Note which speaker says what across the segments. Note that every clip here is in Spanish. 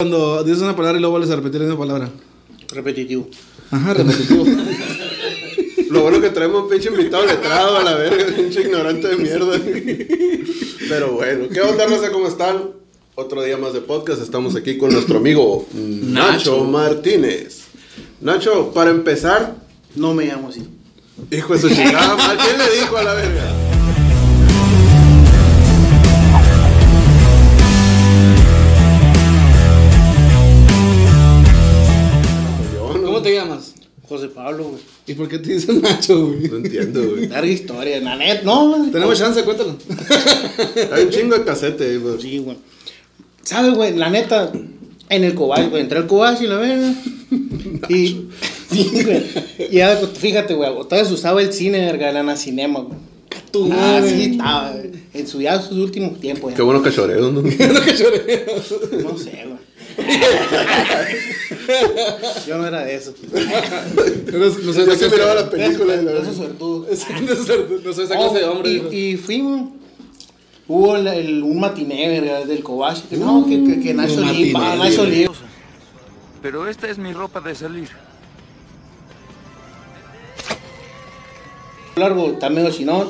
Speaker 1: cuando dices una palabra y luego vuelves a repetir esa palabra.
Speaker 2: Repetitivo.
Speaker 1: Ajá, repetitivo.
Speaker 3: Lo bueno que traemos un pinche invitado letrado a la verga, pinche ignorante de mierda. Pero bueno, ¿qué onda, raza? ¿Cómo están? Otro día más de podcast, estamos aquí con nuestro amigo Nacho,
Speaker 2: Nacho.
Speaker 3: Martínez. Nacho, para empezar,
Speaker 2: No me llamo así.
Speaker 3: hijo de su chingada, madre, ¿quién le dijo a la verga? Yo no,
Speaker 1: ¿Cómo te llamas?
Speaker 2: José Pablo, güey.
Speaker 1: ¿Y por qué te dicen Nacho, güey?
Speaker 3: no entiendo, güey.
Speaker 2: Larga historia, la neta. No, güey.
Speaker 1: Tenemos chance, cuéntalo.
Speaker 3: Hay un chingo de casete, ahí, güey.
Speaker 2: Sí, güey. ¿Sabes, güey? La neta, en el Cobay, güey. Entré al Cobay y la verga. Y. Sí, güey. Y ya, pues, fíjate, güey. Todavía se usaba el cine, verga, el Anacinema, güey.
Speaker 1: tu
Speaker 2: Ah,
Speaker 1: madre.
Speaker 2: sí, estaba, güey. En su, ya sus últimos tiempos, ya.
Speaker 3: Qué bueno cachoreo, ¿no?
Speaker 1: No que lloré.
Speaker 2: No sé, güey. Yo no era de eso.
Speaker 1: No, no soy
Speaker 3: Yo
Speaker 1: esa
Speaker 3: sí
Speaker 1: clase-
Speaker 3: miraba la película, la
Speaker 2: Eso
Speaker 3: verdad.
Speaker 2: es suertudo.
Speaker 1: No soy- no soy esa clase de
Speaker 2: Oh,
Speaker 1: hombre. güey.
Speaker 2: Y, y fuimos. Hubo el, el- un matiné verga, del Cobach. que no, que, que, que Nacho
Speaker 1: Uh, un
Speaker 2: Lee,
Speaker 1: matiné,
Speaker 2: va, Nacho
Speaker 1: güey.
Speaker 2: Lee.
Speaker 4: Pero esta es mi ropa de salir.
Speaker 2: Largo, está medio chinón.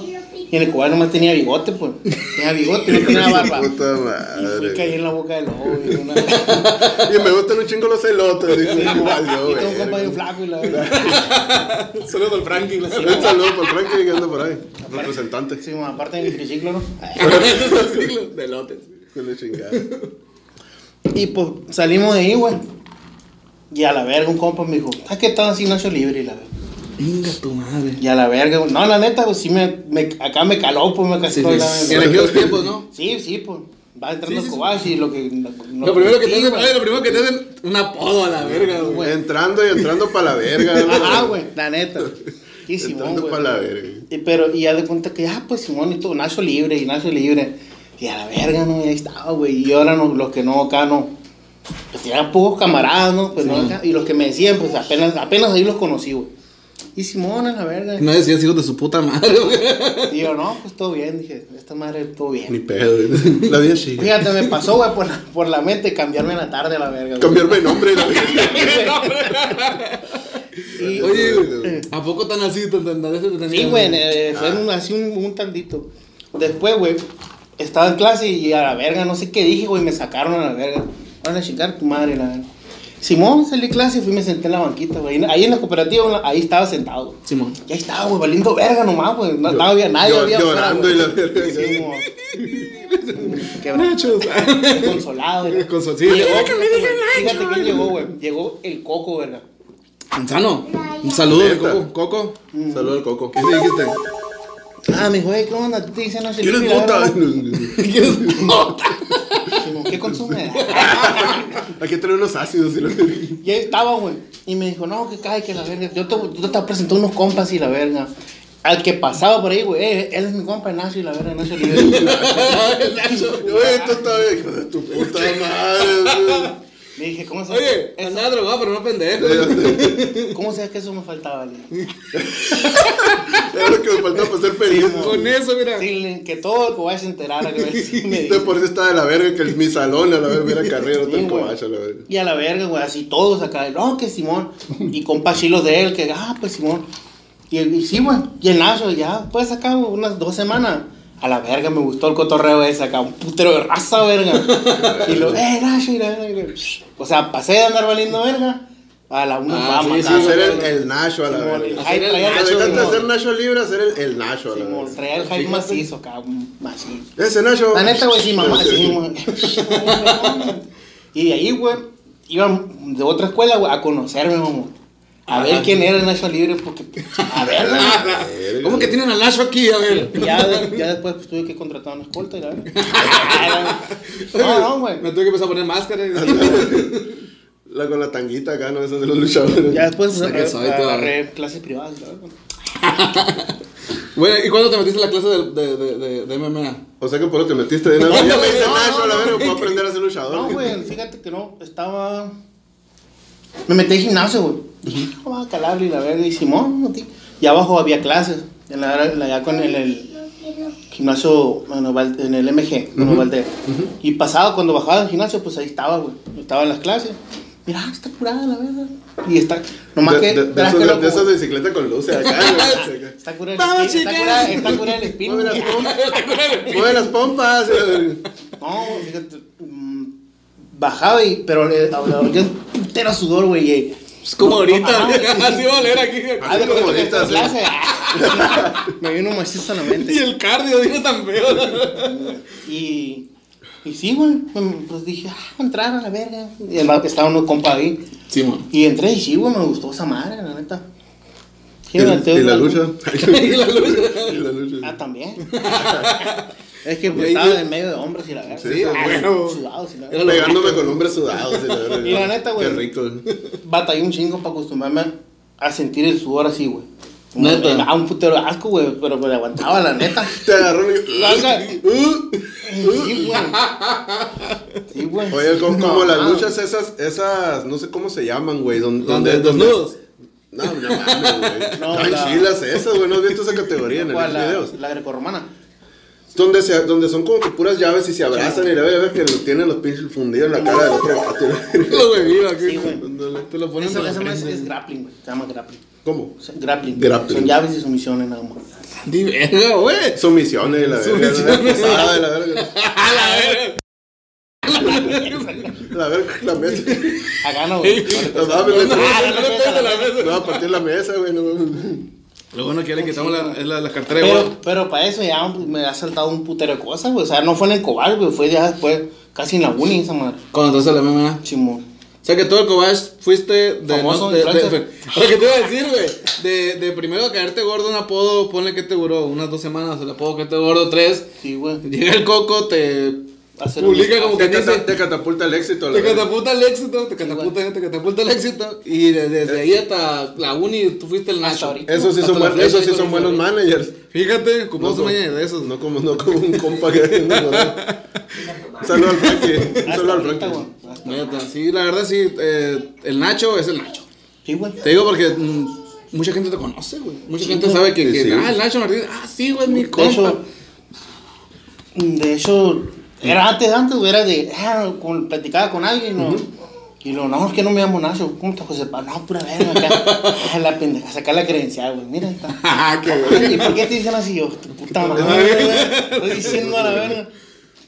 Speaker 2: Y en el Cobach nomás tenía bigote, pues. Tenía bigote, no tenía barba.
Speaker 3: Puta
Speaker 2: Y
Speaker 3: madre.
Speaker 2: fui caí en la boca del lobo. Y, una...
Speaker 3: Y me gustan un chingo los elotes. Dice, igual yo,
Speaker 2: y tengo
Speaker 3: güey.
Speaker 2: un compa bien flaco y la verdad.
Speaker 1: Solo Don Frankie. la-
Speaker 3: Un saludo para el Frankie que anda por ahí. Representante.
Speaker 2: Sí, bueno, aparte de mi triciclo, ¿no?
Speaker 1: De lotes.
Speaker 3: Que le chingada.
Speaker 2: Y pues salimos de ahí, güey. Y a la verga, un compa me dijo, ¿sabes qué estaba así Nacho Libre? Y la verga.
Speaker 1: Venga tu madre.
Speaker 2: Y a la verga, güey. No, la neta, pues sí me, me- acá me caló, pues me casó la
Speaker 1: En aquellos tiempos, ¿no?
Speaker 2: Sí, sí, pues. Va entrando
Speaker 1: Sí, sí, sí.
Speaker 2: Kobashi y lo que. no- no-
Speaker 1: Lo primero que te
Speaker 2: sí,
Speaker 1: hacen,
Speaker 2: güey.
Speaker 1: ay, lo primero que te hacen, un apodo a la verga, güey.
Speaker 3: Entrando y entrando para la verga.
Speaker 2: Ah, güey, la neta. Y Simón,
Speaker 3: Entrando
Speaker 2: güey.
Speaker 3: para la verga.
Speaker 2: Y, pero, y ya de cuenta que, ah, pues Simón y todo, Nacho libre, y Nacho libre. Y a la verga, ¿no? Y ahí estaba, güey. Y ahora no, los que no, acá no. Pues eran pocos camaradas, ¿no? Pues, no acá. Y los que me decían, pues apenas, apenas ahí los conocí, güey. Y Simón, a la verga.
Speaker 1: No decías hijos de su puta madre, güey.
Speaker 2: Y yo, no, pues todo bien. Dije, esta madre, todo
Speaker 3: Ni
Speaker 2: bien.
Speaker 3: pedo. güey. La vida sigue.
Speaker 2: Fíjate, me pasó, güey, por la, por la mente cambiarme en la tarde a la verga. güey.
Speaker 3: Cambiarme de nombre. y La verga.
Speaker 2: Y-
Speaker 1: Oye, güey, ¿a poco tan así? Tan, tan, tan, tan- tan-
Speaker 2: Sí, güey, eh, fue un- así un, un tantito. Después, güey, estaba en clase y a la verga, no sé qué dije, güey, me sacaron a la verga. Van a chingar tu madre, la verga. Simón, salí de clase y fui y me senté en la banquita, güey. Ahí en la cooperativa, en la- ahí estaba sentado. güey.
Speaker 1: Simón.
Speaker 2: Y ahí estaba, güey, valiendo verga nomás, güey. No, no había nadie,
Speaker 3: Llor-
Speaker 2: había
Speaker 3: llorando
Speaker 2: güey.
Speaker 3: y la verga.
Speaker 2: Sí, como- Quebra-
Speaker 1: Nachos.
Speaker 2: Consolado, güey.
Speaker 1: Consol- sí,
Speaker 2: Llegó,
Speaker 1: que me digan
Speaker 2: fíjate
Speaker 1: Nacho,
Speaker 2: quién llegó, güey. Llegó el coco, verga.
Speaker 1: Manzano, un saludo de
Speaker 3: Neta.
Speaker 1: Coco. Coco.
Speaker 2: Mm.
Speaker 3: Saludo al Coco. ¿Qué le dijiste?
Speaker 2: Ah, me dijo, "Ey, ¿qué onda? ¿Tú te dicen no sé
Speaker 3: ¿Quieres
Speaker 2: qué, la
Speaker 3: puta?
Speaker 2: verga?" Simón, ¿Qué consume?
Speaker 3: Aquí trae unos ácidos. Y la verga.
Speaker 2: Y ahí estaba, güey. Y me dijo, no, que cae, que la verga. Yo te, yo te presenté unos compas y la verga. Al que pasaba por ahí, güey, eh, él es mi compa Nacho y la verga, Nacho Libre.
Speaker 3: Oye, tú estás hijo de tu puta madre.
Speaker 2: Le dije, ¿cómo sabes?
Speaker 1: Oye,
Speaker 2: eso-
Speaker 1: andaba drogado, pero no pendejo.
Speaker 3: güey.
Speaker 2: ¿Cómo sabes que eso me faltaba? Le dije.
Speaker 3: Era lo que me faltaba para ser feliz.
Speaker 1: Con eso, mira.
Speaker 2: Sí, le- que todo el cobay se enterara que me- sí me
Speaker 3: De
Speaker 2: dijo.
Speaker 3: por sí está de la verga que el- mi salón a la verga hubiera carrera
Speaker 2: Sí,
Speaker 3: tan
Speaker 2: güey.
Speaker 3: cobacha, la verga.
Speaker 2: Y a la verga, güey, así todos acá. No, que Simón. Y compas chilos de él, que, ah, pues Simón. Y, y sí, güey. Y el Nacho, ya, pues acá, güey, unas dos semanas. A la verga, me gustó el cotorreo ese acá, un putero de raza, verga. y lo, eh, Nacho, y la verga, y lo, O sea, pasé de andar valiendo verga a la una
Speaker 1: Ah,
Speaker 2: fama.
Speaker 1: sí,
Speaker 2: acá,
Speaker 1: sí,
Speaker 3: Hacer
Speaker 1: güey.
Speaker 3: el, el Nacho a la
Speaker 2: Simón,
Speaker 3: verga.
Speaker 2: el hype, traía el
Speaker 3: Cuando
Speaker 2: Nacho,
Speaker 3: dejaste de ser
Speaker 2: Simón.
Speaker 3: Nacho libre, hacer el, el Nacho a la
Speaker 2: Simón,
Speaker 3: verga.
Speaker 2: traía el hype macizo acá, un- macizo.
Speaker 3: Ese Nacho.
Speaker 2: La neta, güey, sí, mamá. Sí,
Speaker 3: Ese-
Speaker 2: güey. y de ahí, güey, iban de otra escuela, güey, a conocerme, mamá. A ver quién era el Nacho Libre, porque. A ver, güey.
Speaker 1: ¿Cómo que tienen a Nacho aquí? A ver.
Speaker 2: Ya, de- ya después pues, tuve que contratar a una escolta, y la verdad. No, Ah, no, güey.
Speaker 1: Me tuve que empezar a poner máscara.
Speaker 3: La con la tanguita acá, ¿no? Esa de los luchadores.
Speaker 2: Ya después
Speaker 1: Sé que
Speaker 2: agarré-
Speaker 1: soy, te va a ver.
Speaker 2: agarré clases privadas, la verdad.
Speaker 1: Bueno, ¿y cuándo te metiste en la clase de, de, de, de, de MMA?
Speaker 3: O sea que por lo te metiste de nada. Ya me hice
Speaker 2: no,
Speaker 3: Nacho a la
Speaker 2: no,
Speaker 3: verga. Puedo aprender a ser
Speaker 2: No,
Speaker 3: luchador.
Speaker 2: güey, fíjate que no, estaba. Me metí en gimnasio, güey. Dije, "Ah, voy a calarle y la verga. Y Simón, no, tío". y abajo había clases. En la, en la- ya con el, el-
Speaker 5: ido.
Speaker 2: gimnasio bueno, Val- en el MG, bueno, Valdez. Y pasaba, cuando bajaba del gimnasio, pues ahí estaba, güey. Estaba en las clases. Mira, ah, está curada la verdad. Y está, nomás
Speaker 3: De,
Speaker 2: que.
Speaker 3: de- de
Speaker 2: verás
Speaker 3: esas,
Speaker 2: que
Speaker 3: de-
Speaker 2: loco,
Speaker 3: de esas
Speaker 2: güey.
Speaker 3: bicicletas con luces acá, güey. Acá.
Speaker 2: Está curada el
Speaker 1: ¡Vamos,
Speaker 2: espíritu, Está
Speaker 1: chicas!
Speaker 2: curada, está curada el espíritu.
Speaker 3: Mueve las pompas. Mueve las pompas. eh. güey.
Speaker 2: No, fíjate. mm, Bajaba y. Pero eh, le olía un putero sudor, güey. y-
Speaker 1: Es como
Speaker 2: No,
Speaker 1: ahorita.
Speaker 2: Ah, no, no.
Speaker 1: Así va a leer aquí.
Speaker 3: Así
Speaker 2: Ah, de
Speaker 3: como
Speaker 2: cuenta que
Speaker 3: ahorita,
Speaker 2: estoy en
Speaker 3: sí.
Speaker 2: clase. Me vino macizo a la mente.
Speaker 1: Y el cardio, dijo tan feo.
Speaker 2: Y, y sí, güey, mm, pues dije, ah, entrar a la verga. Y el vato estaba uno compa ahí.
Speaker 1: Simón.
Speaker 2: Y entré y sí, güey, me gustó esa madre, la neta. Sí,
Speaker 3: ¿Y,
Speaker 2: me metí
Speaker 3: y la
Speaker 2: un-
Speaker 3: lucha.
Speaker 1: Y la lucha.
Speaker 3: Y la lucha.
Speaker 2: Ah, también. es que pues,
Speaker 1: Y ahí-
Speaker 2: estaba en medio de hombres y la verga.
Speaker 3: Sí,
Speaker 2: Ah,
Speaker 1: bueno.
Speaker 2: sudados y la verga.
Speaker 3: Pegándome con hombres sudados. Y la, verga.
Speaker 2: Y la neta, güey.
Speaker 3: Qué rico.
Speaker 2: Batallé un chingo para acostumbrarme a, a sentir el sudor así, güey.
Speaker 1: Neta.
Speaker 2: Me daba un putero de asco, güey, pero me aguantaba, la neta.
Speaker 3: Te agarró y...
Speaker 2: Larga.
Speaker 3: Uh.
Speaker 2: Sí, güey. Sí, güey.
Speaker 3: Oye, como,
Speaker 2: No,
Speaker 3: como las
Speaker 2: mames.
Speaker 3: luchas esas, esas, no sé cómo se llaman, güey. Donde,
Speaker 1: Donde
Speaker 3: donde, donde-
Speaker 1: desnudos.
Speaker 3: No, no mames, güey.
Speaker 2: No,
Speaker 3: Tan
Speaker 2: la-
Speaker 3: chilas esas, güey. No has visto esa categoría en
Speaker 2: ¿Cuál?
Speaker 3: el
Speaker 2: La,
Speaker 3: videos.
Speaker 2: la grecorromana.
Speaker 3: Donde, se, donde son como que puras llaves y se abrazan y la verdad que lo tienen los pinches fundidos en la cara del otro vato.
Speaker 1: Lo bebido aquí.
Speaker 2: Sí, güey.
Speaker 1: Te lo ponen
Speaker 2: Eso,
Speaker 1: en la
Speaker 2: eso no es,
Speaker 1: frente.
Speaker 2: es grappling, güey. Se llama grappling.
Speaker 3: ¿Cómo?
Speaker 2: O sea, grappling.
Speaker 3: Grappling.
Speaker 2: Son llaves y sumisiones nada más.
Speaker 1: Di verga, güey.
Speaker 3: Sumisiones, eh, la verga. La verga,
Speaker 1: Sumisiones.
Speaker 3: pesada, la verga.
Speaker 1: A la verga.
Speaker 3: La verga, la mesa.
Speaker 2: Acá no, güey.
Speaker 3: No mames, güey.
Speaker 1: No le pegues a la mesa.
Speaker 3: No, a partir la mesa, güey. No mames.
Speaker 1: Lo bueno que ya le quitamos la, es la, la cartera de bola.
Speaker 2: Pero, pero para eso ya pues, me ha saltado un putero de cosas, güey. O sea, no fue en el cobal, güey. Fue ya después, casi en la uni, esa madre.
Speaker 1: Cuando entraste a la MMA.
Speaker 2: Simón.
Speaker 1: O sea que todo el cobach fuiste de. no,
Speaker 2: Famoso,
Speaker 1: de- de-
Speaker 2: influencer.
Speaker 1: de- lo que te iba a decir, güey. De, de primero caerte gordo un apodo, ponle que te duró unas dos semanas, el apodo que te gordo tres.
Speaker 2: Sí, güey.
Speaker 1: Llega el coco, te
Speaker 2: Hacer
Speaker 1: publica
Speaker 2: un-
Speaker 1: como que
Speaker 3: Te,
Speaker 1: dice.
Speaker 3: cata- te catapulta el éxito, la
Speaker 1: Te
Speaker 3: verga.
Speaker 1: catapulta el éxito, te catapulta, te catapulta el éxito. Y de- desde ahí hasta la uni tú fuiste el
Speaker 2: Hasta
Speaker 1: Nacho.
Speaker 2: ahorita.
Speaker 3: Esos sí
Speaker 1: Hasta
Speaker 3: son,
Speaker 1: la
Speaker 3: buen-
Speaker 1: flecha,
Speaker 3: esos sí
Speaker 1: hijo
Speaker 3: son
Speaker 1: de
Speaker 3: buenos
Speaker 1: madre.
Speaker 3: managers.
Speaker 1: Fíjate, ocupamos
Speaker 3: como-
Speaker 1: una mañana de esos.
Speaker 3: No como, no como un compa que. no, no, no. Saludo al Frankie. Un
Speaker 2: Hasta
Speaker 3: saludo al
Speaker 2: ahorita,
Speaker 3: Frankie.
Speaker 2: güey. Hasta-
Speaker 1: Neta, sí, la verdad sí, eh, el Nacho es el Nacho.
Speaker 2: Sí, güey.
Speaker 1: Te digo porque mm, mucha gente te conoce, güey. Mucha gente sabe que,
Speaker 3: Sí,
Speaker 1: que,
Speaker 3: sí.
Speaker 1: ah, el Nacho Martínez, ah, sí, güey, mi
Speaker 2: De
Speaker 1: compa.
Speaker 2: hecho, de hecho, era antes, antes, güey, era de, ah, con- platicaba con alguien, ¿no? Y lo, no, es que no me llamo Nacho, ¿cómo estás, José Pablo? No, pura verga, acá, ah, la pendeja, sacar la credencial, güey, mira, ahí está.
Speaker 1: Ah, qué güey.
Speaker 2: ¿Y por qué te dicen así yo? Tu puta madre, güey, estoy diciendo a la verga.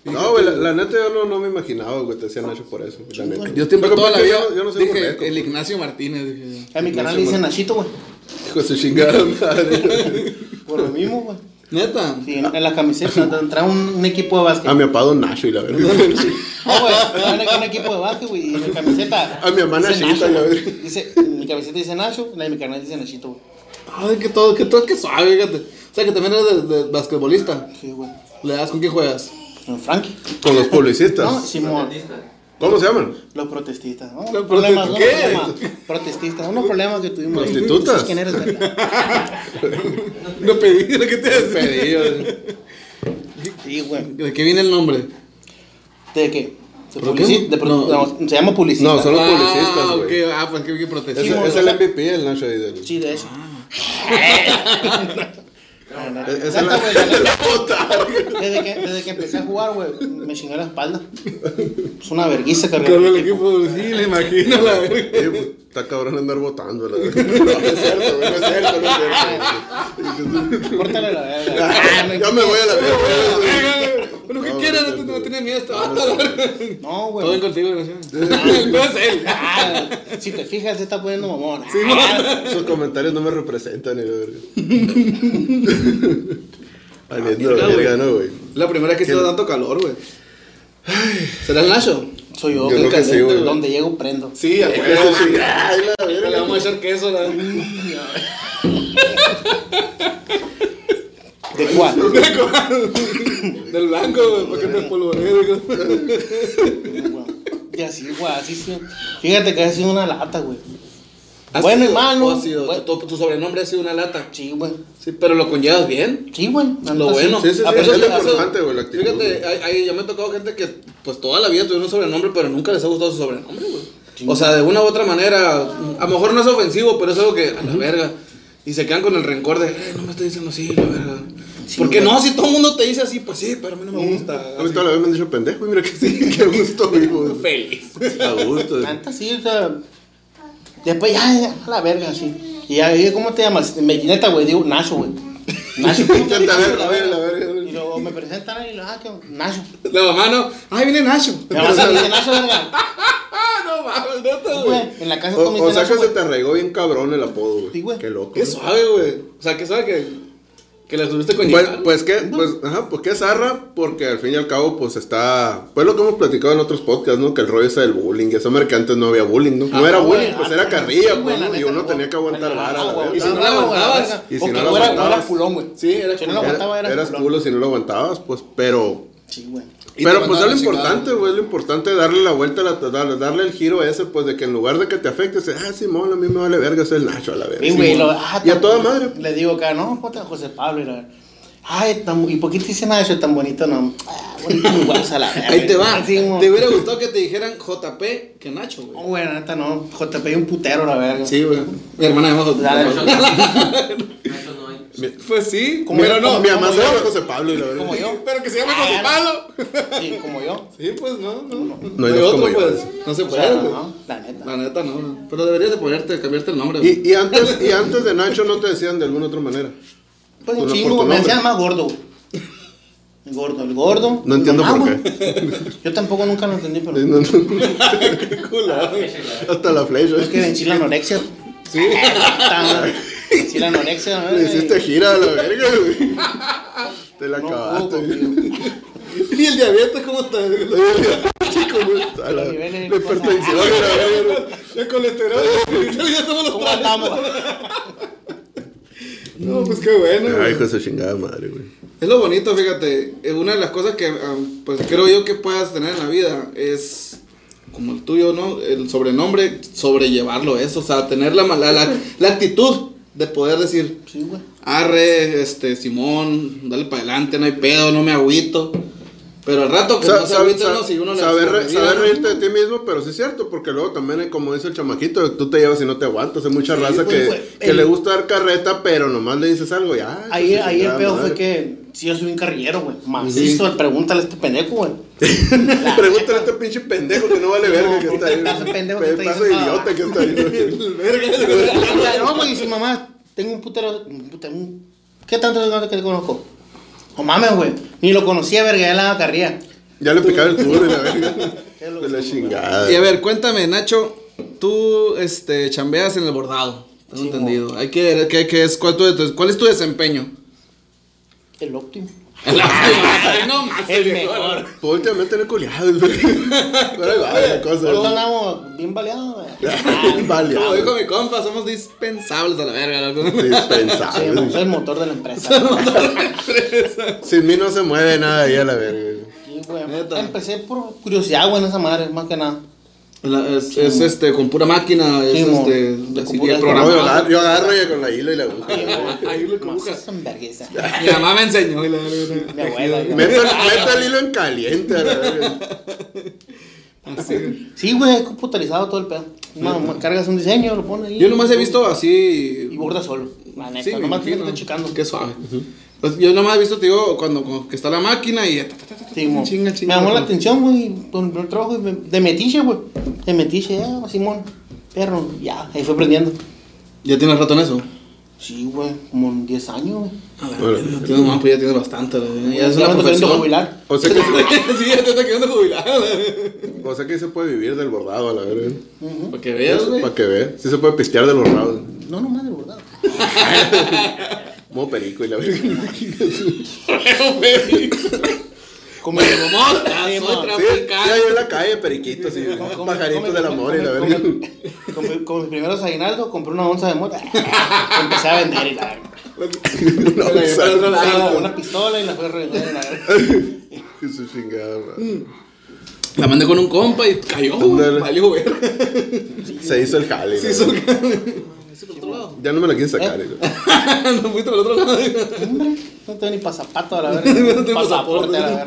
Speaker 3: No, güey, la, la neta yo no, no me imaginaba, güey, te hacían Nacho por eso. güey, La neta.
Speaker 1: Yo siempre
Speaker 3: Pero
Speaker 1: toda la
Speaker 3: porque
Speaker 1: vida
Speaker 3: Yo, yo no sé por
Speaker 1: dije,
Speaker 3: qué.
Speaker 1: el
Speaker 3: compa.
Speaker 1: Ignacio Martínez, dije.
Speaker 2: A mi canal le dicen Nachito, güey,
Speaker 3: Hijo de su chingada madre.
Speaker 2: por lo mismo, güey.
Speaker 1: Neta.
Speaker 2: Sí, en, en la camiseta, tra- trae un, un equipo de básquet.
Speaker 3: A mi apado Ah, Nacho y la verga.
Speaker 2: No, güey, trae un equipo de básquet, güey, y en la camiseta.
Speaker 3: A mi mamá
Speaker 2: dice Nacho,
Speaker 3: Nachita, la
Speaker 2: güey.
Speaker 3: verga.
Speaker 2: Dice, en mi camiseta dice Nacho, la de mi canal dice Nachito, güey.
Speaker 1: Ay, que todo, que todo, que suave, fíjate. O sea, que también eres de, de basquetbolista.
Speaker 2: Sí, güey.
Speaker 1: ¿Le das con quién juegas?
Speaker 2: Don Frankie.
Speaker 3: Con los
Speaker 2: No,
Speaker 3: publicistas.
Speaker 2: Simón.
Speaker 3: ¿Cómo se llaman?
Speaker 2: Los protestistas. ¿no?
Speaker 1: Los
Speaker 2: problemas, unos
Speaker 1: protestistas.
Speaker 2: problemas. Protestistas. Unos problemas que tuvimos.
Speaker 3: Prostitutas.
Speaker 2: ¿Sabes ¿Quién eres, verga?
Speaker 1: Lo pedí, lo que te decía.
Speaker 3: Pedido.
Speaker 2: Sí, güey.
Speaker 1: ¿De qué viene el nombre?
Speaker 2: ¿De qué? De
Speaker 1: ¿Pero qué?
Speaker 2: publici- de pro-
Speaker 1: No.
Speaker 2: no, se llama publicista.
Speaker 3: No, son- los publicistas,
Speaker 1: Ah, ok,
Speaker 3: güey.
Speaker 1: ah, pues que, que protesta.
Speaker 3: Es,
Speaker 2: Sí,
Speaker 3: es el MVP, el Nacho ahí del.
Speaker 2: Sí, de eso.
Speaker 1: Eh,
Speaker 3: Es, es
Speaker 2: Neta,
Speaker 3: el-
Speaker 2: güey, la neta,
Speaker 3: Puta.
Speaker 2: desde, que, desde que empecé a jugar, güey, me chingué la espalda. Es una vergüenza,
Speaker 1: Con el
Speaker 2: carnal.
Speaker 1: equipo, sí, le imagino la verga.
Speaker 3: Eh, pues, Está cabrón andar votando, la verga. No, no es cierto, güey, no es cierto, no es cierto.
Speaker 2: Córtale la verga. Ah, no,
Speaker 3: Ya me voy a la verga. güey.
Speaker 1: Bueno, ¿qué
Speaker 3: No,
Speaker 1: quieres?
Speaker 3: no,
Speaker 1: No,
Speaker 3: no,
Speaker 1: no
Speaker 3: no.
Speaker 1: tienes miedo, este vato, la verga.
Speaker 2: No,
Speaker 1: Todo bien
Speaker 2: güey.
Speaker 1: contigo, gracias. El peor es él.
Speaker 2: Ah, si te fijas, se está poniendo mamón. Ah,
Speaker 3: Esos comentarios no me representan, el verga.
Speaker 2: Ah,
Speaker 3: Valiendo
Speaker 1: mierda, güey.
Speaker 3: verga, ¿no, güey?
Speaker 1: La primera vez que está tanto calor, güey. ¿Será el Nacho?
Speaker 2: soy yo.
Speaker 3: Yo creo que sí, güey.
Speaker 2: Donde llego, prendo.
Speaker 1: Sí, a
Speaker 3: Hijo de su- Ay, la verga.
Speaker 1: Le vamos a echar queso, la verga.
Speaker 2: ¿De cuál?
Speaker 1: Del blanco, güey, para que te espolvoree, güey.
Speaker 2: Y así, güey, así sí. Fíjate que ha sido una lata, güey.
Speaker 1: ¿Has
Speaker 2: Bueno y
Speaker 1: sido-
Speaker 2: malo.
Speaker 1: o has sido-
Speaker 2: Bueno.
Speaker 1: tu, tu sobrenombre ha sido una lata.
Speaker 2: Sí, güey.
Speaker 1: Sí, pero lo conllevas bien.
Speaker 2: Sí, güey. la
Speaker 1: Lo
Speaker 2: neta,
Speaker 1: bueno.
Speaker 3: Sí, sí, sí,
Speaker 1: Ah, pero
Speaker 3: es lo
Speaker 1: eso- eso-
Speaker 3: importante, güey, la actitud, güey.
Speaker 1: Fíjate, hay, hay- ya me ha tocado gente que, pues toda la vida tuvieron un sobrenombre, pero nunca les ha gustado su sobrenombre, güey. O sea, de una u otra manera, a lo mejor no es ofensivo, pero es algo que, a la verga. Y se quedan con el rencor de, eh, no me estoy diciendo así, la verga.
Speaker 2: Sí,
Speaker 1: Porque
Speaker 2: güey.
Speaker 1: no, si todo el mundo te dice así, pues sí, pero a mí no me gusta.
Speaker 3: A mí toda la vez me han dicho pendejo y mira que sí, qué gusto, vivo.
Speaker 1: Feliz.
Speaker 3: A gusto.
Speaker 2: Tanta sí, o sea. Después ya, ya, a la verga, sí. Y ya, "Oye, ¿cómo te llamas? Me neta, güey, digo Nacho, güey. Nacho.
Speaker 3: Ya te ver, a ver, a ver, a ver.
Speaker 2: Y luego me presentan ahí, ah, que Nacho.
Speaker 1: La mamá no. Ay, viene Nacho.
Speaker 2: Me vas a decir Nacho, verga.
Speaker 1: Ah, no mames, neta, güey.
Speaker 2: Güey, En la casa
Speaker 3: O,
Speaker 2: con mi
Speaker 3: o sea que
Speaker 2: Nacho,
Speaker 3: se
Speaker 2: güey.
Speaker 3: te arraigó bien cabrón el apodo, güey.
Speaker 2: Sí, güey.
Speaker 3: Qué loco.
Speaker 1: Qué suave, güey. O sea, que suave que. Que la subiste con
Speaker 3: Pues,
Speaker 1: Yal.
Speaker 3: pues que, pues, ajá, pues que es zarra, porque al fin y al cabo, pues está. Pues lo que hemos platicado en otros podcasts, ¿no? Que el rollo ese del bullying, esa madre que antes no había bullying, ¿no? No
Speaker 1: Ah,
Speaker 3: era
Speaker 1: güey,
Speaker 3: bullying, pues era
Speaker 2: ah,
Speaker 3: carrilla,
Speaker 2: sí,
Speaker 3: pues,
Speaker 2: güey, la
Speaker 3: ¿no? Y
Speaker 2: neta,
Speaker 3: uno
Speaker 2: no,
Speaker 3: tenía que aguantar
Speaker 2: güey,
Speaker 3: vara,
Speaker 2: no,
Speaker 3: la
Speaker 2: güey,
Speaker 3: verga.
Speaker 1: Y si no
Speaker 2: no,
Speaker 1: la
Speaker 2: güey,
Speaker 1: aguantabas,
Speaker 2: verga.
Speaker 3: y si
Speaker 2: O
Speaker 3: no
Speaker 2: que
Speaker 3: la
Speaker 2: fuera-
Speaker 3: aguantabas, pues,
Speaker 2: fuera culón, güey.
Speaker 1: Sí, era
Speaker 2: Si no la
Speaker 1: culón.
Speaker 2: aguantaba,
Speaker 3: Era-
Speaker 2: era
Speaker 3: Eras
Speaker 2: culón.
Speaker 3: culo si no lo aguantabas, pues, pero.
Speaker 2: Sí, güey.
Speaker 1: Y te
Speaker 3: Pero pues es
Speaker 1: mandaban
Speaker 3: lo
Speaker 1: la chingada.
Speaker 3: importante, güey, es lo importante darle la vuelta, a la, darle, darle el giro ese, pues de que en lugar de que te afecte, dices, ah, Simón, a mí me vale verga, soy el Nacho a la verga.
Speaker 2: Sí, güey,
Speaker 3: Simón".
Speaker 2: lo- ah,
Speaker 3: y a
Speaker 2: tan-
Speaker 3: toda madre.
Speaker 2: Le digo acá, no, ponte a José Pablo. Y la- Ay, tan- ¿y por qué te dicen a eso tan bonito? No, ah, bonito, muy guapos a la verga.
Speaker 1: Ahí te va.
Speaker 2: Sí, mo-
Speaker 1: Te hubiera gustado que te dijeran JP que Nacho,
Speaker 2: No,
Speaker 1: güey.
Speaker 2: güey, la neta no. JP un putero, la verga.
Speaker 1: Sí, güey. Mi hermana llama
Speaker 2: La de-
Speaker 1: JP.
Speaker 5: Eso no hay.
Speaker 1: Pues sí,
Speaker 2: Como
Speaker 1: pero
Speaker 2: yo,
Speaker 1: no.
Speaker 2: como
Speaker 3: Mi mamá
Speaker 2: ¿Cómo
Speaker 3: se llama
Speaker 2: yo?
Speaker 3: José Pablo y la verga.
Speaker 2: Como yo.
Speaker 1: Pero que se llame José Pablo.
Speaker 2: Sí, como yo.
Speaker 1: Sí, pues no, Ah, no.
Speaker 3: No hay dos como yo.
Speaker 1: pues. No se
Speaker 3: pues,
Speaker 2: O
Speaker 1: puede,
Speaker 2: sea,
Speaker 1: güey.
Speaker 2: no, la neta.
Speaker 1: La neta, no. no. Pero deberías de ponerte, cambiarte el nombre, güey.
Speaker 3: Y, y antes, y antes de Nacho no te decían de alguna otra manera.
Speaker 2: Pues
Speaker 3: Tú
Speaker 2: un
Speaker 3: no
Speaker 2: chingo,
Speaker 3: por tu
Speaker 2: me
Speaker 3: nombre.
Speaker 2: hacían más gordo. güey. El gordo, el gordo.
Speaker 3: No entiendo
Speaker 2: Mamá,
Speaker 3: por qué.
Speaker 2: güey. Yo tampoco nunca lo entendí, pero.
Speaker 3: No, no,
Speaker 1: Qué culado.
Speaker 2: Ah,
Speaker 3: Hasta la flecha.
Speaker 2: Es que vencí la anorexia. Sí. Vencí la anorexia. ¿no?
Speaker 3: Le hiciste gira a la verga, güey. Te la
Speaker 2: No,
Speaker 3: acabaste.
Speaker 2: puedo
Speaker 3: güey.
Speaker 2: contigo.
Speaker 1: ¿Y el diabetes cómo está?
Speaker 3: Chico, güey, a la-
Speaker 2: Los niveles
Speaker 3: La
Speaker 2: de cosas.
Speaker 3: hipertensión, a la verga.
Speaker 1: El colesterol. Ya estamos los
Speaker 2: ¿Cómo
Speaker 1: tres.
Speaker 2: andamos?
Speaker 1: No, pues qué bueno. güey.
Speaker 3: Ay, hijo de su chingada madre, güey.
Speaker 1: Es lo bonito, fíjate. eh, Una de las cosas que ah, pues creo yo que puedas tener en la vida es como el tuyo, ¿no? El sobrenombre, sobrellevarlo eso, o sea, tener la mala- la, la actitud de poder decir,
Speaker 2: Sí, güey.
Speaker 1: arre, este, Simón, dale para adelante, no hay pedo, no me agüito. Pero al rato que
Speaker 3: Sa-
Speaker 1: no se
Speaker 3: sab-
Speaker 1: agüita,
Speaker 3: sab-
Speaker 1: no, si uno le
Speaker 3: saber, re-
Speaker 1: le-
Speaker 3: saber reírte de ti mismo, pero sí es cierto, porque luego también, eh, como dice el chamaquito, tú te llevas y no te aguantas. Hay mucha raza
Speaker 2: güey,
Speaker 3: que,
Speaker 2: güey.
Speaker 3: que
Speaker 2: El-
Speaker 3: le gusta dar carreta, pero nomás le dices algo y ah,
Speaker 2: Ahí,
Speaker 3: hijo de su
Speaker 2: ahí el
Speaker 3: chingada
Speaker 2: peor
Speaker 3: madre.
Speaker 2: fue que sí, yo soy un carrillero, güey. Macizo, pregúntale a este pendejo, güey.
Speaker 3: Pregúntale a este pinche pendejo que no vale verga que está ahí.
Speaker 2: Pedazo de pendejo que
Speaker 3: Pe-
Speaker 2: está
Speaker 3: pedazo de
Speaker 2: diciendo
Speaker 3: idiota que está ahí.
Speaker 1: El verga.
Speaker 2: Ya, No, güey, dice mamá, tengo un putero. un pute- un- ¿Qué tanto es que te conozco? No mames, güey. Ni lo conocía, verga, ya la carrilla.
Speaker 3: Ya le picaba el culo y la verga.
Speaker 2: Qué loco,
Speaker 3: De la
Speaker 2: güey.
Speaker 3: chingada.
Speaker 1: Y a ver, cuéntame, Nacho, tú este chambeas en el bordado. Tengo
Speaker 2: Sí,
Speaker 1: entendido. Hay que ver qué, qué es, cuál, tu- cuál es tu desempeño.
Speaker 2: El óptimo.
Speaker 1: Ay, no más,
Speaker 2: El
Speaker 1: Este viejo.
Speaker 2: mejor.
Speaker 3: Pues últimamente no he culiado. güey. Pero ahí va la
Speaker 2: Ahorita
Speaker 3: cosa.
Speaker 2: andamos bien baleados, güey.
Speaker 3: Vale.
Speaker 1: Como dijo mi compa, somos dispensables a la verga. ¿no?
Speaker 2: Ah, Sí, güey, soy
Speaker 3: Dispensable.
Speaker 2: el motor de la empresa. güey.
Speaker 3: Sin mí no se mueve nada ahí a la verga.
Speaker 2: Sí, güey.
Speaker 1: Neta.
Speaker 2: Empecé por curiosidad, güey, en esa madre, más que nada.
Speaker 1: La- es, es, este, con pura máquina, es
Speaker 2: Sí, mo.
Speaker 1: este,
Speaker 2: De
Speaker 1: así,
Speaker 2: computadora.
Speaker 3: No, yo
Speaker 1: programado.
Speaker 3: agarro, yo agarro ya con la hilo y la busco.
Speaker 2: Sí, güey.
Speaker 1: Ahí lo que
Speaker 2: Macizo
Speaker 1: buscas.
Speaker 2: en vergüenza.
Speaker 1: Mi mamá me enseñó. y la verga.
Speaker 2: Mi abuela, güey.
Speaker 3: Meto, meto el hilo en caliente a la verga.
Speaker 1: Así.
Speaker 2: Sí, güey, computarizado todo el pedo. No, ma- cargas un diseño, lo pones ahí.
Speaker 1: Yo nomás he visto
Speaker 2: Y
Speaker 1: así.
Speaker 2: borda solo. La neta,
Speaker 1: Sí, me
Speaker 2: nomás tienes que
Speaker 1: imagino.
Speaker 2: estar checando.
Speaker 1: Qué suave. Pues yo nomás he visto, te digo, cuando, cuando que está la máquina y. ta, ta, ta, ta, ta,
Speaker 2: Sí, mo.
Speaker 1: chinga,
Speaker 2: Me
Speaker 1: chinga.
Speaker 2: llamó la atención, güey, con el trabajo de- de metiche, güey. De metiche, ya, Simón. Perro, ya, ahí fue aprendiendo.
Speaker 1: ¿Ya tienes rato en eso?
Speaker 2: Sí, güey, como en 10 años, güey.
Speaker 1: A ver,
Speaker 3: Bueno.
Speaker 1: ya tienes más, pues ya tienes bastante. la verga. Ya es una
Speaker 2: Ya me estoy queriendo
Speaker 1: profesión.
Speaker 2: jubilar.
Speaker 3: O sea, que se,
Speaker 1: sí, ya te está quedando jubilado. la verga.
Speaker 3: o sea que se puede vivir del bordado a la verga.
Speaker 1: Para que veas, güey.
Speaker 3: Para que veas. Sí se puede pistear del bordado.
Speaker 2: No, nomás de bordado.
Speaker 3: Modo perico y la verga.
Speaker 2: Como el
Speaker 1: Ah, soy
Speaker 3: Sí,
Speaker 1: traficante.
Speaker 3: sí, ahí en la calle, periquitos y
Speaker 2: Come-
Speaker 3: pajaritos
Speaker 2: come-
Speaker 3: del
Speaker 2: come-
Speaker 3: amor y la
Speaker 2: come-
Speaker 3: verga.
Speaker 2: come- Con, con mis primeros aguinaldos compré una onza de mota. Empecé a vender y la verga.
Speaker 3: No,
Speaker 1: Pero
Speaker 3: o sea,
Speaker 1: yo no la-
Speaker 2: Sí,
Speaker 1: Ah.
Speaker 2: una pistola y la fui a revender y la verga.
Speaker 3: que su chingada, madre.
Speaker 1: La mandé con un compa y cayó. güey.
Speaker 3: Ándale.
Speaker 1: Valió ver.
Speaker 3: Se hizo el jale. la verga. Ya no me la quieren sacar.
Speaker 2: ¿Eh?
Speaker 3: eh.
Speaker 1: No fuiste al otro lado.
Speaker 2: Hombre, "Mm, no tengo ni pasapato a la
Speaker 1: No
Speaker 2: verga.
Speaker 1: tengo
Speaker 2: pasaporte a la
Speaker 1: pasaporte.
Speaker 2: verga.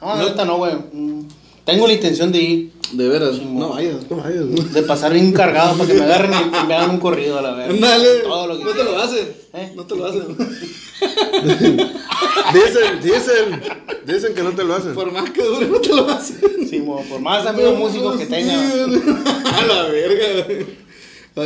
Speaker 2: No, la neta no, güey. Mm, Tengo la intención de ir.
Speaker 1: De veras,
Speaker 2: Simón.
Speaker 1: no vayas.
Speaker 3: No vayas, ¿no?
Speaker 2: De pasar bien cargado para que me agarren y me hagan un corrido a la verga.
Speaker 1: Dale,
Speaker 2: Todo lo que
Speaker 1: no te lo
Speaker 2: quiera.
Speaker 1: hacen.
Speaker 2: ¿Eh?
Speaker 1: No te lo hacen.
Speaker 3: Dicen, dicen, dicen que no te lo hacen.
Speaker 1: Por más que dure, no te lo hacen.
Speaker 2: Sí, mo, por más amigos músicos que tenga.
Speaker 1: A la verga. güey.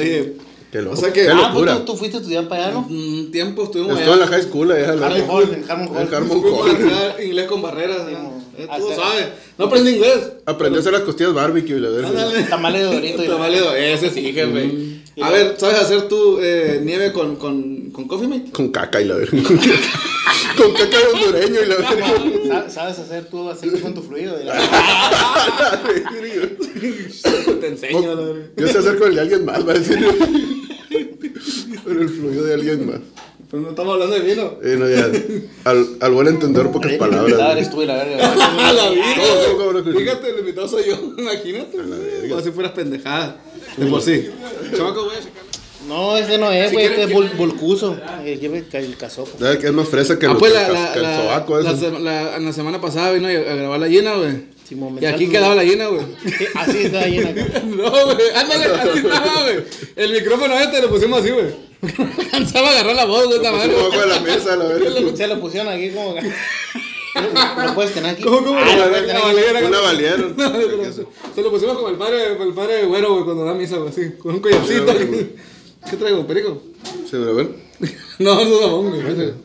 Speaker 1: Oye,
Speaker 3: Qué loco,
Speaker 1: O sea que-
Speaker 3: qué
Speaker 2: Ah,
Speaker 3: locura.
Speaker 2: pues tú, tú fuiste a estudiar para allá, ¿no?
Speaker 1: un tiempo estuvimos
Speaker 3: Estuve en la high school allá. la-
Speaker 2: Harmon Hall, en Harmon
Speaker 3: en
Speaker 2: Hall.
Speaker 3: Harmon
Speaker 1: Fuimos a
Speaker 3: Hall.
Speaker 1: estudiar inglés con barreras. ¿no?
Speaker 2: Sí,
Speaker 1: Eh,
Speaker 2: mo.
Speaker 1: Tú
Speaker 2: Hacer-
Speaker 1: sabes. No aprendí inglés.
Speaker 3: Aprendí a hacer las costillas barbecue y la verga.
Speaker 1: Ándale.
Speaker 2: Tamales de Dorito y la-
Speaker 1: Tamales de- Ese sí, jefe. A ver, ¿sabes hacer tú eh, nieve con, con, con Coffee Mate?
Speaker 3: Con caca y la verga. Con caca de hondureño y la verga.
Speaker 2: Sa- ¿Sabes hacer tú aceite con tu fluido? Y la-
Speaker 1: Te enseño. la verga.
Speaker 3: Oh, Yo sé hacer con el de alguien más, va a decir. Con el fluido de alguien más.
Speaker 1: Pero no estamos hablando de vino.
Speaker 3: Eh, no, ya. Al, al buen entender, pocas
Speaker 2: Eres
Speaker 3: palabras.
Speaker 2: invitado,
Speaker 3: güey.
Speaker 2: Ah, eres tú y la verga.
Speaker 1: A la
Speaker 3: No, no, no,
Speaker 1: vida.
Speaker 3: no, no.
Speaker 1: Fíjate, el invitado soy yo, imagínate. Como si fueras pendejada. De
Speaker 3: pues
Speaker 1: por sí. Chamaco, voy a checar.
Speaker 2: No, ese no es,
Speaker 1: Si
Speaker 2: güey,
Speaker 1: quieren
Speaker 2: este es
Speaker 1: que-
Speaker 2: Vol- Volcuso. Eh, Lleve ca- el casopo.
Speaker 3: ¿Sabes qué es más fresa que
Speaker 1: Ah,
Speaker 3: el,
Speaker 1: pues
Speaker 3: que
Speaker 1: la,
Speaker 3: el-
Speaker 1: la,
Speaker 3: que el sobaco
Speaker 1: la, la,
Speaker 3: ese?
Speaker 1: se- la- en la semana pasada vino a a grabar la llena, güey.
Speaker 2: Simón, me
Speaker 1: Y aquí
Speaker 2: salto,
Speaker 1: quedaba
Speaker 2: güey.
Speaker 1: la llena, güey.
Speaker 2: Sí, Así está ahí en acá.
Speaker 1: No, güey, ándale, así estaba, güey. El micrófono este lo pusimos así, güey. No alcanzaba a agarrar la voz, güey, esta
Speaker 3: Pues,
Speaker 1: madre.
Speaker 3: abajo de la mesa, la verga.
Speaker 2: Se lo pusieron aquí como. ¿Lo puedes tener aquí?
Speaker 1: ¿Cómo, cómo?
Speaker 2: Ah,
Speaker 1: Una
Speaker 2: lo puedes tener aquí.
Speaker 1: valera,
Speaker 3: Una
Speaker 1: güey.
Speaker 3: valieron.
Speaker 1: No, pero se- Se lo pusimos como el padre, el padre güero, güey, cuando da misa, güey, así, con un collarcito.
Speaker 3: Sí, güey.
Speaker 1: ¿Qué traigo, perico?
Speaker 3: ¿Se me ven?
Speaker 1: No, no, no, güey.
Speaker 3: A ver.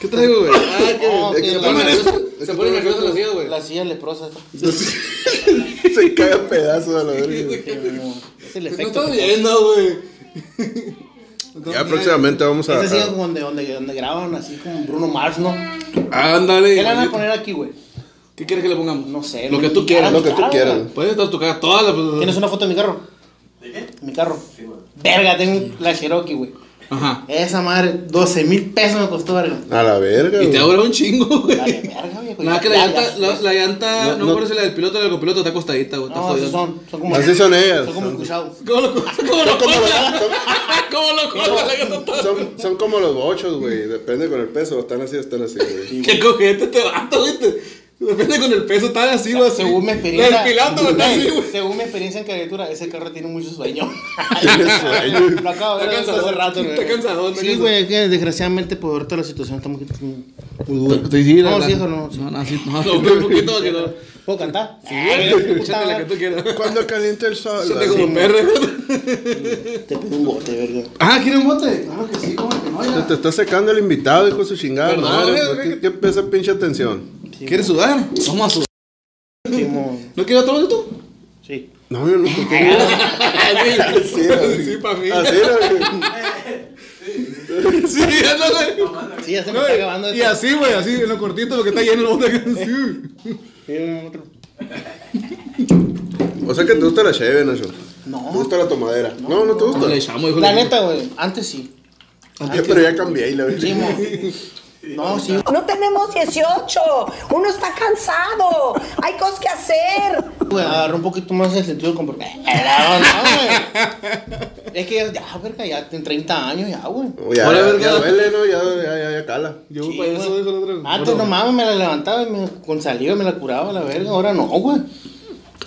Speaker 1: ¿Qué traigo, güey? Ah, que-
Speaker 2: Oh,
Speaker 1: que
Speaker 2: que
Speaker 1: se
Speaker 2: la-
Speaker 1: pone nervioso-
Speaker 3: que
Speaker 1: Se pone
Speaker 3: la-
Speaker 1: nervioso la silla, güey.
Speaker 2: La silla leprosa. esta.
Speaker 3: Se cae a pedazos a la verga.
Speaker 2: Es el
Speaker 1: No
Speaker 2: efecto.
Speaker 1: estás viendo, güey.
Speaker 3: Ya próximamente vamos a.
Speaker 2: Ese sí
Speaker 3: a-
Speaker 2: es donde, donde, donde graban así como Bruno Mars, ¿no?
Speaker 1: Ándale.
Speaker 2: ¿Qué le van a
Speaker 1: manito.
Speaker 2: poner aquí, güey?
Speaker 1: ¿Qué quieres que le pongamos?
Speaker 2: No sé.
Speaker 1: Lo
Speaker 2: no-
Speaker 1: que tú quieras.
Speaker 3: Lo que tú
Speaker 2: Ah,
Speaker 3: quieras.
Speaker 1: Puedes tocar todas las.
Speaker 2: ¿Tienes una foto de mi carro?
Speaker 5: ¿De qué?
Speaker 2: Mi carro. Verga, tengo la Cherokee, güey.
Speaker 1: Ajá.
Speaker 2: Esa madre, 12 mil pesos me costó, verga.
Speaker 3: A la verga.
Speaker 1: Y te
Speaker 3: güey.
Speaker 1: ahora un chingo, güey.
Speaker 2: Dale, verga, viejo.
Speaker 1: Nada que la
Speaker 2: Ya,
Speaker 1: llanta,
Speaker 2: ya. pues.
Speaker 1: la, la llanta,
Speaker 3: No,
Speaker 1: no,
Speaker 3: no.
Speaker 1: me parece la del piloto, la del copiloto está acostadita, güey. Está
Speaker 2: No, así
Speaker 1: jodida.
Speaker 2: son. Son como.
Speaker 3: Así son ellas.
Speaker 2: Son como escuchados.
Speaker 1: ¿Cómo lo cortas? ¿Cómo lo
Speaker 3: como
Speaker 1: cortas? ¿Cómo lo cortas? La llanta toda.
Speaker 3: Son, son como los bochos, güey. Depende con el peso. Están así, están así, güey.
Speaker 1: Qué cojete te vato, güey. te- Depende con el peso, está así, güey. así.
Speaker 2: Según mi experiencia.
Speaker 1: La del piloto, güey, está así,
Speaker 2: Ey,
Speaker 1: güey.
Speaker 2: Según mi experiencia en caricatura, ese carro tiene mucho sueño.
Speaker 3: Tiene sueño.
Speaker 2: Lo acabo de
Speaker 1: Está
Speaker 2: ver hace
Speaker 1: cansador,
Speaker 2: rato, güey.
Speaker 1: está cansador, está
Speaker 2: Sí,
Speaker 1: cansador.
Speaker 2: güey, que desgraciadamente por ahorita la situación está muy, muy dura. no, sí, hijo, no. sí.
Speaker 1: No, no, sí, no, no, un poquito para que no.
Speaker 2: ¿Puedo cantar? Sí,
Speaker 1: Échate Ah, la que tú quieras.
Speaker 3: Cuando calienta el sol.
Speaker 1: Échate
Speaker 3: así.
Speaker 1: como perro, güey.
Speaker 2: Te pido un bote, verga.
Speaker 1: Ah, ¿quieren bote? Claro que sí, como que no.
Speaker 3: Se
Speaker 1: ya.
Speaker 3: te está secando el invitado, hijo de su chingada
Speaker 1: Perdón,
Speaker 3: madre.
Speaker 1: eh,
Speaker 3: ¿Por
Speaker 1: güey,
Speaker 3: qué, qué pesa pinche atención?
Speaker 1: ¿Quieres sudar? Vamos a sudar.
Speaker 2: Sí, mo-
Speaker 1: ¿No quieres otro bote tú?
Speaker 2: sí.
Speaker 3: No, yo no. ¿por qué?
Speaker 1: Ah, Sí, sí, para mí.
Speaker 3: Así era, güey.
Speaker 1: Sí, ándale.
Speaker 2: Sí, ya se me
Speaker 1: No,
Speaker 2: está
Speaker 1: y-
Speaker 2: acabando.
Speaker 1: y así, güey, así, en lo cortito, lo que está lleno el bote. Sí.
Speaker 2: Sí, otro.
Speaker 3: O sea que te gusta la cheve, Nacho.
Speaker 2: No.
Speaker 3: Te gusta la tomadera. No, no te gusta.
Speaker 1: Le echamos, hijo
Speaker 2: La
Speaker 1: de-
Speaker 2: neta, güey, antes sí.
Speaker 3: Ya, pero ya cambié y la verdad.
Speaker 2: Sí, mo. No, sí.
Speaker 6: No tenemos 18. Uno está cansado. Hay cosas que hacer.
Speaker 2: Güey, agarró un poquito más el sentido del compromiso. No, no, güey. Es que ya, ya, verga, ya en 30 años ya, güey.
Speaker 3: Oh, ya,
Speaker 1: Ahora,
Speaker 3: ya,
Speaker 1: verga.
Speaker 3: ya duele, ¿no? Ya, ya, ya, ya cala.
Speaker 1: Yo
Speaker 2: Sí,
Speaker 1: para eso
Speaker 2: güey.
Speaker 1: dejo el otro.
Speaker 2: Antes no mames, me la levantaba y me, con saliva me la curaba la verga, ahora no, güey.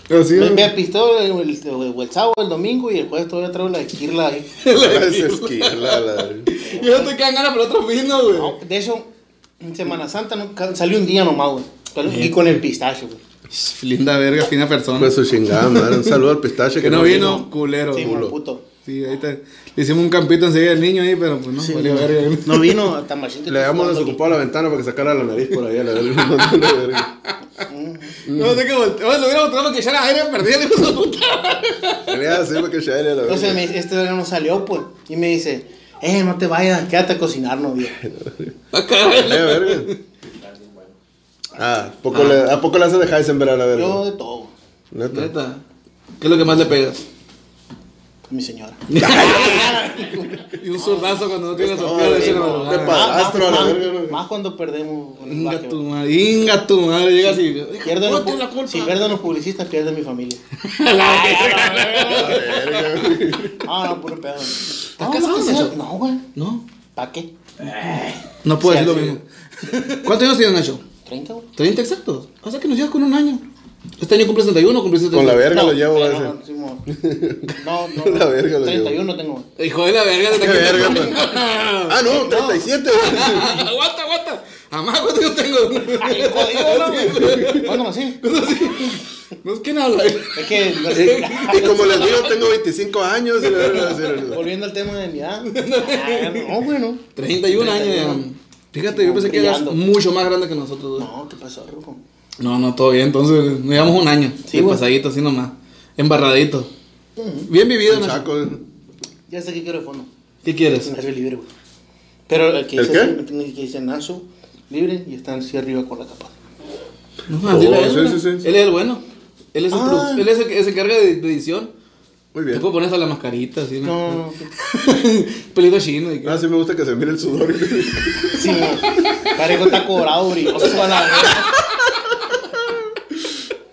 Speaker 1: Así
Speaker 2: Me,
Speaker 1: es.
Speaker 2: me apistó el, el, o el sábado, el domingo y el jueves todavía traigo la esquirla ahí.
Speaker 3: La esquila, la
Speaker 1: Yo no te quedan ganas para otro vino,
Speaker 2: No,
Speaker 3: Oh.
Speaker 1: güey.
Speaker 2: de hecho, en Semana Santa nunca, salió un día nomás, güey. Pero- Y con el pistacho, güey.
Speaker 1: Linda verga, fina persona.
Speaker 3: Pues su chingada, madre. Un saludo al pistache
Speaker 1: que no vino, culero.
Speaker 2: Sí,
Speaker 1: culo.
Speaker 2: mo, puto.
Speaker 1: Sí, ahí te... Le hicimos un campito enseguida al niño ahí, pero pues no,
Speaker 2: Sí,
Speaker 1: valió
Speaker 2: no,
Speaker 1: verga.
Speaker 2: no vino hasta machín que
Speaker 3: Le
Speaker 2: estoy
Speaker 3: habíamos
Speaker 2: jugando
Speaker 3: desocupado la ventana para que sacara la nariz por ahí a la verga. No, no, la verga.
Speaker 1: No sé qué volteó. Bueno, lo hubiera volteado lo que echara aire, perdí el hijo de su puta.
Speaker 3: Le voy a decir para que chele, la
Speaker 2: Entonces me
Speaker 3: verga.
Speaker 2: dice, este verga no salió, pues. Y me dice, eh, no te vayas, quédate a cocinar, no, viejo.
Speaker 1: Ah, caray.
Speaker 3: Eh, verga. Ah, ¿a poco le- ¿a poco le hace de Heisenberg a la
Speaker 2: Yo
Speaker 3: verga?
Speaker 2: de todo,
Speaker 3: Neta.
Speaker 1: Neta. ¿Qué es lo que más le pegas?
Speaker 2: a mi señora.
Speaker 1: Y un zurdazo cuando no tienes
Speaker 3: No,
Speaker 1: sopía de
Speaker 3: sí,
Speaker 1: ese
Speaker 3: no,
Speaker 1: madrugada.
Speaker 3: te padrastro a la
Speaker 2: más,
Speaker 3: verga. ¿no?
Speaker 2: más cuando perdemos con el
Speaker 1: Inga
Speaker 2: básquet,
Speaker 1: tu madre, inga tu madre, llegas y.
Speaker 2: Pierdo
Speaker 1: No
Speaker 2: los,
Speaker 1: tiene
Speaker 2: pu- Si pierdo los publicistas, pierdo mi familia.
Speaker 3: La verga.
Speaker 2: Ah, no, puro pedo. ¿Estás
Speaker 1: casado, Nacho?
Speaker 2: No, güey.
Speaker 1: No,
Speaker 2: ¿Para qué?
Speaker 1: no puedo
Speaker 2: Sí,
Speaker 1: decir lo
Speaker 2: así
Speaker 1: mismo. ¿Cuántos años tienes, Nacho?
Speaker 2: 30, güey.
Speaker 1: 30 exactos. O sea que nos llevas con un año. Este año cumple 61, cumple 71.
Speaker 3: Con la verga lo llevo
Speaker 2: eh,
Speaker 3: ese.
Speaker 2: no, Simón. No, no.
Speaker 3: La verga lo
Speaker 2: 31 tengo.
Speaker 1: Hijo de la verga,
Speaker 3: Qué
Speaker 1: desde que-
Speaker 3: verga, man. Ah, no, 37, güey.
Speaker 1: aguanta, aguanta. Amá, ¿cuánto yo tengo?
Speaker 2: Ay, jodido, ¿no, güey? Bueno, así.
Speaker 1: no es que habla.
Speaker 2: Es que. pues, no sé.
Speaker 3: Y como les digo, tengo 25 años. y la verga, así, la-
Speaker 2: Volviendo al tema de mi edad. Ah, no, güey, no.
Speaker 1: 31 años. ya. Fíjate, yo pensé que eras
Speaker 2: Brillando.
Speaker 1: mucho más grande que nosotros. güey.
Speaker 2: No, ¿qué pasó, Rujo?
Speaker 1: No, no, todo bien. Entonces, nos llevamos un año.
Speaker 2: Sí,
Speaker 1: de
Speaker 3: pues.
Speaker 2: güey.
Speaker 1: pasadito, así nomás. Embarradito. Bien vivido,
Speaker 3: el
Speaker 1: Nacho.
Speaker 3: saco.
Speaker 2: Ya sé que quiero de fondo.
Speaker 1: ¿Qué quieres?
Speaker 2: Escenario libre, güey. Pero el que
Speaker 3: ¿El
Speaker 2: dice,
Speaker 3: qué?
Speaker 2: el que dice Nacho, libre y están así arriba con la capa.
Speaker 1: No, así
Speaker 3: Oh,
Speaker 1: la es,
Speaker 3: sí,
Speaker 1: güey.
Speaker 3: sí, sí.
Speaker 1: Él es el bueno. Él es, el,
Speaker 2: Ah.
Speaker 1: produ- él es el que se encarga de, de edición.
Speaker 3: Muy
Speaker 1: Tú
Speaker 3: bien.
Speaker 1: puedes poner hasta la mascarita, así, ¿no?
Speaker 2: No, no, no.
Speaker 1: Pelito chino. y que-
Speaker 3: Ah, sí me gusta que se mire el sudor.
Speaker 2: Sí, güey. Parejo está cobrado, brilloso a la verga.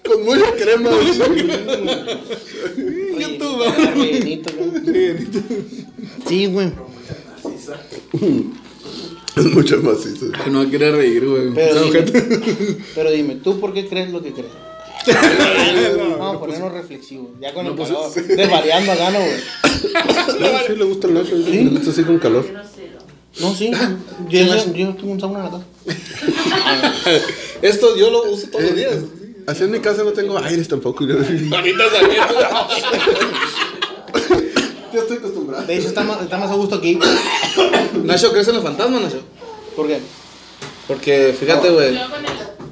Speaker 3: Con mucha crema.
Speaker 1: YouTube,
Speaker 2: Rellenito,
Speaker 1: ¿no?
Speaker 2: rellenito, güey. Sí, güey.
Speaker 3: Es mucho macizo.
Speaker 1: Ay, No quiere reír, güey.
Speaker 2: Pero
Speaker 1: Esa ojete.
Speaker 2: dime, pero dime, ¿tú por qué crees lo que crees? Vamos a ponernos reflexivos. Ya con el calor. Desvariando a gano, güey.
Speaker 3: No, sí le gusta el nacho. Le gusta así con calor.
Speaker 2: No, sí. Yo, yo, yo tengo un sauna en la casa.
Speaker 1: Esto yo lo uso todos los días.
Speaker 3: Así en mi casa no tengo aires tampoco. Yo yo
Speaker 1: Ahorita salieron.
Speaker 3: estoy acostumbrado.
Speaker 2: De hecho, está más, está más a gusto aquí.
Speaker 1: Nacho, ¿crees en los fantasmas, Nacho?
Speaker 2: ¿Por qué?
Speaker 1: Porque, fíjate, güey.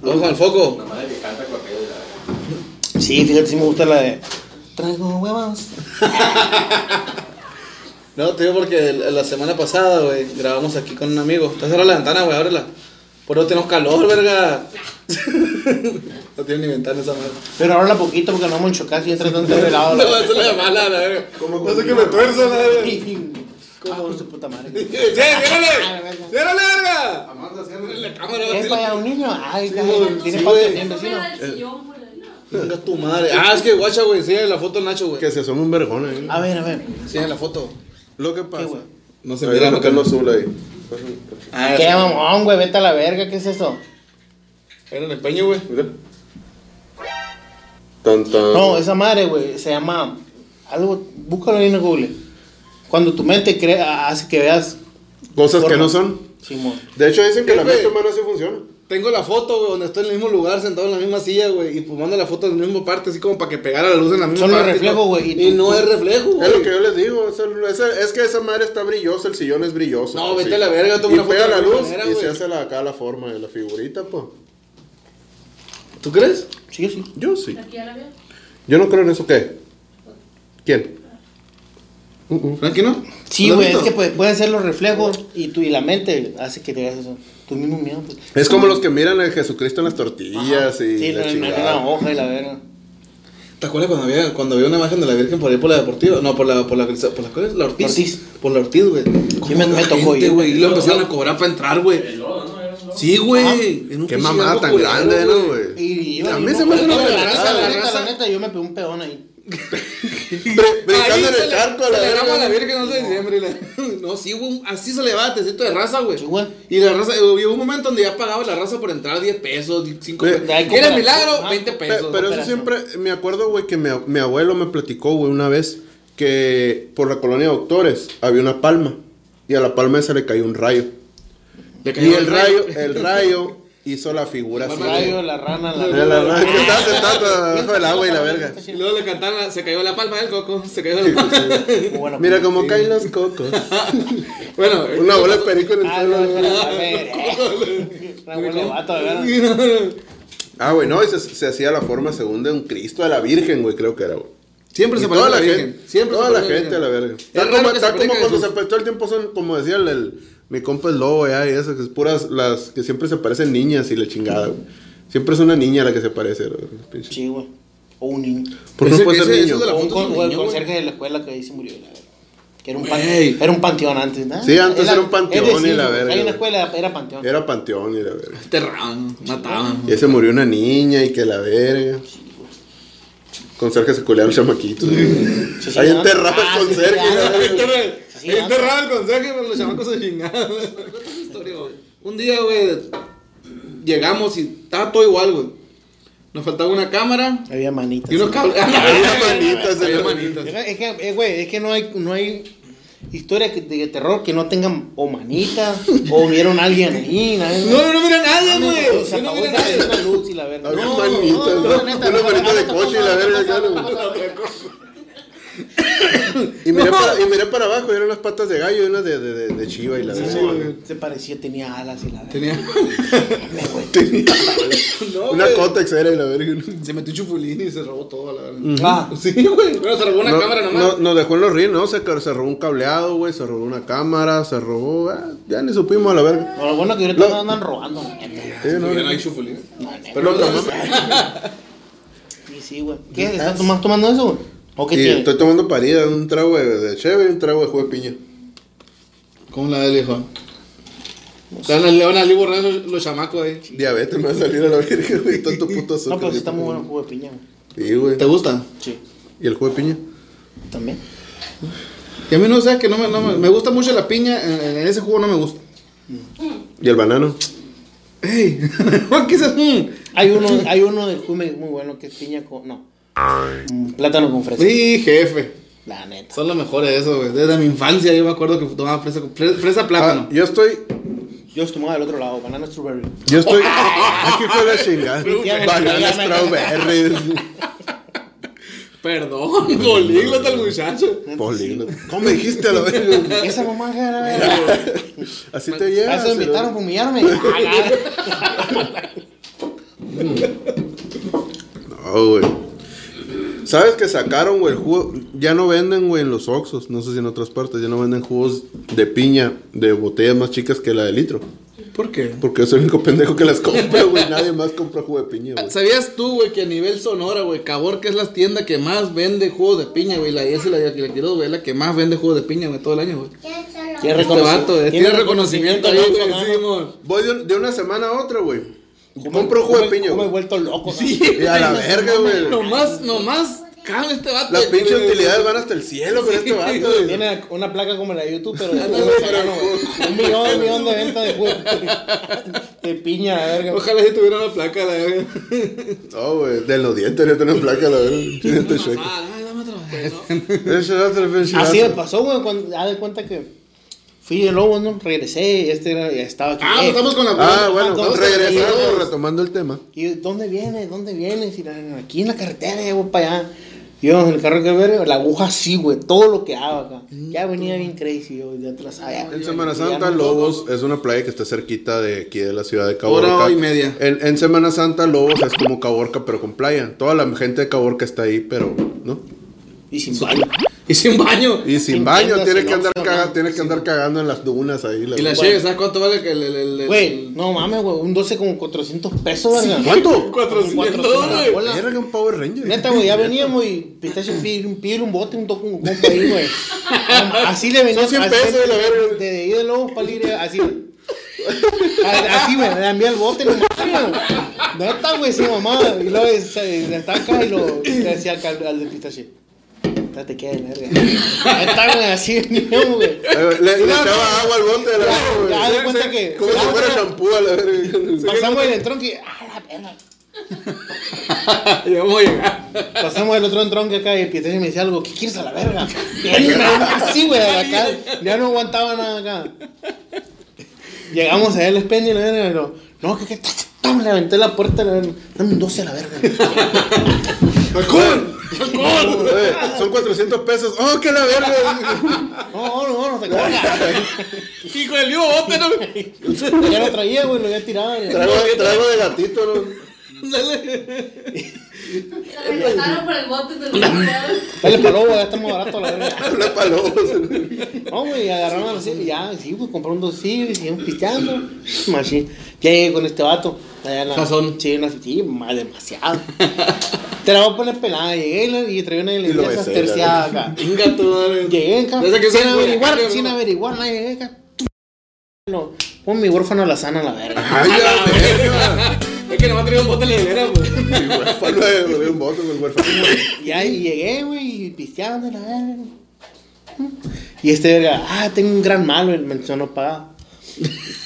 Speaker 1: Vamos al foco.
Speaker 2: Sí, fíjate, sí me gusta la de. Traigo huevos.
Speaker 1: No, te digo porque el- la semana pasada, güey, grabamos aquí con un amigo. Está cerrada la ventana, güey, ábrela. Por eso tenemos calor, verga. no tiene ni ventana esa madre.
Speaker 2: Pero ahora la poquito porque no me enchocas y entra tanto de
Speaker 1: No,
Speaker 2: lado.
Speaker 1: eso es la mala, la verga. No sé que me tuerzo, la verga.
Speaker 2: ¿Cómo? su Ah, pues, puta madre.
Speaker 1: ¡Sí, ciérrale! ¡Ciérrale, verga! Amanda, ciérrale la cámara.
Speaker 2: ¿Es para un niño? Ay, cabrón, tiene
Speaker 1: sí,
Speaker 2: patio
Speaker 1: güey.
Speaker 2: bien vecino.
Speaker 1: Venga tu madre. Ah, es que guacha, güey. Enseña la foto, Nacho, güey.
Speaker 3: Que se asome un vergón eh.
Speaker 1: Ah,
Speaker 3: ahí.
Speaker 2: A ver, a ver.
Speaker 1: Enseña la foto.
Speaker 3: Lo que
Speaker 2: ¿Qué,
Speaker 3: pasa.
Speaker 2: güey?
Speaker 1: No
Speaker 3: Se mira lo que no sube ahí.
Speaker 1: Ah,
Speaker 2: ¿Qué mamón, güey? Vete a la verga, ¿qué es eso?
Speaker 1: Era en el peño, güey.
Speaker 3: Mira. Tan, tan.
Speaker 2: No, esa madre, güey, se llama. Algo, búscalo ahí en el Google. Cuando tu mente crea, hace que veas.
Speaker 3: Cosas que
Speaker 2: forma.
Speaker 3: no son.
Speaker 2: Simón.
Speaker 3: De hecho, dicen que
Speaker 1: Sí,
Speaker 3: la
Speaker 1: güey.
Speaker 3: mente humana sí funciona.
Speaker 1: Tengo la foto, güey, donde estoy en el mismo lugar, sentado en la misma silla, güey, y fumando la foto en la misma parte, así como para que pegara la luz en la misma
Speaker 2: Son los
Speaker 1: parte.
Speaker 2: reflejos,
Speaker 1: todo.
Speaker 2: güey,
Speaker 1: Y,
Speaker 2: y tú-
Speaker 1: no
Speaker 2: tú-
Speaker 1: es reflejo, güey.
Speaker 3: Es lo que yo les digo. Es, el- es el- es que esa madre está brillosa, el sillón es brilloso.
Speaker 1: No, vete a la verga, toma
Speaker 3: Y
Speaker 1: una foto
Speaker 3: pega
Speaker 1: de
Speaker 3: la
Speaker 1: alguna
Speaker 3: luz
Speaker 1: manera,
Speaker 3: y
Speaker 1: güey.
Speaker 3: se hace la, acá la forma de la figurita, pues.
Speaker 1: ¿Tú crees?
Speaker 2: Sí,
Speaker 1: Pues
Speaker 2: sí.
Speaker 3: Yo sí. Yo no creo en eso, ¿qué? ¿Quién?
Speaker 1: Frankie, ¿no?
Speaker 2: Sí,
Speaker 1: ¿No lo
Speaker 2: güey,
Speaker 1: has
Speaker 2: es que
Speaker 1: visto?
Speaker 2: puede- pueden ser los reflejos y tu y la mente hace que te veas eso. Tu mismo miedo. pues.
Speaker 3: Es como los que miran a Jesucristo en las tortillas y
Speaker 2: Sí,
Speaker 3: la
Speaker 2: en- en
Speaker 3: chingada.
Speaker 2: una hoja y la verga.
Speaker 1: ¿Te acuerdas cuando había, cuando había una imagen de la Virgen por ahí por la deportiva? No, por la, por la, por la, por la, ¿cuál es? la Ortiz.
Speaker 2: Ortiz.
Speaker 1: Por la Ortiz, güey. ¿Cómo
Speaker 2: me- me
Speaker 1: la
Speaker 2: tocó
Speaker 1: gente,
Speaker 2: ir.
Speaker 1: güey. Y lo empezaron a cobrar para entrar, güey. Sí, güey. En un pinche
Speaker 3: Qué mamada
Speaker 1: banco
Speaker 3: tan
Speaker 1: culero,
Speaker 3: grande, ¿no, güey?
Speaker 2: Y yo,
Speaker 3: a
Speaker 2: yo
Speaker 3: mí
Speaker 2: no-
Speaker 3: se me hace una
Speaker 2: la neta,
Speaker 3: pendejada,
Speaker 2: La
Speaker 3: la
Speaker 2: neta,
Speaker 1: raza.
Speaker 2: la neta, yo me pegué un peón ahí.
Speaker 3: Bre- Ah,
Speaker 1: Ahí
Speaker 3: Brincando en
Speaker 1: se
Speaker 3: el
Speaker 1: le-
Speaker 3: charco,
Speaker 1: se
Speaker 3: la
Speaker 1: le graba a la
Speaker 3: verga.
Speaker 1: Virgen el 11 de diciembre. y la- No, sí, güey, así se le va a tecito de raza, güey.
Speaker 2: Sí, güey.
Speaker 1: Y la raza, eh, hubo un momento donde ya pagaba la raza por entrar 10 pesos, 5
Speaker 3: Güey,
Speaker 1: pesos.
Speaker 2: de ahí
Speaker 1: ¿Quieres
Speaker 2: compra-
Speaker 1: milagro?
Speaker 2: Ah,
Speaker 1: 20
Speaker 2: pe-
Speaker 3: Pe-
Speaker 1: pesos.
Speaker 3: pero eso
Speaker 2: operación.
Speaker 3: siempre, me acuerdo, güey, que mi, a- mi abuelo me platicó, güey, una vez que por la colonia de doctores había una palma y a la palma se le cayó un rayo.
Speaker 1: Le
Speaker 3: Y
Speaker 1: cayó
Speaker 3: el rayo, eh. el rayo hizo la figura así.
Speaker 1: Sí,
Speaker 2: Rayo, la rana, la Ah,
Speaker 3: La, la, la, que estaba sentado debajo del agua y la verga.
Speaker 1: Y luego le cantaron, la- se cayó la palma del coco, se cayó la
Speaker 2: Bueno, pues,
Speaker 3: Mira cómo caen los cocos.
Speaker 1: Bueno,
Speaker 3: Una bola de perico en el
Speaker 2: Ah, no,
Speaker 3: suelo.
Speaker 2: espera, a ver. eh. Una huele a vato, de verdad.
Speaker 3: Ah, güey, no, y se, se hacía la forma según de un Cristo, de la Virgen, güey, creo que era, güey.
Speaker 1: Siempre se
Speaker 3: Y toda
Speaker 1: parece a
Speaker 3: la
Speaker 1: Virgen.
Speaker 3: gente,
Speaker 1: Siempre
Speaker 3: toda
Speaker 1: se
Speaker 3: la
Speaker 1: parece
Speaker 3: gente a la verga.
Speaker 1: Es
Speaker 3: Está
Speaker 1: raro
Speaker 3: como,
Speaker 1: que
Speaker 3: está
Speaker 1: se
Speaker 3: como
Speaker 1: parezca
Speaker 3: cuando se
Speaker 1: Jesús.
Speaker 3: prestó el tiempo, son, como decía el, el- mi compa el lobo, ya, y esas, que es puras, las que siempre se parecen niñas y la chingada, güey. Siempre es una niña la que se parece, la verga, pinche.
Speaker 2: Sí, güey. O un niño.
Speaker 3: ¿Por qué
Speaker 1: Ese-
Speaker 3: no puede
Speaker 1: ese-
Speaker 3: ser
Speaker 1: eso
Speaker 3: niño?
Speaker 1: de la-
Speaker 2: O un
Speaker 1: foto
Speaker 2: con-
Speaker 1: es un
Speaker 2: o el
Speaker 1: niño,
Speaker 2: conserje de la escuela que ahí se murió, la verga. Que era un,
Speaker 1: Güey.
Speaker 2: panteón, era un panteón antes, ¿no?
Speaker 3: Sí, antes era un panteón
Speaker 2: es decir,
Speaker 3: y la
Speaker 2: güey,
Speaker 3: verga,
Speaker 2: Hay
Speaker 3: güey.
Speaker 2: una escuela, era panteón.
Speaker 3: Era panteón y la verga.
Speaker 1: Enterraban, mataban.
Speaker 3: Y ahí se murió una niña y que la verga. Conserje se culea al chamaquito.
Speaker 2: Sí, sí,
Speaker 3: Ahí
Speaker 2: ¿no?
Speaker 3: enterraba
Speaker 2: Ah,
Speaker 3: el
Speaker 2: sí,
Speaker 3: conserje.
Speaker 2: sí,
Speaker 3: la
Speaker 2: ah,
Speaker 3: verga.
Speaker 2: Sí, ¿no?
Speaker 1: Enterraban el conserje, pero los chamacos se chingaban. Cuéntame esa historia, güey. llegamos y estaba todo igual, güey. Nos faltaba una cámara
Speaker 2: Había manitas.
Speaker 1: y unos cables.
Speaker 3: Había manitas,
Speaker 1: Había
Speaker 3: eh.
Speaker 1: manitas.
Speaker 2: Es que, eh, güey, es que no hay, no hay historia que- de terror que no tengan o manitas o vieron a alguien ahí. nada,
Speaker 1: No, yo no mira a nadie,
Speaker 2: Mami,
Speaker 1: güey.
Speaker 2: Se
Speaker 1: Yo no
Speaker 2: acabó
Speaker 1: mira
Speaker 2: el
Speaker 1: a nadie.
Speaker 2: gas, una luz y la verga.
Speaker 3: Había
Speaker 2: No,
Speaker 3: manitas,
Speaker 2: no,
Speaker 3: ¿no?
Speaker 2: no, neta,
Speaker 3: Una
Speaker 2: no,
Speaker 3: manita de
Speaker 2: no,
Speaker 3: coche y
Speaker 2: no,
Speaker 3: la
Speaker 2: no,
Speaker 3: verga,
Speaker 2: no,
Speaker 3: claro,
Speaker 2: no,
Speaker 3: güey.
Speaker 2: no, no, no.
Speaker 3: Y miré, para, y miré para abajo, y eran unas patas de gallo y unas de, de, de, de chiva y la verga.
Speaker 2: Sí, güey, Se parecía, tenía alas y la verga.
Speaker 1: Tenía. No,
Speaker 3: Una
Speaker 1: güey.
Speaker 3: cótex era y la verga.
Speaker 1: Se metió un chufulín y se robó todo, la verdad.
Speaker 2: Ah.
Speaker 1: Sí, güey. Pero se robó una
Speaker 3: No-
Speaker 1: cámara nomás.
Speaker 3: no- nos dejó en los ríos, ¿no? Se, car- se robó un cableado, güey, se robó una cámara, se robó... ah, ya ni supimos a la verga.
Speaker 2: Lo bueno que ahorita
Speaker 3: Lo-
Speaker 2: no andan robando, la neta.
Speaker 3: Sí, no,
Speaker 1: Ya
Speaker 3: no.
Speaker 1: no hay chufulín.
Speaker 2: No, neta.
Speaker 3: Pero lo tomamos.
Speaker 2: Sí, sí, güey. ¿Qué? ¿Estás tomando, tomando eso, güey? ¿O qué
Speaker 3: Y
Speaker 2: tiene?
Speaker 3: estoy tomando parida, un trago de, de cheve y un trago de jugo de piña.
Speaker 1: ¿Cómo la del hijo? Le van a- le van a liborrar los, los chamacos ahí.
Speaker 3: Diabetes me va a salir a la verga, güey, tanto puto azúcar.
Speaker 2: No, pero sí
Speaker 3: que
Speaker 2: está muy
Speaker 3: tengo.
Speaker 2: bueno el jugo de piña, güey.
Speaker 3: Sí, güey.
Speaker 1: ¿Te gusta?
Speaker 2: Sí,
Speaker 3: ¿Y el jugo de piña?
Speaker 2: también.
Speaker 1: Y a mí no sé, que no me, no me, me gusta mucho la piña, en, en ese jugo no me gusta.
Speaker 3: ¿Y el banano?
Speaker 1: ¡Ey! ¿Qué "Mm"? es eso?
Speaker 2: Hay uno, hay uno del Jume muy bueno que es piña con. No. Mm, Plátano con fresa.
Speaker 1: Sí, jefe.
Speaker 2: La neta.
Speaker 1: Son los mejores eso, güey. Desde mi infancia yo me acuerdo que tomaba fresa, con- fre- fresa
Speaker 3: Ah,
Speaker 1: plátano.
Speaker 3: yo estoy...
Speaker 2: Yo tomaba del otro lado, banana strawberry.
Speaker 3: Yo estoy... Aquí fue la chingada.
Speaker 2: Ya me-
Speaker 3: Banana
Speaker 2: ya me-
Speaker 3: strawberry.
Speaker 1: Perdón, políglota el muchacho.
Speaker 3: Polino. ¿Cómo me dijiste a la verga?
Speaker 2: Esa mamá era. la-
Speaker 3: Así te llevas.
Speaker 2: A eso me invitaron
Speaker 3: güey.
Speaker 2: para humillarme. Ah,
Speaker 3: No, güey. ¿Sabes que sacaron, güey, el jugo? Ya no venden, güey, en los Oxxos. No sé si en otras partes. Ya no venden jugos de piña de botellas más chicas que la de litro.
Speaker 1: ¿Por qué?
Speaker 3: Porque soy el único pendejo que las compra, güey. Nadie más compra jugo de piña, güey.
Speaker 1: Ah, ¿Sabías tú, güey, que a nivel Sonora, güey, Caborca es la tienda que más vende jugos de piña, güey? La IS y la Yaquilaquiros, güey, es la que más vende jugos de piña, güey, todo el año, güey.
Speaker 2: Qué
Speaker 1: Este vato,
Speaker 2: reconocimiento.
Speaker 1: güey, tiene reconocimiento ahí, güey,
Speaker 2: loco,
Speaker 1: sí,
Speaker 2: mano.
Speaker 1: mon.
Speaker 3: Voy de, un- de una semana a otra, güey.
Speaker 2: Jume-
Speaker 3: Compro jugo de
Speaker 2: Jume-
Speaker 3: piña,
Speaker 2: Jume
Speaker 3: güey.
Speaker 2: vuelto loco.
Speaker 3: Y a la verga, güey.
Speaker 1: Nomás, nomás, cambia este vato.
Speaker 3: Las
Speaker 1: güey,
Speaker 3: pinches
Speaker 1: güey.
Speaker 3: utilidades van hasta el cielo con este vato,
Speaker 2: ¿no?
Speaker 3: güey.
Speaker 2: Tiene una placa como la de YouTube, pero.
Speaker 3: pero-
Speaker 2: Un millón, un millón de ventas de jugo de piña, la verga.
Speaker 1: Ojalá si tuviera una placa, la verga.
Speaker 3: No, güey. De los dientes, yo tengo placa, la verdad. Dientes chuecos.
Speaker 1: Ay, Ah, dame otro, güey, ¿no?
Speaker 3: Ese era otro pinche
Speaker 2: Así me
Speaker 3: vato.
Speaker 2: pasó, güey. Cuando, haz de cuenta que fui de lobo, ¿no? Regresé y este era, ya estaba aquí.
Speaker 1: Ah,
Speaker 2: eh,
Speaker 1: pues estamos con la
Speaker 3: Ah, bueno,
Speaker 2: Entonces,
Speaker 3: regresando,
Speaker 2: amigos.
Speaker 3: retomando el tema.
Speaker 2: Y yo, ¿dónde vienes? ¿Dónde vienes? Y la- aquí en la carretera, ya voy para allá. Y Yo en el carro que ver, la aguja así, güey, todo lo que hago acá. Ya venía bien crazy, yo de atrás. ah, ya,
Speaker 3: En
Speaker 2: ya,
Speaker 3: Semana
Speaker 2: ya no
Speaker 3: Santa,
Speaker 2: toco.
Speaker 3: Lobos es una playa que está cerquita de aquí de la ciudad de Caborca.
Speaker 1: Hora y media.
Speaker 3: En, en Semana Santa, Lobos es como Caborca, pero con playa. Toda la gente de Caborca está ahí, pero, ¿no?
Speaker 2: Y sin baño.
Speaker 1: Y sin baño.
Speaker 3: Y sin
Speaker 2: Sin
Speaker 3: baño,
Speaker 2: tiendas,
Speaker 3: tiene
Speaker 2: sin
Speaker 3: que, andar
Speaker 2: Oxxo,
Speaker 3: caga-
Speaker 2: ¿no?
Speaker 3: tiene que andar cagando en las dunas ahí. la
Speaker 1: Y la
Speaker 3: verdad.
Speaker 1: cheve, ¿sabes cuánto vale que el. el, el, el-
Speaker 2: Güey, no mames, güey, un 12 como 400 pesos, verga.
Speaker 3: ¿Cuánto?
Speaker 1: 400
Speaker 2: dólares.
Speaker 1: dólares.
Speaker 2: Hola.
Speaker 3: Verga, un Power Ranger.
Speaker 2: Neta, güey, ya veníamos y pistache pide, pide un bote, un toco, un compa ahí, güey. Así le venía.
Speaker 3: Son 100
Speaker 2: así-
Speaker 3: pesos de la verga.
Speaker 2: De ahí de lobo para ir así, güey. A- Así, güey, le envía el bote, no mames, güey. Neta, güey, sí, mamá. Y luego se- se destaca y lo y le decía al, cal- al de pistache. Date que de verga. Neta, güey, así veníamos, güey.
Speaker 3: Eh, Le, le echaba agua al bote de la verga, güey.
Speaker 2: Ya, de cuenta que-
Speaker 3: Como si fuera shampoo a la verga.
Speaker 2: Pasamos el entronque. ¡Ah, la verga!
Speaker 1: Ya vamos a llegar.
Speaker 2: Pasamos el otro entronque acá y Pietrelli me decía algo, ¿qué quieres a la verga? Y él me daba así, güey, acá. Ya no aguantaba nada acá. Llegamos a él, Spendy, la verga, y lo, no, que qué, ta, ta, ta, le aventé la puerta, la verga. Dame un 12 a la verga.
Speaker 3: Eh, Son 400 pesos. ¡Oh, qué la verga!
Speaker 2: No, no, no, te cagas.
Speaker 1: Hijo del lío, bote, no.
Speaker 2: Ya lo traía, güey, lo había tirado. güey.
Speaker 3: Trago, trago de gatito, ¿no?
Speaker 1: Dale.
Speaker 7: Te regresaron por el bote de los
Speaker 2: Dale palo, güey, ya estamos barato a la verga.
Speaker 3: Una paloma.
Speaker 2: No, güey, agarraron así, y ya, sí, güey, compraron dos sí, y siguieron pisteando. Machín. Ya llegué con este vato. allá en la-
Speaker 1: Sazón.
Speaker 2: Sí, una, sí, más demasiado. Te la voy a poner pelada. Llegué y la- y traía una
Speaker 3: lo
Speaker 2: iglesia
Speaker 3: besé,
Speaker 2: terciada acá.
Speaker 1: Venga, tú, dale.
Speaker 2: Llegué acá,
Speaker 1: Desde que
Speaker 2: sin
Speaker 1: soy
Speaker 2: averiguar,
Speaker 1: huérfano.
Speaker 2: sin averiguar, nada, llegué acá. tú, no, Pon mi huérfano a la sana, la verga.
Speaker 3: ¡Ay, la verga!
Speaker 1: Es que nomás tenía un bote en la hilera, güey.
Speaker 3: Sí, güey, fue lo de- lo de un bote, güey, huérfano.
Speaker 2: Y ahí llegué, güey, y pisteando, la verga. Y este verga, ah, tengo un gran malo, el mencionó pagado.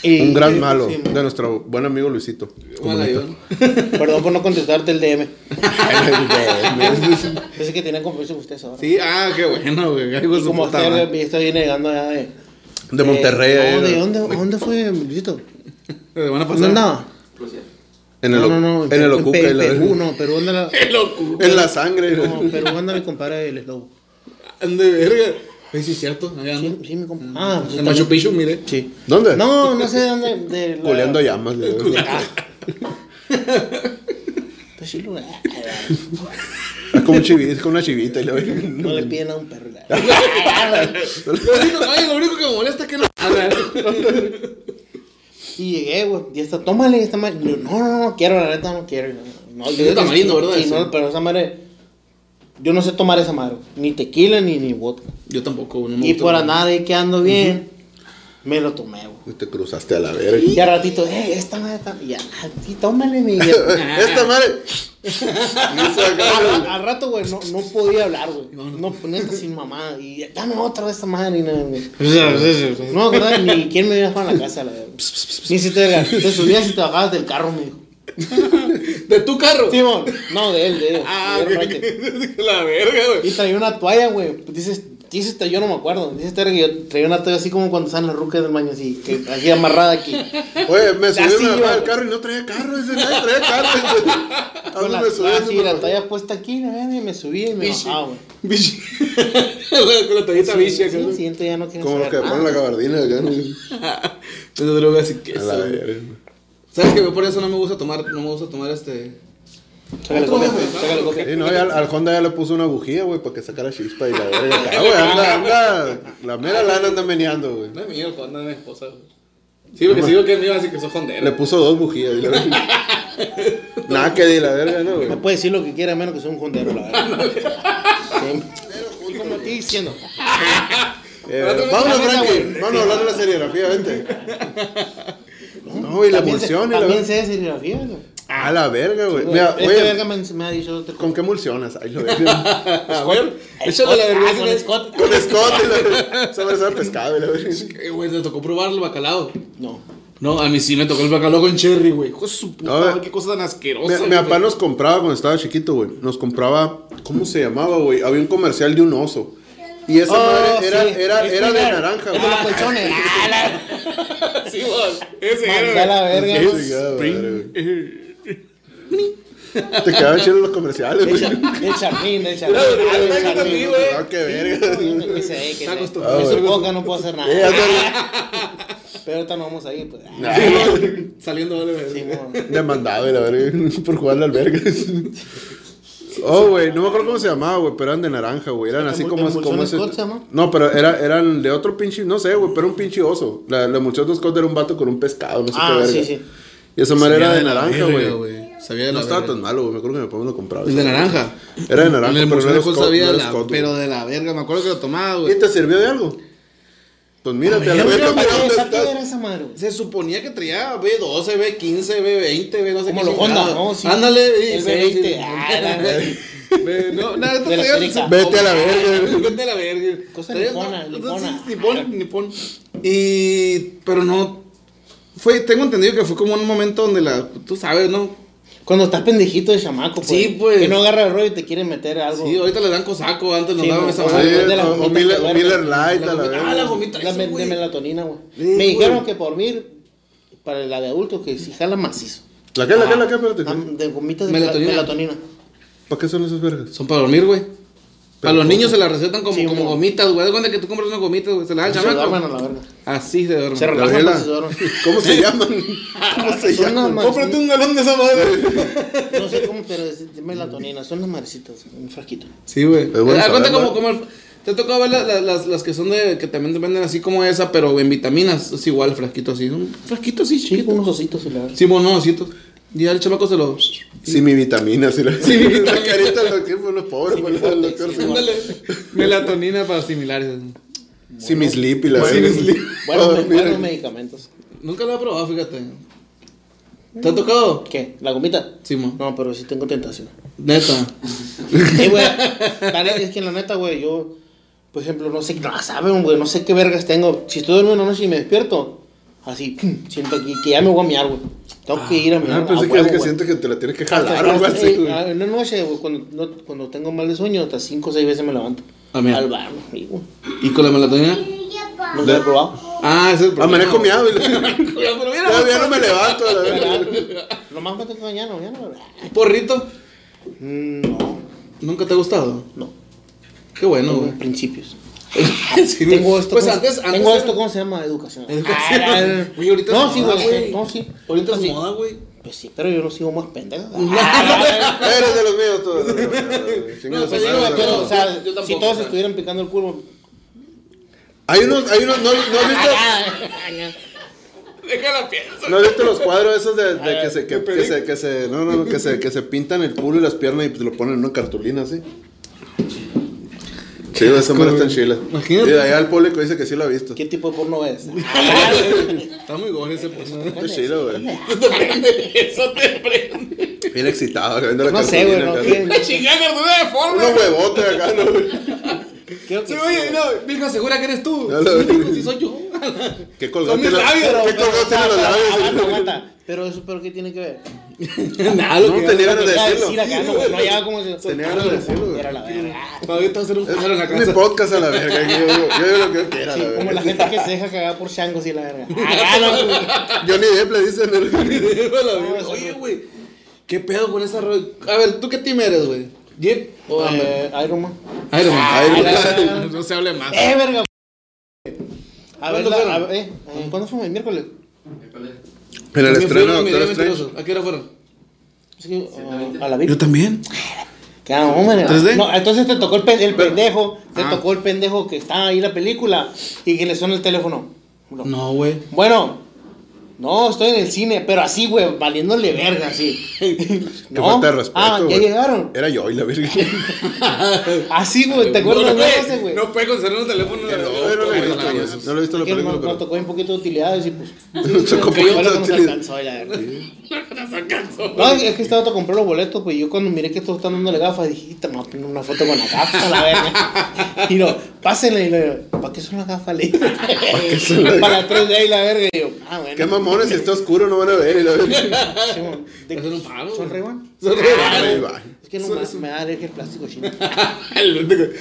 Speaker 2: Y-
Speaker 3: Un gran
Speaker 2: y-
Speaker 3: malo
Speaker 2: sí,
Speaker 3: de nuestro buen amigo Luisito.
Speaker 1: Mala
Speaker 3: Comunica.
Speaker 1: yo.
Speaker 2: Perdón por no contestarte el DM.
Speaker 3: Ay, no,
Speaker 2: Pensé que tenía compromiso con ustedes ahora.
Speaker 1: Sí, ah, qué bueno, güey. Algo
Speaker 2: Y
Speaker 1: de su
Speaker 2: como
Speaker 1: puta
Speaker 2: usted
Speaker 1: madre.
Speaker 2: está viene llegando allá de.
Speaker 3: pues, De Monterrey.
Speaker 2: eh, no,
Speaker 3: eh,
Speaker 2: ¿de dónde, dónde fue, Luisito?
Speaker 1: ¿Le van a
Speaker 2: ¿Dónde
Speaker 1: pasar?
Speaker 2: andaba?
Speaker 3: En el,
Speaker 2: no, no, no.
Speaker 3: en el Ocuca y
Speaker 2: Pe-
Speaker 3: la-
Speaker 2: Perú, no, Perú anda la.
Speaker 3: En la sangre.
Speaker 2: No, Perú anda mi compadre el Slobo.
Speaker 1: Ande verga. Oye, sí, es cierto. Allá
Speaker 2: Sí,
Speaker 1: ando.
Speaker 2: sí, mi
Speaker 3: Mm,
Speaker 2: compadre. Ah, sí,
Speaker 1: En Machu Picchu, mire.
Speaker 2: Sí.
Speaker 3: ¿Dónde?
Speaker 2: No, no sé de dónde. De la...
Speaker 3: Culeando llamas. le digo.
Speaker 2: Pues sí, lo-
Speaker 3: Es como Ah, un chivi- es como una chivita. y le doy.
Speaker 2: No le piden a un perro. la-
Speaker 1: Lo único, oye, lo único que me molesta es que no.
Speaker 2: Y llegué, güey. Y esta, tómale esta madre. Y yo, no, no, no quiero, la neta no quiero. Y yo, No,
Speaker 1: Es de tamarindo, ¿verdad?
Speaker 2: Sí,
Speaker 1: Ese.
Speaker 2: no, pero esa madre. Yo no sé tomar esa madre. güey. Ni tequila ni, ni vodka.
Speaker 1: Yo tampoco, no me
Speaker 2: Y
Speaker 1: gusta
Speaker 2: por
Speaker 1: el-
Speaker 2: andar ahí quedando bien, me lo tomé, güey.
Speaker 3: Y Te cruzaste a la verga.
Speaker 2: Y al ratito, eh, esta madre está. Ya, "Ah, sí, tómale, mi.
Speaker 3: Esta madre.
Speaker 2: Al, al rato, güey, no, no podía hablar, güey. No, neta, sin mamá. Y dame otra vez esta madre, y nada, güey. No, ¿verdad? Ni quién me iba para la casa, la verdad. Ni si te, te subías y te bajabas del carro, me dijo.
Speaker 1: ¿De tu carro?
Speaker 2: Simón, no, de él, de él.
Speaker 1: Ah,
Speaker 2: De él,
Speaker 1: ok,
Speaker 2: Roque.
Speaker 1: ok. la verga, güey.
Speaker 2: Y traía una toalla, güey. Pues Dices, dices, yo no me acuerdo. Dices, que yo traía una toalla así como cuando salen las rucas del baño, así, que así amarrada aquí.
Speaker 3: Oye, me subí
Speaker 2: Así
Speaker 3: mi mamá
Speaker 2: iba.
Speaker 3: al carro y no traía carro. Dice, nadie traía carro.
Speaker 2: Con la,
Speaker 3: Ahora me subí.
Speaker 2: así,
Speaker 3: dice,
Speaker 2: la
Speaker 3: mamá.
Speaker 2: toalla puesta aquí, la verdad, y me subía y me
Speaker 1: Bichi.
Speaker 2: bajaba, Ah, güey.
Speaker 1: Bichi. La- Con la toallita
Speaker 2: Sí,
Speaker 1: bicha,
Speaker 2: sí,
Speaker 1: cabrón.
Speaker 2: el siguiente ya no quiero
Speaker 3: Como los
Speaker 2: saber
Speaker 3: que ponen la
Speaker 2: nada.
Speaker 3: gabardina. acá, ¿no?
Speaker 1: Es de droga así que
Speaker 3: A la
Speaker 1: eso, güey.
Speaker 3: verga.
Speaker 1: ¿Sabes que por eso no me gusta tomar, no me gusta tomar este.
Speaker 2: Sácale
Speaker 1: Otro,
Speaker 2: copia,
Speaker 1: güey.
Speaker 2: sácale copia.
Speaker 3: Y no, y al, al Honda ya le puso una bujía, güey, para que sacara chispa y la verga. acá, güey, anda, anda. La mera lana anda meneando, güey.
Speaker 1: No es mío, Juan, no es mi esposa, güey. Sí, porque si digo que es mío, así que soy
Speaker 3: Le
Speaker 1: jondero.
Speaker 3: puso dos bujías. y la verga. Nada que de la verga, ¿no, güey?
Speaker 2: Me puede decir lo que quiera, menos que sea un jondero, la verdad. Sí. Como estoy diciendo.
Speaker 3: Eh, vámonos, Frankie. Vamos a hablar de la serigrafía, vente. No, y la
Speaker 2: También sé-
Speaker 3: emulsión y la
Speaker 2: También
Speaker 3: verga.
Speaker 2: sé de serigrafía, güey.
Speaker 3: A la verga, güey. Mira,
Speaker 2: Este
Speaker 3: güey,
Speaker 2: verga me, me ha dicho otra
Speaker 3: ¿con
Speaker 2: cosa.
Speaker 3: qué emulsionas? Ay, la verga.
Speaker 1: A ver, échale la
Speaker 2: Ah,
Speaker 1: vergüenza.
Speaker 2: con Scott.
Speaker 3: Con escote, la verga. Se me sabe pescado, y la verga.
Speaker 1: Eh, güey, te tocó probar el bacalao.
Speaker 2: No.
Speaker 1: No, a mí sí me tocó el bacalao con cherry, güey. Hijo de su puta,
Speaker 3: No,
Speaker 1: güey, qué cosa tan asquerosa.
Speaker 3: Mi, mi
Speaker 1: güey.
Speaker 3: papá nos compraba cuando estaba chiquito, güey. Nos compraba, ¿cómo se llamaba, güey? Había un comercial de un oso. Y esa
Speaker 2: Oh,
Speaker 3: madre era,
Speaker 2: sí.
Speaker 3: era,
Speaker 2: Es
Speaker 3: era de
Speaker 2: primero.
Speaker 3: naranja,
Speaker 2: Es de los
Speaker 3: güey.
Speaker 2: colchones. Ah, la-
Speaker 1: Sí, güey. Ese era, eh,
Speaker 2: Manda
Speaker 1: güey.
Speaker 2: la verga.
Speaker 3: Sí, sí, ya, madre, güey. Te quedaban chidos los comerciales,
Speaker 2: El
Speaker 3: güey.
Speaker 2: cha- el charmín, el charmín.
Speaker 1: verga,
Speaker 2: El
Speaker 1: yo también,
Speaker 2: charmín.
Speaker 1: güey.
Speaker 3: Ah, qué verga.
Speaker 2: Que se ve, que
Speaker 1: Está
Speaker 2: se ve.
Speaker 1: acostumbrado.
Speaker 2: Con su
Speaker 3: Ah, güey.
Speaker 2: boca no puedo hacer
Speaker 3: Eh,
Speaker 2: nada.
Speaker 3: ándale.
Speaker 2: Pero ahorita no vamos a ir, pues. Ah,
Speaker 3: Nah,
Speaker 1: Saliendo, vale, güey.
Speaker 2: sí, mo.
Speaker 3: Demandado, y la verga, por jugar al verga. Oh, güey, no me acuerdo cómo se llamaba, güey, pero eran de naranja, güey. Eran así
Speaker 2: ¿Emul-
Speaker 3: como...
Speaker 2: emulsión
Speaker 3: como
Speaker 2: Scott se llama?
Speaker 3: No, pero era, eran de otro pinche... No sé, güey, pero un pinche oso. La, la emulsión de Scott era un vato con un pescado, no sé qué
Speaker 2: Ah,
Speaker 3: verga.
Speaker 2: sí, sí.
Speaker 3: Y esa madre era
Speaker 1: Sabía
Speaker 3: de
Speaker 1: la
Speaker 3: naranja,
Speaker 1: verga,
Speaker 3: güey.
Speaker 1: Sabía de
Speaker 3: No
Speaker 1: la
Speaker 3: estaba
Speaker 1: verga.
Speaker 3: tan malo, güey. Me acuerdo que mi papá me lo compraba.
Speaker 1: ¿El de naranja?
Speaker 3: Era de naranja,
Speaker 1: El
Speaker 3: pero no era
Speaker 1: Scott,
Speaker 3: Scott,
Speaker 1: sabía
Speaker 3: no era
Speaker 1: la-
Speaker 3: Scott, güey.
Speaker 1: Pero de la verga, me acuerdo que lo tomaba,
Speaker 3: ¿Y
Speaker 1: güey.
Speaker 3: te sirvió de algo? Pues mírate, a la
Speaker 2: Pero
Speaker 3: verga,
Speaker 2: mira,
Speaker 3: mira dónde
Speaker 2: ¿para qué
Speaker 3: estás.
Speaker 2: era esa madre, güey?
Speaker 1: Se suponía que traía B12, B15, B20, B no sé
Speaker 2: Como
Speaker 1: qué
Speaker 2: los
Speaker 1: chingada.
Speaker 2: Honda, ¿no? Sí.
Speaker 1: Ándale,
Speaker 2: El
Speaker 1: sí,
Speaker 2: B20,
Speaker 1: sí.
Speaker 2: ah, la verga.
Speaker 1: B- No, nada, esto
Speaker 2: De la
Speaker 1: traía-
Speaker 2: América.
Speaker 3: Vete a la verga, güey.
Speaker 1: Vete a la verga.
Speaker 2: Cosa
Speaker 1: Traía-
Speaker 2: nipona,
Speaker 1: no,
Speaker 2: nipona.
Speaker 1: sí, Nipón, nipón. Y. Pero no. Fue, tengo entendido que fue como un momento donde la. Tú sabes, ¿no?
Speaker 2: Cuando estás pendejito de chamaco, pues.
Speaker 1: Sí, pues.
Speaker 2: Que no agarra el rollo y te quieren meter algo.
Speaker 1: Sí, ahorita le dan cosaco, antes nos
Speaker 2: Sí,
Speaker 1: daban
Speaker 2: no,
Speaker 1: esa
Speaker 2: no,
Speaker 1: madre.
Speaker 2: de
Speaker 3: Sí,
Speaker 2: la
Speaker 3: o-
Speaker 2: gomita
Speaker 3: O Miller
Speaker 2: que
Speaker 3: o
Speaker 2: duerme.
Speaker 3: Miller Light, a la
Speaker 1: Ah, la
Speaker 3: verga.
Speaker 1: gomita
Speaker 2: La
Speaker 1: esa,
Speaker 2: me-
Speaker 1: güey.
Speaker 2: de melatonina, güey.
Speaker 1: Sí,
Speaker 2: Me
Speaker 1: güey.
Speaker 2: dijeron que por mí, para la de adultos, que si jala macizo.
Speaker 3: ¿La qué, la qué, la qué? Espérate.
Speaker 2: Ah, De gomitas de
Speaker 1: Melatonina.
Speaker 2: melatonina.
Speaker 1: Ah.
Speaker 3: ¿Para qué son esas vergas?
Speaker 1: Son para dormir, güey. Para los niños se las recetan como,
Speaker 2: pues, Sí,
Speaker 1: como
Speaker 2: mo.
Speaker 1: gomitas, güey. Haz de cuenta que tú compras unas gomitas, güey. Se las
Speaker 2: Se
Speaker 1: dan al
Speaker 2: duermen a
Speaker 1: chamaco.
Speaker 2: la verga.
Speaker 1: Así se
Speaker 2: Se
Speaker 1: duermen.
Speaker 2: relajan
Speaker 3: Gabriela,
Speaker 2: pues, se duermen.
Speaker 3: ¿Cómo se llaman? ¿Cómo se
Speaker 2: Son unas
Speaker 3: llaman?
Speaker 2: madres-
Speaker 1: Cómprate un galón de esa madre.
Speaker 2: No sé cómo, pero es de melatonina. Son las marecitas, un frasquito.
Speaker 1: Sí, güey.
Speaker 3: Pero bueno,
Speaker 1: Te das cuenta
Speaker 3: saberlo.
Speaker 1: como, como el- te toca ver la- la- las, las que son de, que también te venden así como esa, pero en vitaminas. Es igual, frasquito así. Un frasquito así,
Speaker 2: Sí,
Speaker 1: chiquito.
Speaker 2: con unos ositos y la verga.
Speaker 1: Sí, monocitos. Y al chamaco se lo.
Speaker 3: Sí, mi vitamina, sí, la,
Speaker 1: Sí, mi vitamina.
Speaker 3: la carita de los que fueron los pobres,
Speaker 2: Sí,
Speaker 3: fue
Speaker 2: mi
Speaker 3: la del
Speaker 2: fuerte,
Speaker 3: doctor.
Speaker 2: sí,
Speaker 3: Sí,
Speaker 2: mi fuerte.
Speaker 1: Ándale. Melatonina para similares.
Speaker 3: Sí, mi sleep y la
Speaker 1: Sí, mi sleep.
Speaker 2: Buenos,
Speaker 3: Oh,
Speaker 2: me-
Speaker 3: mira.
Speaker 2: buenos medicamentos.
Speaker 1: Nunca lo he probado, fíjate. ¿Te ha tocado?
Speaker 2: ¿Qué? ¿La gomita?
Speaker 1: Sí, mo.
Speaker 2: No, pero sí tengo tentación.
Speaker 1: Neta.
Speaker 2: Sí, güey. La neta, es que la neta, güey, yo, por ejemplo, no sé, no saben, güey, no sé qué vergas tengo. Si estoy durmiendo una noche y me despierto, Así, pum, siento aquí que ya me voy a miar, güey. Tengo que ir a miar.
Speaker 3: Ah, pensé
Speaker 2: a
Speaker 3: que,
Speaker 2: huevo,
Speaker 3: que
Speaker 2: güey.
Speaker 3: sientes que te la tienes que
Speaker 2: Hasta-
Speaker 3: jalar o algo
Speaker 2: hasta-
Speaker 3: así,
Speaker 2: eh,
Speaker 3: güey.
Speaker 2: ah, En la noche, güey, cuando, no- cuando tengo mal de sueño, hasta 5 o 6 veces me levanto.
Speaker 1: A miar.
Speaker 2: Al bar, amigo.
Speaker 1: ¿Y con la melatonina?
Speaker 2: ¿Los he probado?
Speaker 1: Ah, ese es el problema.
Speaker 3: Amanezco miado y
Speaker 1: Pero mira,
Speaker 3: todavía no me levanto, la verga.
Speaker 2: Nomás me tengo mañana, mañana. güey.
Speaker 1: un porrito.
Speaker 2: Mm, No,
Speaker 1: ¿Nunca te ha gustado?
Speaker 2: no.
Speaker 1: Qué bueno,
Speaker 2: Tengo
Speaker 1: güey.
Speaker 2: principios.
Speaker 1: Sí, güey.
Speaker 2: Tengo esto.
Speaker 1: Pues
Speaker 2: ¿cómo-
Speaker 1: antes, antes.
Speaker 2: Tengo esto, ¿cómo se llama? Educación.
Speaker 1: Educación.
Speaker 2: Ah, ah, ah.
Speaker 1: Güey, ahorita
Speaker 2: No,
Speaker 1: es
Speaker 2: sí,
Speaker 1: moda, güey.
Speaker 2: güey. No, sí.
Speaker 1: Ahorita es
Speaker 2: sí.
Speaker 1: moda, güey.
Speaker 2: Pues sí, pero yo no sigo más pendejo.
Speaker 3: Eres de los míos, tú. eres de los míos. Chinga
Speaker 1: No,
Speaker 3: su
Speaker 1: pues,
Speaker 3: madre,
Speaker 1: digo,
Speaker 3: la
Speaker 2: pero, o
Speaker 3: verga.
Speaker 2: sea,
Speaker 1: Yo- yo tampoco,
Speaker 2: si todos
Speaker 1: o sea.
Speaker 2: estuvieran picando el culo.
Speaker 3: Hay unos, hay unos, no, no has visto.
Speaker 2: Ah,
Speaker 1: Déjala Ah, piensa.
Speaker 3: ¿No has visto los cuadros esos de, de que se, que, que se, que se, no, no, no, que se, que se pintan el culo y las piernas y te lo ponen en una cartulina así? Chido, esa madre está en Chile.
Speaker 1: Imagínate.
Speaker 3: Y de allá el público dice que sí lo ha visto.
Speaker 2: ¿Qué tipo de porno es?
Speaker 1: Está muy gordo ese personaje.
Speaker 3: Está chido, güey.
Speaker 1: Eso te prende, eso te prende.
Speaker 3: Bien excitado, que vende la
Speaker 2: No sé, güey.
Speaker 3: cartulina
Speaker 2: No,
Speaker 3: acá.
Speaker 1: La chingada cartulina deforme.
Speaker 3: Unos huevotes acá, ¿no?
Speaker 2: creo que
Speaker 1: Sí,
Speaker 2: sí,
Speaker 1: oye,
Speaker 2: güey.
Speaker 1: no, dijo, segura que eres tú.
Speaker 3: Ya lo-
Speaker 1: Sí, sí, soy yo.
Speaker 3: ¿Qué
Speaker 1: Son
Speaker 3: colgante
Speaker 1: mis
Speaker 3: la-
Speaker 1: labios,
Speaker 3: ¿Qué colgante tiene los
Speaker 2: Aguanta,
Speaker 3: labios?
Speaker 2: aguanta. Pero eso, ¿pero qué tiene que ver?
Speaker 1: Nada, lo
Speaker 3: No
Speaker 1: que
Speaker 3: tenía
Speaker 2: Lo
Speaker 3: ganas de
Speaker 2: quería
Speaker 3: decirlo.
Speaker 2: acá, no, güey, no llegaba como si...
Speaker 3: Tenía ganas de decirlo, güey.
Speaker 2: Era la verga.
Speaker 1: Ahorita va a hacer un paro en la
Speaker 3: Es mi
Speaker 1: casa.
Speaker 3: podcast a la verga. Yo, yo, yo digo lo que yo quiera,
Speaker 2: Sí,
Speaker 3: la
Speaker 2: como la
Speaker 3: verga.
Speaker 2: gente que se deja cagar por changos y la verga. Ah, no, güey.
Speaker 3: Johnny Depp le dicen. el-
Speaker 1: La verga. Oye, güey. ¿Qué pedo con esa rola? A ver, ¿tú qué team eres, güey? ¿Jeep o Amber?
Speaker 2: Eh, Iron Man.
Speaker 1: Iron Man.
Speaker 3: Iron Man.
Speaker 1: Iron Man. No se hable más.
Speaker 2: ¡Eh, verga! A ver,
Speaker 1: ¿Cuándo
Speaker 2: la-
Speaker 1: fueron?
Speaker 2: a ver, eh, ¿cuándo fue? ¿El miércoles?
Speaker 3: En el
Speaker 1: Me fui
Speaker 3: estreno
Speaker 1: con mi
Speaker 3: de
Speaker 1: día
Speaker 3: Doctor Strange.
Speaker 1: mentiroso. ¿A qué hora fueron?
Speaker 2: Es que, ah, a la Biblia.
Speaker 1: también.
Speaker 2: ¿Qué hago, hombre?
Speaker 1: 3D.
Speaker 2: No, entonces te tocó el, pe- el
Speaker 3: Pero-
Speaker 2: pendejo. Te
Speaker 1: Ah.
Speaker 2: tocó el pendejo que está ahí en la película y que le suena el teléfono. No.
Speaker 1: No, güey.
Speaker 2: Bueno, no, estoy en el cine, pero así, güey, valiéndole verga, así.
Speaker 3: Qué falta de respeto,
Speaker 2: Ah, ya
Speaker 3: güey.
Speaker 2: llegaron.
Speaker 3: Era yo y la verga.
Speaker 2: Así, güey, ¿te acuerdas de ese, güey?
Speaker 1: No puede conceder un teléfono de
Speaker 3: No,
Speaker 1: la
Speaker 3: no, no,
Speaker 1: güey,
Speaker 3: no,
Speaker 1: la
Speaker 3: no,
Speaker 1: verga.
Speaker 3: no lo he visto la
Speaker 2: Que nos,
Speaker 3: película,
Speaker 2: nos
Speaker 3: pero.
Speaker 2: tocó un poquito de utilidades y pues.
Speaker 3: Nos tocó un
Speaker 2: que
Speaker 3: poquito de
Speaker 2: nos
Speaker 3: utilidad.
Speaker 2: alcanzó, y la verdad. No, Ah, es que estaba a comprar los boletos, pues yo cuando miré que todos están dándole gafas, dije, "Te me voy a poner una foto con la gafa, la verga. Y no, pásenle, y le digo, ¿para qué son las gafas? Le dije, para la 3D y la verga. Y yo, ah, bueno.
Speaker 3: Qué mamones, si está oscuro no van a ver. Y la verga.
Speaker 2: Simón, de-
Speaker 1: Eso no pago,
Speaker 2: ¿Son
Speaker 1: güey.
Speaker 2: Ray-Ban?
Speaker 1: Son
Speaker 3: Ahí
Speaker 1: reales.
Speaker 3: va.
Speaker 2: Es que no me, me da alergia el plástico chino.
Speaker 1: El pendejo.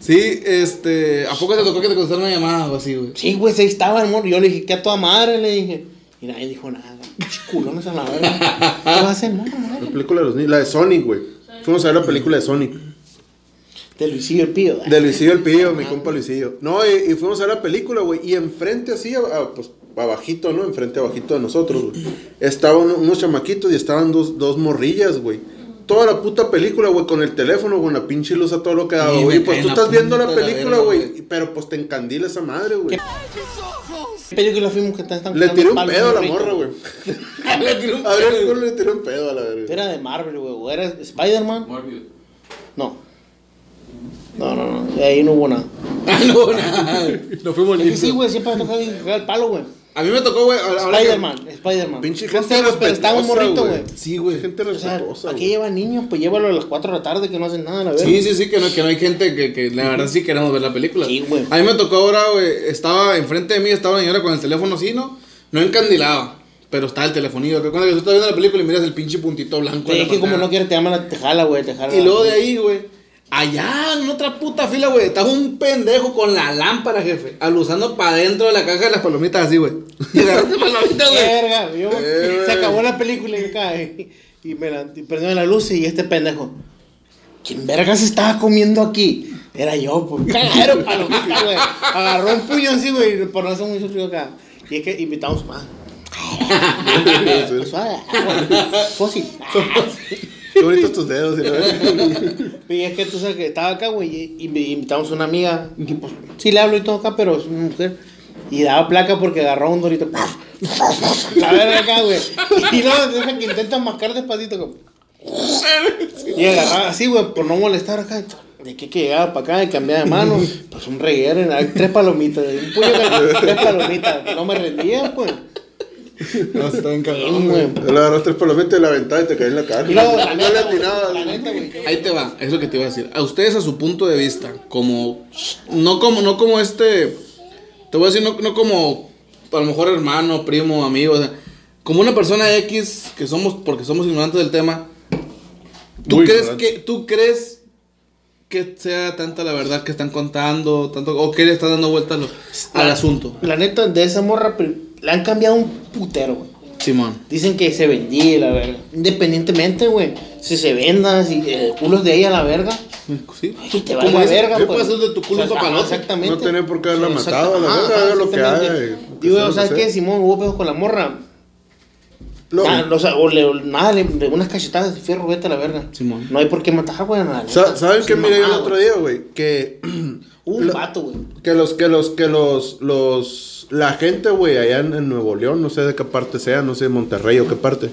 Speaker 1: Sí, este. ¿A poco te tocó que te contestara una llamada o así, güey?
Speaker 2: Sí, güey, se estaba el morro. Yo le dije, ¿qué a toda madre? Le dije. Y nadie dijo nada. Pinche Culones a la verga. ¿Qué vas a hacer? No, no, no.
Speaker 3: La película de los niños. La de Sonic, güey. Fuimos a ver la película de Sonic.
Speaker 2: Te lo hicieron el pío.
Speaker 3: De Luisillo el Pío, mi compa Luisillo. No, y, y fuimos a ver la película, güey. Y enfrente así, a- a- pues abajito, ¿no? Enfrente abajito de nosotros, güey. Estaban uno- unos chamaquitos y estaban dos, dos morrillas, güey. Toda la puta película, güey, con el teléfono, con la pinche luz a todo lo que daba,
Speaker 1: Sí,
Speaker 3: güey.
Speaker 1: me
Speaker 3: Pues
Speaker 1: cae
Speaker 3: tú
Speaker 1: la
Speaker 3: estás viendo la
Speaker 1: punta de la
Speaker 3: película,
Speaker 1: verga,
Speaker 3: güey.
Speaker 1: güey.
Speaker 3: y- Pero pues te encandila esa madre, güey.
Speaker 2: ¿Qué película fuimos que están
Speaker 3: Le
Speaker 2: tirando
Speaker 3: tiré un
Speaker 2: palos
Speaker 3: pedo a la
Speaker 2: morrito?
Speaker 3: morra, güey.
Speaker 1: Le tiró un
Speaker 3: Abrió el culo y le tiré un pedo a la verga.
Speaker 2: Era de Marvel, güey. o ¿Era Spider-Man?
Speaker 5: Morbius.
Speaker 2: No. No, no, no. Ahí no hubo nada.
Speaker 1: Ah, no, nada. No fuimos
Speaker 2: Es que sí,
Speaker 1: limpios.
Speaker 2: güey. Siempre me toca cagar el palo, güey.
Speaker 1: A mí me tocó, güey. ahora- ahora que-
Speaker 2: Spider-Man, Spider-Man.
Speaker 3: Pinche
Speaker 2: No sé,
Speaker 3: gente
Speaker 2: güey, pero estaba un
Speaker 3: respetuosa,
Speaker 2: morrito,
Speaker 3: güey.
Speaker 2: güey.
Speaker 1: Sí, güey.
Speaker 3: Gente
Speaker 2: O sea, ¿a
Speaker 3: respetuosa,
Speaker 2: qué
Speaker 3: güey.
Speaker 2: llevan niños? Pues llévalo a las 4 de la tarde que no hacen nada, la verdad.
Speaker 1: Sí, sí, sí, que no, que no hay gente que, que la verdad sí queremos ver la película.
Speaker 2: Sí, güey.
Speaker 1: A mí me tocó ahora, güey, estaba enfrente de mí, estaba una señora con el teléfono así, ¿no? No encandilaba, pero estaba el telefonillo. Que cuando yo estaba viendo la película y miras el pinche puntito blanco. en la
Speaker 2: es que como
Speaker 1: pantalla.
Speaker 2: no quieres te llaman, la- te jala, güey, te jala.
Speaker 1: Y luego de ahí, güey, allá en otra puta fila, güey, estaba un pendejo con la lámpara, jefe, alusando para adentro de la caja de las palomitas así, güey. Y las palomitas, güey.
Speaker 2: Verga, yo-
Speaker 3: Eh,
Speaker 2: se
Speaker 3: güey.
Speaker 2: acabó la película y acá, eh, y me la y prendieron la luz y este pendejo. ¿Quién verga se estaba comiendo aquí? Era yo, pues. Cagadero, palomita, güey. Agarró un puño así, güey, y por eso muy sufrido acá. Y es que invitamos más. Suave, agua, fósil.
Speaker 3: Qué bonitos tus dedos. y la verga.
Speaker 2: Y es que tú sabes que estaba acá, güey, y- y me invitamos a una amiga, que pues sí le hablo y todo acá, pero es una mujer. Y daba placa porque agarró un dorito. La verga acá, güey. Y no, deja que intenta mascar despacito, como. Y agarraba así, güey, por no molestar acá. De que, que llegaba para acá y cambiaba de mano. Pues un reguero, en la- tres palomitas, un puño de tres palomitas. No me rendía, pues.
Speaker 1: No, está bien
Speaker 2: Sí,
Speaker 1: cabrón.
Speaker 2: güey.
Speaker 3: Le agarraste el palomito de la ventana y te caí en la cara.
Speaker 2: Y luego,
Speaker 3: no
Speaker 2: la
Speaker 3: le
Speaker 2: neta, güey,
Speaker 3: atinabas.
Speaker 2: la neta, güey, yo-
Speaker 1: Ahí te va, es lo que te iba a decir. A ustedes a su punto de vista, como no como no como este te voy a decir no, no como a lo mejor hermano, primo, amigo, o sea, como una persona X que somos, porque somos ignorantes del tema, ¿tú
Speaker 3: Muy
Speaker 1: crees
Speaker 3: ignorante.
Speaker 1: que, tú crees que sea tanta la verdad que están contando, tanto, o que le están dando vueltas lo- al asunto?
Speaker 2: La neta, de esa morra pri- la han cambiado un putero, güey.
Speaker 1: Simón.
Speaker 2: Dicen que se vendía, la verga. Independientemente, güey. Si se vendan, si eh, culos de ella, la verga.
Speaker 1: Sí.
Speaker 2: Y te
Speaker 1: Como
Speaker 2: vale la
Speaker 1: dice,
Speaker 2: verga,
Speaker 1: ¿qué
Speaker 2: pues.
Speaker 1: pasó de tu culo
Speaker 2: O
Speaker 1: un
Speaker 2: sea, ajá,
Speaker 1: papalote?
Speaker 2: Exactamente.
Speaker 3: No tenía por qué haberla
Speaker 2: Sí,
Speaker 3: matado,
Speaker 2: exacto.
Speaker 3: la
Speaker 2: Ajá,
Speaker 3: verga,
Speaker 2: ajá,
Speaker 3: haga lo que
Speaker 2: exactamente.
Speaker 3: haga, y-
Speaker 2: Digo, o
Speaker 3: lo
Speaker 2: sea,
Speaker 3: que
Speaker 2: que
Speaker 3: sea.
Speaker 2: Simón hubo pedo con la morra.
Speaker 3: Luego,
Speaker 2: Nada, o sea, o le, o nada, le, le- unas cachetadas de fierro, vete a la verga.
Speaker 1: Simón.
Speaker 2: No hay por qué matar, güey. la neta.
Speaker 3: sa- ¿Saben qué
Speaker 2: Sin
Speaker 3: miré el
Speaker 2: mamá,
Speaker 3: otro
Speaker 2: güey.
Speaker 3: día, güey? Que
Speaker 2: Hubo un
Speaker 3: Lo-
Speaker 2: vato, güey.
Speaker 3: Que los, que los, que los, los, la gente, güey, allá en, en Nuevo León, no sé de qué parte sea, no sé de Monterrey o qué parte.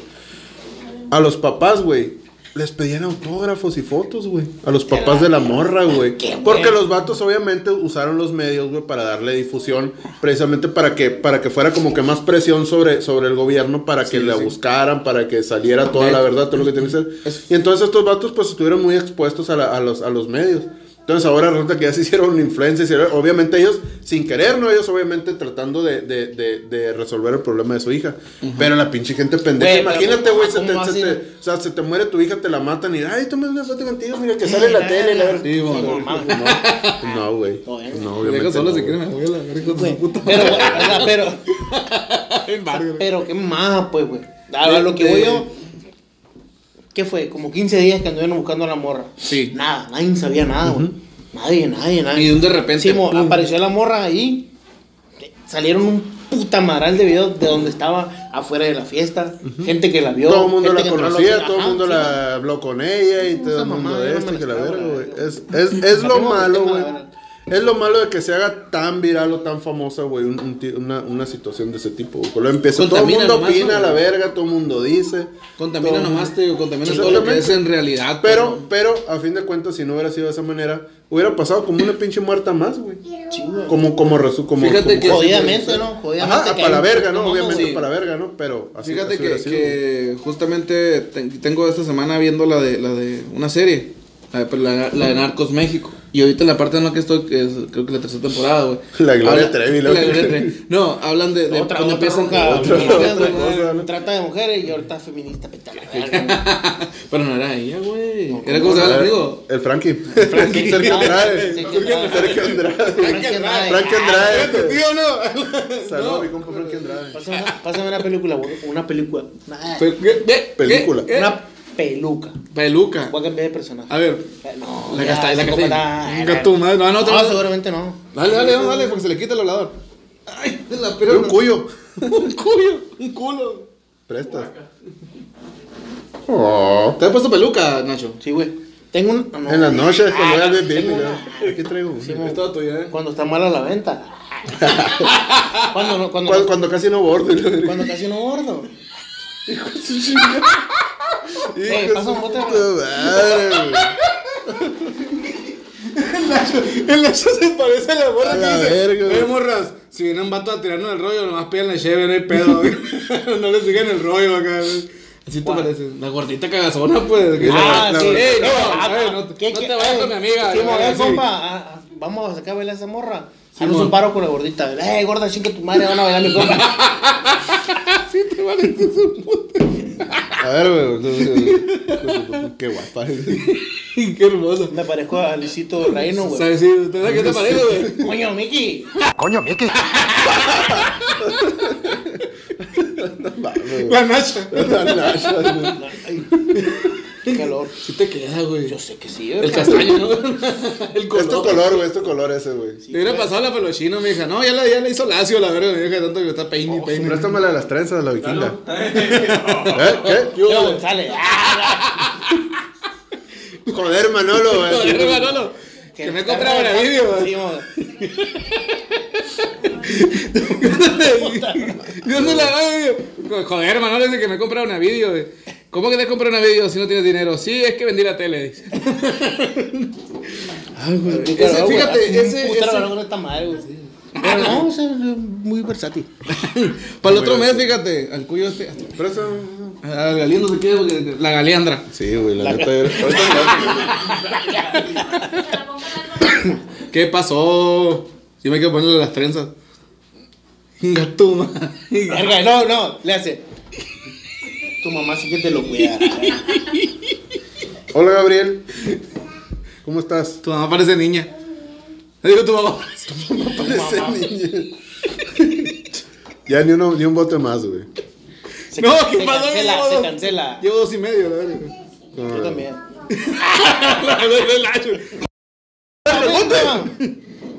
Speaker 3: A los papás, güey, les pedían autógrafos y fotos, güey. A los papás de la morra, güey.
Speaker 2: Qué
Speaker 3: Porque
Speaker 2: bueno.
Speaker 3: los vatos obviamente usaron los medios, güey, para darle difusión, precisamente para que, para que fuera como que más presión sobre, sobre el gobierno, para que la buscaran, para que saliera toda la verdad, todo lo que tiene que ser. Y entonces estos vatos, pues, estuvieron muy expuestos a, la- a los, a los medios. Entonces ahora resulta que ya se hicieron influencers, hicieron- obviamente ellos sin querer, ¿no? Ellos obviamente tratando de, de- de- de resolver el problema de su hija. Pero la pinche gente pendeja,
Speaker 2: Güey, pero
Speaker 3: imagínate, güey, se
Speaker 2: ¿cómo
Speaker 3: te,
Speaker 2: vas
Speaker 3: se
Speaker 2: a
Speaker 3: te-
Speaker 2: ir?
Speaker 3: o sea, se te muere tu hija, te la matan y, ay, toma una foto contigo, mira que sale en la tele. La...
Speaker 1: Sí,
Speaker 3: No,
Speaker 1: bueno.
Speaker 3: No, güey. No,
Speaker 2: Bueno.
Speaker 3: obviamente
Speaker 1: Deja solo
Speaker 3: no,
Speaker 1: si
Speaker 3: güey.
Speaker 1: quieren a la abuela, verga, con
Speaker 2: Güey,
Speaker 1: su puta
Speaker 2: Pero,
Speaker 1: madre.
Speaker 2: o sea, pero. Pero qué más, pues, güey. A
Speaker 1: Este,
Speaker 2: lo que voy yo. ¿Qué fue? Como 15 días que anduvieron buscando a la morra.
Speaker 1: Sí.
Speaker 2: Nada, nadie sabía nada, güey. Nadie, nadie, nadie.
Speaker 1: Y de un de repente,
Speaker 2: Sí, mo,
Speaker 1: pum.
Speaker 2: apareció la morra ahí. Salieron un puta madral de videos de donde estaba afuera de la fiesta. Gente que la vio.
Speaker 3: Todo el mundo
Speaker 2: gente
Speaker 3: la
Speaker 2: que entró a la
Speaker 3: conocía,
Speaker 2: fiesta.
Speaker 3: todo el
Speaker 2: Ajá,
Speaker 3: mundo
Speaker 2: sí,
Speaker 3: la habló con ella y
Speaker 2: No,
Speaker 3: todo
Speaker 2: esa
Speaker 3: el mundo
Speaker 2: mamá,
Speaker 3: de
Speaker 2: yo no
Speaker 3: esto
Speaker 2: me
Speaker 3: que la
Speaker 2: la
Speaker 3: verga,
Speaker 2: esperaba,
Speaker 3: güey.
Speaker 2: la
Speaker 3: Es, es, es lo
Speaker 2: Saquemos el
Speaker 3: malo,
Speaker 2: tema,
Speaker 3: güey.
Speaker 2: la verga.
Speaker 3: Es lo malo de que se haga tan viral o tan famosa, güey, un- un ti- una, una situación de ese tipo. güey. Lo empieza, todo el
Speaker 1: Contamina
Speaker 3: mundo
Speaker 1: nomás,
Speaker 3: opina
Speaker 1: ¿no?
Speaker 3: la verga, todo el mundo dice.
Speaker 1: Contamina
Speaker 3: todo-
Speaker 1: nomás, te digo, contamina todo lo que es en realidad. pues,
Speaker 3: Pero, pero, a fin de cuentas, si no hubiera sido de esa manera, hubiera pasado como una pinche muerta más, güey.
Speaker 2: Sí, güey.
Speaker 3: Como, como, resu- como,
Speaker 1: Fíjate
Speaker 3: como-
Speaker 1: que-
Speaker 2: Jodidamente, ¿no? Jodidamente.
Speaker 3: Ajá,
Speaker 2: que
Speaker 3: para la
Speaker 2: hay-
Speaker 3: verga,
Speaker 2: todo
Speaker 3: ¿no?
Speaker 2: el mundo,
Speaker 3: Obviamente
Speaker 1: sí.
Speaker 3: para la verga, ¿no? Pero así,
Speaker 1: Fíjate
Speaker 3: así
Speaker 1: que,
Speaker 3: hubiera sido, güey.
Speaker 1: que justamente te- tengo esta semana viendo la de, la de una serie, la de, la- la de Narcos México. Y ahorita la parte en la que estoy, que es, creo que la tercera temporada, güey.
Speaker 3: La Gloria
Speaker 1: Habla-
Speaker 3: Trevi, la-
Speaker 1: la Gloria Trevi. No, hablan de, de
Speaker 2: otra,
Speaker 1: cuando
Speaker 2: otra
Speaker 1: empiezan.
Speaker 2: roca,
Speaker 3: otra-
Speaker 2: otra
Speaker 3: otra
Speaker 2: güey.
Speaker 3: cosa, ¿no?
Speaker 2: Trata de mujeres y ahorita feminista, vete a la verga, güey.
Speaker 1: Pero no era ella, güey. era como se llama el amigo.
Speaker 3: El Frankie.
Speaker 2: Frankie.
Speaker 3: Sergio Andrade.
Speaker 2: Sergio Andrade.
Speaker 3: Sergio Andrade.
Speaker 2: Frankie Andrade.
Speaker 3: Frankie Andrade.
Speaker 1: ¿Tío no?
Speaker 3: Saludos, mi compa Frankie Andrade.
Speaker 2: Pásame, pásame una película, güey, una película. Nah,
Speaker 1: Pe- ¿qué? ¿Qué?
Speaker 3: Película.
Speaker 1: ¿Qué?
Speaker 2: Una peluca.
Speaker 1: Peluca.
Speaker 2: Voy a cambiar de personaje.
Speaker 1: A ver.
Speaker 2: Eh, No,
Speaker 1: La
Speaker 2: ya,
Speaker 1: gasté, la
Speaker 2: sí,
Speaker 1: gasté.
Speaker 2: compadre,
Speaker 1: Venga
Speaker 2: nah,
Speaker 1: tú,
Speaker 2: nah.
Speaker 1: madre. No, no,
Speaker 2: No,
Speaker 1: otra vez.
Speaker 2: seguramente no.
Speaker 1: Dale, dale, dale, dale, porque se le quita el hablador. Ay, de la
Speaker 3: Y
Speaker 1: pierna.
Speaker 3: Un cuyo.
Speaker 1: un cuyo, un culo.
Speaker 3: Prestas. Oh.
Speaker 1: ¿Te has puesto peluca, Nacho?
Speaker 2: Sí, güey. Tengo un. no,
Speaker 3: En las noches,
Speaker 2: ah,
Speaker 3: cuando voy al bebé,
Speaker 2: tengo
Speaker 3: mira.
Speaker 2: una-
Speaker 3: Aquí traigo uno.
Speaker 2: Sí,
Speaker 3: Cuando-
Speaker 2: mo.
Speaker 1: Es toda tuya, ¿eh?
Speaker 2: Cuando está mala la venta. cuando, no- cuando,
Speaker 3: Cuando,
Speaker 2: cuando,
Speaker 3: casi no bordo.
Speaker 2: casi no gordo.
Speaker 3: Hijo de
Speaker 2: pasa
Speaker 3: su
Speaker 2: un bote,
Speaker 3: puta
Speaker 2: güey.
Speaker 3: madre, güey.
Speaker 1: El Nacho se parece a la morra
Speaker 3: A la verga, güey.
Speaker 1: "Eh, morras, si viene un vato a tirarnos el rollo, nomás pídanle cheve, no hay pedo. güey. no le sigan el rollo acá. güey". Así te parece. La gordita cagazona, pues. que-
Speaker 2: Ah,
Speaker 3: la-
Speaker 2: sí.
Speaker 3: la-
Speaker 1: Ey, no,
Speaker 2: Ah,
Speaker 1: a ver,
Speaker 2: ah,
Speaker 1: no,
Speaker 2: ¿qué-
Speaker 1: no
Speaker 2: qué-
Speaker 1: te vayas
Speaker 2: eh,
Speaker 1: con mi amiga.
Speaker 2: sí, mo,
Speaker 1: güey,
Speaker 2: eh,
Speaker 1: sí.
Speaker 2: compa, ah, ah, vamos a sacar a bailar a esa morra. Haznos
Speaker 1: mo.
Speaker 2: un paro con la gordita. Eh, gorda, chinga tu madre, van a bailar mi compa.
Speaker 1: Sí, te parece su puta.
Speaker 3: A ver, güey. entonces, hijo de su puta, Qué guapa.
Speaker 1: Qué hermoso.
Speaker 2: Me parezco a Luisito Reino, güey.
Speaker 1: ¿Sabes? Sí, ¿te sabes qué te parece, güey?
Speaker 2: Coño, Miki.
Speaker 1: La Nacha.
Speaker 2: Ay, qué calor.
Speaker 1: Sí te queda, güey.
Speaker 2: Yo sé que sí,
Speaker 1: El
Speaker 2: ¿verdad?
Speaker 1: castaño, ¿no? El
Speaker 3: Es tu color, güey. Es tu color ese, güey.
Speaker 1: Le hubiera pasado la peluchina, me hija. No, ya le, ya le hizo lacio la verga, me hija, tanto que está peine y
Speaker 3: Pues,
Speaker 1: peine.
Speaker 3: Préstamela las trenzas de la vikinga. ¿Eh?
Speaker 1: Yo,
Speaker 2: Leo
Speaker 1: güey.
Speaker 2: González. Ah,
Speaker 3: ¿Qué? Joder, Manolo, güey.
Speaker 1: Joder, Manolo, Que me compre ahora vídeo,
Speaker 2: Sí,
Speaker 1: güey.
Speaker 2: mo.
Speaker 1: Yo no la hago, Joder, Manolo, dice que me compra una video, güey. ¿Cómo que te compra una video si no tienes dinero? Sí, es que vendí la tele. dice. Ah,
Speaker 2: Qué
Speaker 1: Ese,
Speaker 2: calor, güey.
Speaker 1: fíjate,
Speaker 2: Hace un
Speaker 1: ese-
Speaker 2: putero
Speaker 1: ese-
Speaker 2: calor con esta madre, güey. Pero no, o sea, es muy versátil.
Speaker 1: Para el otro mes, fíjate, al cuyo este.
Speaker 3: Préstame.
Speaker 1: Al galindo se queda, porque- la galeandra.
Speaker 3: Sí, güey, la neta. yo- ahorita
Speaker 1: ¿Qué pasó? Yo me quiero ponerle las trenzas. Chinga tu madre.
Speaker 2: Verga, no, no, le hace. Tu mamá sí que te lo cuida.
Speaker 3: Hola, Gabriel. ¿Cómo estás?
Speaker 1: Tu mamá parece niña. Le digo tu mamá.
Speaker 3: Parece niño. ya ni, uno, ni un bote más, güey.
Speaker 2: Se,
Speaker 1: No,
Speaker 2: can-
Speaker 1: ¿qué
Speaker 2: se
Speaker 1: pasó?
Speaker 2: cancela,
Speaker 1: Llevo
Speaker 2: se
Speaker 1: dos-
Speaker 2: cancela.
Speaker 1: Llevo dos y medio, la verga.
Speaker 3: Ah.
Speaker 2: Yo también.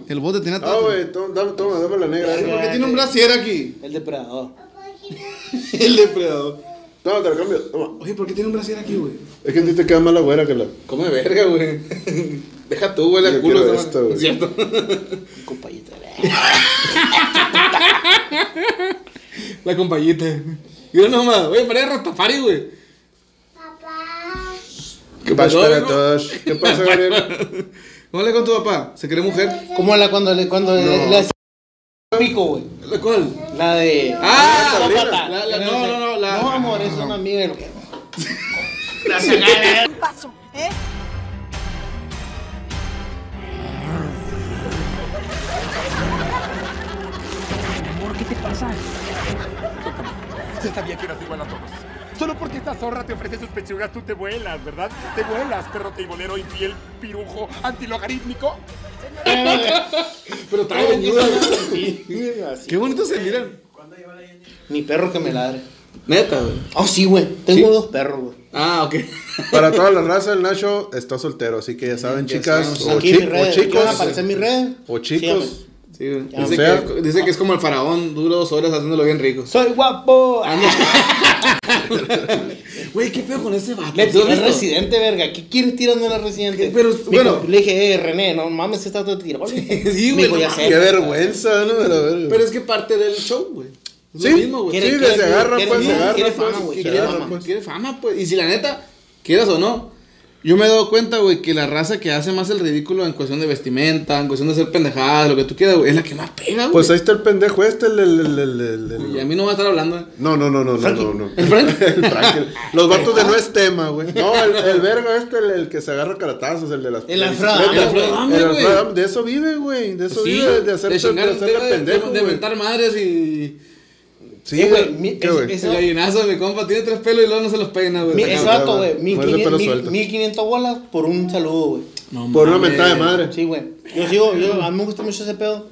Speaker 1: El bote tiene
Speaker 3: Ah,
Speaker 1: todo.
Speaker 3: güey, toma, dame, toma, dame la negra.
Speaker 1: ¿Por
Speaker 3: esa.
Speaker 1: qué tiene un brasier aquí?
Speaker 2: El depredador.
Speaker 1: El depredador.
Speaker 3: Toma, te la cambio. Toma.
Speaker 1: Oye, ¿por qué tiene un brasier aquí, güey?
Speaker 3: Es que a ti te queda más la güera que la.
Speaker 1: Come verga, güey. Deja tú, güey,
Speaker 3: Yo
Speaker 1: la culo.
Speaker 3: quiero
Speaker 1: esa
Speaker 3: esto,
Speaker 1: madre.
Speaker 3: güey.
Speaker 1: Es cierto.
Speaker 2: Compañita.
Speaker 1: La compañita. Yo nomás, güey, para de Rastafari, güey.
Speaker 3: ¿Qué
Speaker 1: pasó,
Speaker 3: pasa,
Speaker 1: no?
Speaker 3: todos? Pues ¿Qué pasa, Gabriel?
Speaker 1: ¿Cómo le con tu papá? ¿Se cree mujer?
Speaker 2: ¿Cómo la cuando le cuando le, le hace pico, güey?
Speaker 1: ¿La cuál?
Speaker 2: La de
Speaker 1: Ah,
Speaker 2: la
Speaker 1: la
Speaker 2: pata.
Speaker 1: la- la- no, no, no, la-
Speaker 2: No, amor, es una amiga.
Speaker 6: Un paso, ¿eh?
Speaker 8: Yo sabía que eras igual a todos. Solo porque esta zorra te ofrece sus pechugas, tú te vuelas, ¿verdad? Te vuelas, perro teibolero, infiel, pirujo, antilogarítmico.
Speaker 1: Pero trae ayuda. Qué bonito se miran.
Speaker 2: Mi perro que me ladre.
Speaker 1: Neta, güey.
Speaker 2: Oh, sí, güey. Tengo dos perros, güey.
Speaker 1: Ah, ok.
Speaker 3: Para toda la raza, el Nacho está soltero, así que ya saben, chicas, o,
Speaker 2: Aquí
Speaker 3: chi-
Speaker 2: mis
Speaker 3: o
Speaker 2: redes. Aquí van a aparecer
Speaker 3: chicos,
Speaker 2: mis redes.
Speaker 3: o chicos,
Speaker 2: Síganme.
Speaker 1: Sí, güey.
Speaker 2: Ya,
Speaker 1: Dice,
Speaker 3: o sea-
Speaker 1: que, dice que es como el faraón, duro dos horas haciéndolo bien rico. Ah,
Speaker 2: Soy guapo. Ah,
Speaker 1: Güey, ¿qué pedo con ese vato?
Speaker 2: Le
Speaker 1: ¿Tú has
Speaker 2: tiró al
Speaker 1: visto?
Speaker 2: residente, verga. ¿Qué quieres tirando a la residente?
Speaker 1: Pero,
Speaker 2: Me
Speaker 1: bueno.
Speaker 2: dijo- le dije, eh, René, no mames, está todo tirón.
Speaker 1: sí,
Speaker 2: Me
Speaker 1: güey,
Speaker 2: dijo,
Speaker 1: no
Speaker 2: ya
Speaker 1: mames.
Speaker 2: sé.
Speaker 3: qué vergüenza, ¿no? De la verga.
Speaker 1: pues, Pero es que parte del show, güey. Es
Speaker 3: Sí,
Speaker 1: lo mismo, güey.
Speaker 3: sí,
Speaker 2: Quiere-
Speaker 3: se
Speaker 2: quiere-
Speaker 3: agarra,
Speaker 2: quiere-
Speaker 3: pues, se
Speaker 2: quiere
Speaker 3: agarra.
Speaker 2: fama,
Speaker 3: pues,
Speaker 2: güey,
Speaker 3: se
Speaker 1: quiere
Speaker 3: agarra,
Speaker 1: fama,
Speaker 3: pues.
Speaker 1: quiere fama, pues. Y si la neta, quieras o no, yo me he dado cuenta, güey, que la raza que hace más el ridículo en cuestión de vestimenta, en cuestión de hacer pendejadas, lo que tú quieras, güey, es la que más pega, güey.
Speaker 3: Pues ahí está el pendejo este, el, el, el, el- el- el-
Speaker 1: Y a mí no va a estar hablando. eh.
Speaker 3: No, no, no, no, no, no, no.
Speaker 1: ¿El Frank?
Speaker 3: El Frank, el- Los vatos de no es tema, güey. No, el, el verga este, el, el que se agarra caratazos, el de las.
Speaker 2: El
Speaker 3: las
Speaker 2: Alfredo
Speaker 3: bicicletas,
Speaker 1: Adame,
Speaker 3: güey.
Speaker 1: güey.
Speaker 3: El Alfredo Adame, De eso vive, güey. De eso
Speaker 1: Sí,
Speaker 3: vive, de hacerle
Speaker 1: de chingar,
Speaker 3: de hacerle
Speaker 1: de- de-
Speaker 3: pendejo.
Speaker 1: de
Speaker 3: güey.
Speaker 1: aventar madres y
Speaker 3: Sí,
Speaker 2: Eh, güey,
Speaker 3: güey.
Speaker 2: mi-
Speaker 3: ¿Qué,
Speaker 2: es-
Speaker 3: güey?
Speaker 2: es-
Speaker 1: el gallinazo de mi compa tiene tres pelos y luego no se los peina, güey.
Speaker 2: Mi-
Speaker 1: Acá,
Speaker 2: Ese
Speaker 1: güey.
Speaker 2: vato, güey,
Speaker 3: Muerde pelo
Speaker 2: 1500
Speaker 3: suelto.
Speaker 2: 1500 bolas por un saludo, güey.
Speaker 1: No
Speaker 3: Por una
Speaker 1: mames.
Speaker 3: mentada de madre.
Speaker 2: Sí, güey. Yo sigo, yo, a mí me gusta mucho ese pedo.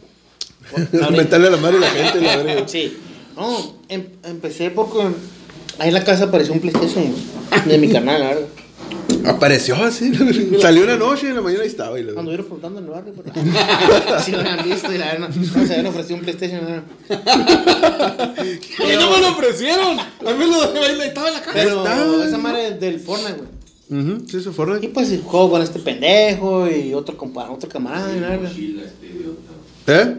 Speaker 3: Mentarle a la madre a la gente, la verga.
Speaker 2: Sí. No, em- empecé porque ahí en la casa apareció un PlayStation güey, de mi canal, la verdad.
Speaker 3: Apareció ah, así. la verga. Salió una noche y en la mañana ahí estaba. y la verga.
Speaker 2: Anduvieron preguntando en el barrio, pero si lo habían visto y la verdad no se habían ofrecido un PlayStation. la verdad.
Speaker 1: Güey, no me lo ofrecieron. A mí lo de baile estaba en la cara.
Speaker 2: Pero esa madre es del Fortnite, güey.
Speaker 3: Ujú, ¿Eh? Sí, se
Speaker 2: Y
Speaker 3: fueron.
Speaker 2: pues juego con este pendejo y otro compa, otro camarada, y la verdad.
Speaker 3: ¿Eh?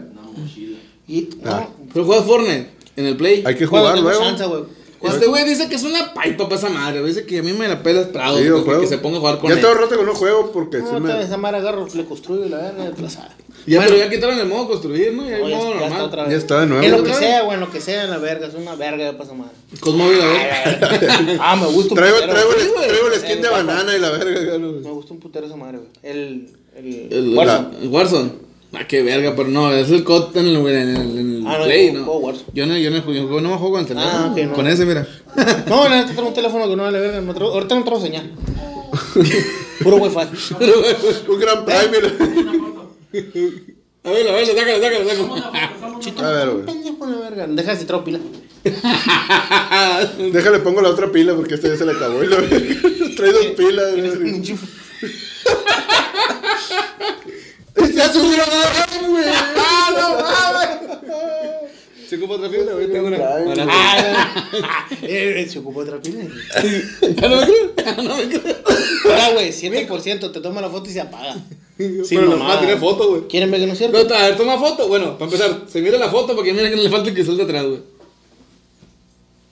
Speaker 2: Y no,
Speaker 3: Ah.
Speaker 1: Pero juega Fortnite en el Play.
Speaker 3: Hay que
Speaker 2: cuando
Speaker 3: jugar
Speaker 2: tengo
Speaker 3: luego.
Speaker 2: chance, güey.
Speaker 1: Este güey dice que es una pipa para esa madre. Dice que a mí me la pelas Prado.
Speaker 3: Sí, yo
Speaker 1: güey, que,
Speaker 3: juego.
Speaker 1: que se ponga a jugar con
Speaker 3: ya
Speaker 1: él.
Speaker 3: todo rato que no juego porque sí
Speaker 2: No,
Speaker 3: me-
Speaker 2: otra vez, esa madre agarro, le construyo y la verga de plazada.
Speaker 1: Ya, pero ya quitaron el modo construir, ¿no? Ya hay
Speaker 2: No, ya,
Speaker 1: modo
Speaker 2: ya está otra
Speaker 1: normal.
Speaker 2: vez.
Speaker 3: Ya está de nuevo.
Speaker 2: En lo
Speaker 3: Otra
Speaker 2: que
Speaker 3: vez.
Speaker 2: sea, güey, en lo que sea, en la verga, es una verga de pasa madre.
Speaker 1: Cosmóvil, a
Speaker 2: Ay,
Speaker 1: ver.
Speaker 2: la verga. Ah, me gusta un
Speaker 3: Traigo,
Speaker 2: putero.
Speaker 3: traigo,
Speaker 2: güey.
Speaker 3: el, traigo el skin de
Speaker 2: Eh,
Speaker 3: banana y la verga. acá, ¿no?
Speaker 2: Me gusta un putero esa madre, güey. El. El.
Speaker 1: El,
Speaker 2: Warzone.
Speaker 1: la- el Warzone. Ah, qué verga, pero no, es el COD en el, en el- en el
Speaker 2: Ah, no,
Speaker 1: Play,
Speaker 2: yo
Speaker 1: ¿no?
Speaker 2: juego Warzone.
Speaker 1: Yo no, yo no, yo no juego con el teléfono.
Speaker 2: Ah, ok, no.
Speaker 1: Con ese, mira.
Speaker 2: No, la neta tengo un teléfono que no vale verga. me atrevo- Ahorita no traigo señal. Puro wifi.
Speaker 3: Un gran prime. y
Speaker 1: A
Speaker 3: la-
Speaker 1: ver, a ver, sácalo, sácalo, sácalo.
Speaker 2: Chito,
Speaker 3: A ver,
Speaker 2: un
Speaker 3: güey.
Speaker 2: pendejo la verga. Deja de si traigo pila.
Speaker 3: Déjale, pongo la otra pila porque esta ya se le acabó. Y la verga. Trae dos pilas. la verga.
Speaker 1: ya subieron a güey. ¡Ah, no mames! ¿Se ocupa otra fila? Ahorita tengo una. Ahora-
Speaker 2: Ah, eh, se ocupó otra pila.
Speaker 1: Ya no me creo. Ya no me creo.
Speaker 2: Ahora, güey, 7% te toma la foto y se apaga. Sin
Speaker 1: Pero la
Speaker 2: mamada.
Speaker 1: mamá tiene foto, güey.
Speaker 2: ¿Quieren ver que no es
Speaker 1: No,
Speaker 2: cierto?
Speaker 1: a ver, toma foto. Bueno, para empezar, se mira la foto porque mira que no le falta el cristal de atrás, güey.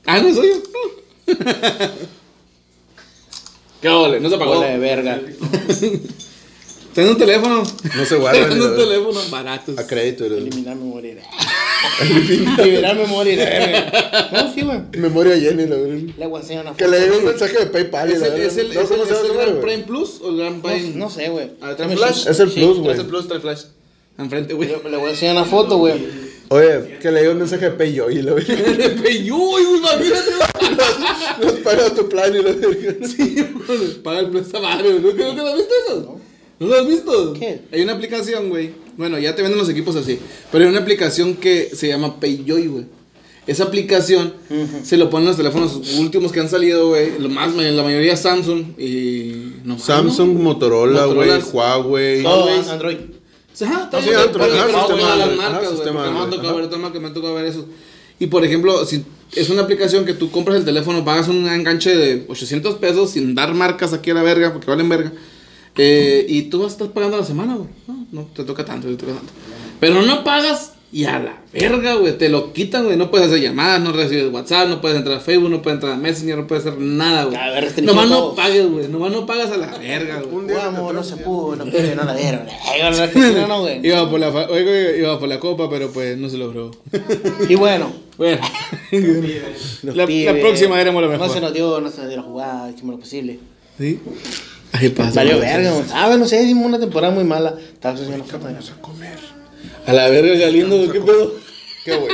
Speaker 1: Ah, no soy yo. Qué ole, no se apagó.
Speaker 2: Bola de verga.
Speaker 1: Tengo un teléfono.
Speaker 3: No se guardan,
Speaker 1: Tengo un
Speaker 3: ¿verdad?
Speaker 1: teléfono barato.
Speaker 3: A crédito. la verga.
Speaker 2: Eliminar memoria. Liberar memoria. la verga. No, sí, güey.
Speaker 3: Memoria llena. y la verga.
Speaker 2: Le voy a enseñar una
Speaker 3: Que le
Speaker 2: foto.
Speaker 3: llegue un mensaje de PayPal. y
Speaker 1: ¿Es
Speaker 3: la
Speaker 1: el,
Speaker 3: Ah, verga.
Speaker 1: es el, es
Speaker 3: No,
Speaker 1: el,
Speaker 3: ¿cómo
Speaker 1: es
Speaker 3: se llama
Speaker 1: el
Speaker 3: ese
Speaker 1: Grand
Speaker 3: número, güey?
Speaker 1: Prime Plus o el Grand Prime?
Speaker 2: No, no sé, güey.
Speaker 1: Ah, trae
Speaker 2: Dame
Speaker 1: flash.
Speaker 2: su-
Speaker 3: Es el
Speaker 2: sí.
Speaker 3: Plus,
Speaker 1: Trae
Speaker 3: güey.
Speaker 1: el plus, trae flash. Enfrente, güey.
Speaker 2: Le le voy a enseñar una foto, güey.
Speaker 3: Oye, que le dio un mensaje a Peyo y lo
Speaker 1: Peyuy, güey, pues, imagínate.
Speaker 3: Nos paga tu plan y lo verga.
Speaker 1: Sí, güey, paga el esa madre, güey. ¿Nunca, nunca lo has visto eso? ¿No lo has visto?
Speaker 2: ¿Qué?
Speaker 1: Hay una aplicación, güey. Bueno, ya te venden los equipos así. Pero hay una aplicación que se llama Payjoy, güey. Esa aplicación se lo ponen los teléfonos últimos que han salido, güey. Lo más, la mayoría Samsung y. No,
Speaker 3: Samsung,
Speaker 1: ¿no?
Speaker 3: Motorola, güey,
Speaker 1: Motorola.
Speaker 3: Huawei.
Speaker 2: Todo
Speaker 1: güey.
Speaker 2: Android.
Speaker 1: Ajá,
Speaker 3: Ah, sí,
Speaker 1: también,
Speaker 3: otro-
Speaker 1: porque
Speaker 3: ajá,
Speaker 1: todas
Speaker 3: sistema,
Speaker 1: las
Speaker 3: ajá,
Speaker 1: marcas, güey, porque
Speaker 3: sistema,
Speaker 1: me ha
Speaker 3: güey,
Speaker 1: tocado
Speaker 3: ajá.
Speaker 1: ver, toma que me ha tocado ver eso. Y por ejemplo, si es una aplicación que tú compras el teléfono, pagas un enganche de 800 pesos sin dar marcas aquí a la verga, porque valen verga. eh, y tú vas a estar pagando a la semana, güey. No, no, te toca tanto, te toca tanto. Pero no pagas y a la verga, güey. Te lo quitan, güey. No puedes hacer llamadas, no recibes WhatsApp, no puedes entrar a Facebook, no puedes entrar a Messenger, no puedes hacer nada, güey.
Speaker 2: A ver, restringido
Speaker 1: Nomás no
Speaker 2: todo.
Speaker 1: pagas, güey. Nomás no pagas a la verga, güey.
Speaker 2: Vamos, no se pudo, no pude, no la dieron. Ay, bueno, la Argentina no, güey.
Speaker 1: Iba por, la fa- oigo, iba por la copa, pero pues no se logró.
Speaker 2: Y bueno,
Speaker 1: Bueno,
Speaker 2: los
Speaker 1: la,
Speaker 2: pibes,
Speaker 1: la próxima éramos lo mejor.
Speaker 2: No se nos dio, no se nos dio la jugada, hicimos lo posible.
Speaker 1: ¿Sí? Ahí pasa.
Speaker 2: Valió verga, güey. Ah, no sé, dimos una temporada muy mala. Estaba haciendo foto de nosotros.
Speaker 1: A la verga, Galindo, ¿qué pedo?
Speaker 3: ¿Qué, güey?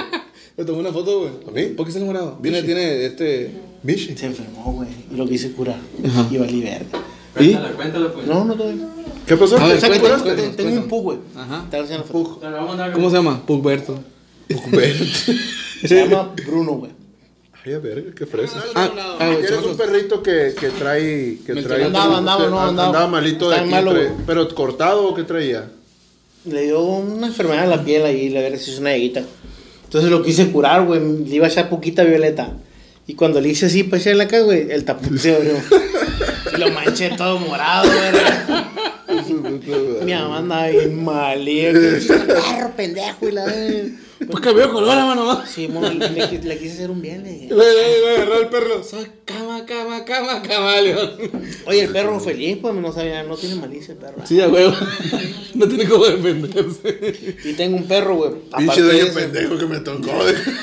Speaker 1: Le tomó una foto, güey.
Speaker 3: ¿A mí?
Speaker 1: ¿Por qué se enamorado? Viene, tiene este.
Speaker 3: Bishi.
Speaker 2: Se enfermó, güey. Y lo quise curar.
Speaker 1: Ajá.
Speaker 2: Y valí verga.
Speaker 1: ¿Y?
Speaker 5: Cuéntalo, cuéntalo, pues.
Speaker 2: No, no te
Speaker 3: ¿Qué pasó?
Speaker 1: A ver,
Speaker 3: ¿Te
Speaker 1: cuéntame,
Speaker 3: curaste?
Speaker 1: cuéntame.
Speaker 2: Tengo, tengo un pug, güey.
Speaker 1: Ajá.
Speaker 2: Estaba haciendo foto.
Speaker 5: Te lo vamos a dar-
Speaker 1: ¿Cómo se llama? Pugberto.
Speaker 2: Se llama Bruno, güey.
Speaker 3: Ay, a verga, qué fresa.
Speaker 1: Ah, ah, güey,
Speaker 3: Eres un
Speaker 1: chamacos.
Speaker 3: perrito que, que trae. Que
Speaker 1: Me
Speaker 3: trae
Speaker 2: andaba, andaba, no, andaba.
Speaker 3: Andaba malito de
Speaker 2: Estaba
Speaker 3: aquí,
Speaker 2: malo,
Speaker 3: trae-
Speaker 2: güey.
Speaker 3: pero cortado o qué traía.
Speaker 2: Le dio una enfermedad en la piel ahí, la verga se hizo una lleguita. Entonces lo quise curar, güey. Le iba a echar poquita violeta. Y cuando le hice así, pues en la cara, güey, el tapón se abrió. Y lo manché todo morado, güey. Mi mamá andaba bien mal. Y yo, "Es un perro pendejo, y la verga.
Speaker 1: Pues cambió de color, mano.
Speaker 2: Sí, mo, le, qui- le quise hacer un bien, le dije.
Speaker 1: Le, le, le agarró el perro. Cama, cama, cama, camaleón.
Speaker 2: Oye, el perro feliz, pues no sabía, no tiene malicia el perro.
Speaker 1: Sí, a huevo. No tiene cómo defenderse.
Speaker 2: Y tengo un perro, güey. aparte
Speaker 3: Bishi
Speaker 2: de
Speaker 3: dueño
Speaker 2: eso.
Speaker 3: pendejo que me tocó.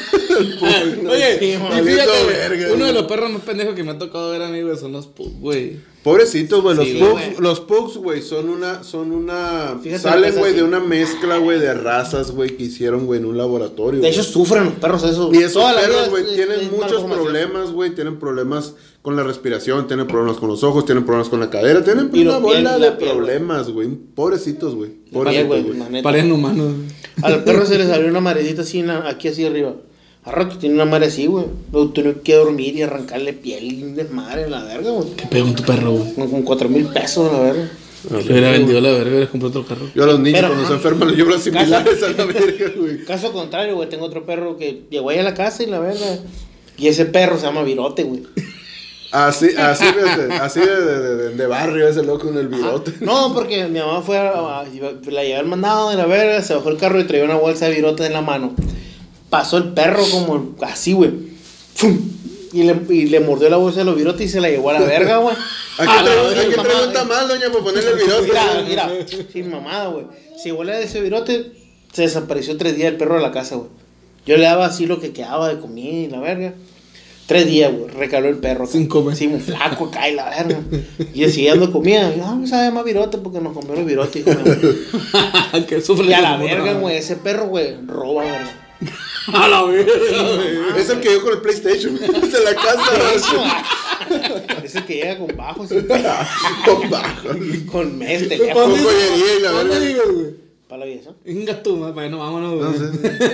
Speaker 1: Oye,
Speaker 2: sí,
Speaker 1: y
Speaker 2: maldito
Speaker 1: fíjate, güey,
Speaker 3: verga,
Speaker 1: uno de
Speaker 3: güey.
Speaker 1: los perros más pendejos que me ha tocado ver a mí, güey, son los pug, güey.
Speaker 3: Pobrecitos, güey. Los,
Speaker 2: Sí,
Speaker 3: pugs,
Speaker 2: güey.
Speaker 3: los pugs, güey, son una. Son una
Speaker 2: Fíjate lo
Speaker 3: salen,
Speaker 2: que
Speaker 3: güey,
Speaker 2: es
Speaker 3: de
Speaker 2: así.
Speaker 3: una mezcla, güey, de razas, güey, que hicieron, güey, en un laboratorio.
Speaker 2: De
Speaker 3: güey.
Speaker 2: hecho, sufren los perros eso.
Speaker 3: Y esos
Speaker 2: Toda la
Speaker 3: perros,
Speaker 2: vida
Speaker 3: güey,
Speaker 2: es-
Speaker 3: tienen
Speaker 2: es
Speaker 3: muchos
Speaker 2: malformación.
Speaker 3: problemas, güey. Tienen problemas con la respiración, tienen problemas con los ojos, tienen problemas con la cadera, tienen
Speaker 2: Y
Speaker 3: una
Speaker 2: los pies,
Speaker 3: bola
Speaker 2: la
Speaker 3: de
Speaker 2: piel, güey.
Speaker 3: problemas, güey. Pobrecitos, güey.
Speaker 2: Oye,
Speaker 3: Pobrecitos,
Speaker 2: güey,
Speaker 3: güey.
Speaker 2: la neta.
Speaker 1: Parecen humanos.
Speaker 2: Al perro se le salió una marecita así, na- aquí así arriba. A rato tiene una mare así, güey. Lo tuve que dormir y arrancarle piel y un desmadre, la verga, güey.
Speaker 1: Te pegó en tu perro, güey.
Speaker 2: Con, con cuatro mil pesos, la verga.
Speaker 1: Le hubiera vendido la verga, hubiera comprado otro carro.
Speaker 3: Yo a los niños
Speaker 2: Pero,
Speaker 3: cuando se
Speaker 2: ajá.
Speaker 3: enferman les llevo las
Speaker 2: Casa.
Speaker 3: similares a la verga, güey.
Speaker 2: Caso contrario, güey, tengo otro perro que llegó ahí a la casa y la verga. Y ese perro se llama Virote, güey.
Speaker 3: Así, así, de, así de, de- de- de barrio ese loco en el virote.
Speaker 2: No, porque mi mamá fue a, a- la llevé al mandado de la verga, se bajó el carro y traía una bolsa de virotes en la mano. Pasó el perro como así, güey. ¡Fum! Y le, y le mordió la bolsa de los virotes y se la llevó a la verga, güey.
Speaker 3: Aquí
Speaker 2: A Ah, la
Speaker 3: traigo,
Speaker 2: verga,
Speaker 3: aquí traigo
Speaker 2: mamá,
Speaker 3: un tamal, doña, para ponerle el virote.
Speaker 2: Pues Mira, mira, sin mamada, güey. Si volé de ese virote, se desapareció tres días el perro de la casa, güey. Yo le daba así lo que quedaba de comida y la verga. Tres días, güey, recaló el perro.
Speaker 1: Sin comer.
Speaker 2: Sí, muy flaco, cae la verga. Y yo siguiendo comida. Yo, ah, me sabe más virote porque nos comió los virotes, hijo de madre".
Speaker 1: que sufre
Speaker 2: Y a
Speaker 1: esa
Speaker 2: la
Speaker 1: morra,
Speaker 2: verga, güey, ese perro, güey, roba, verga.
Speaker 1: A la verga, güey.
Speaker 3: Es el que yo con el PlayStation. Se la casa.
Speaker 2: Ese que llega con bajos, y
Speaker 3: Ah, Con bajo.
Speaker 2: con mes,
Speaker 3: Con
Speaker 2: teléfono.
Speaker 3: joyería y la
Speaker 1: ¿Dónde
Speaker 3: verga.
Speaker 1: vives, güey?
Speaker 2: Para la vida, ¿no?
Speaker 1: Venga tú, ma, bueno, vámonos, güey.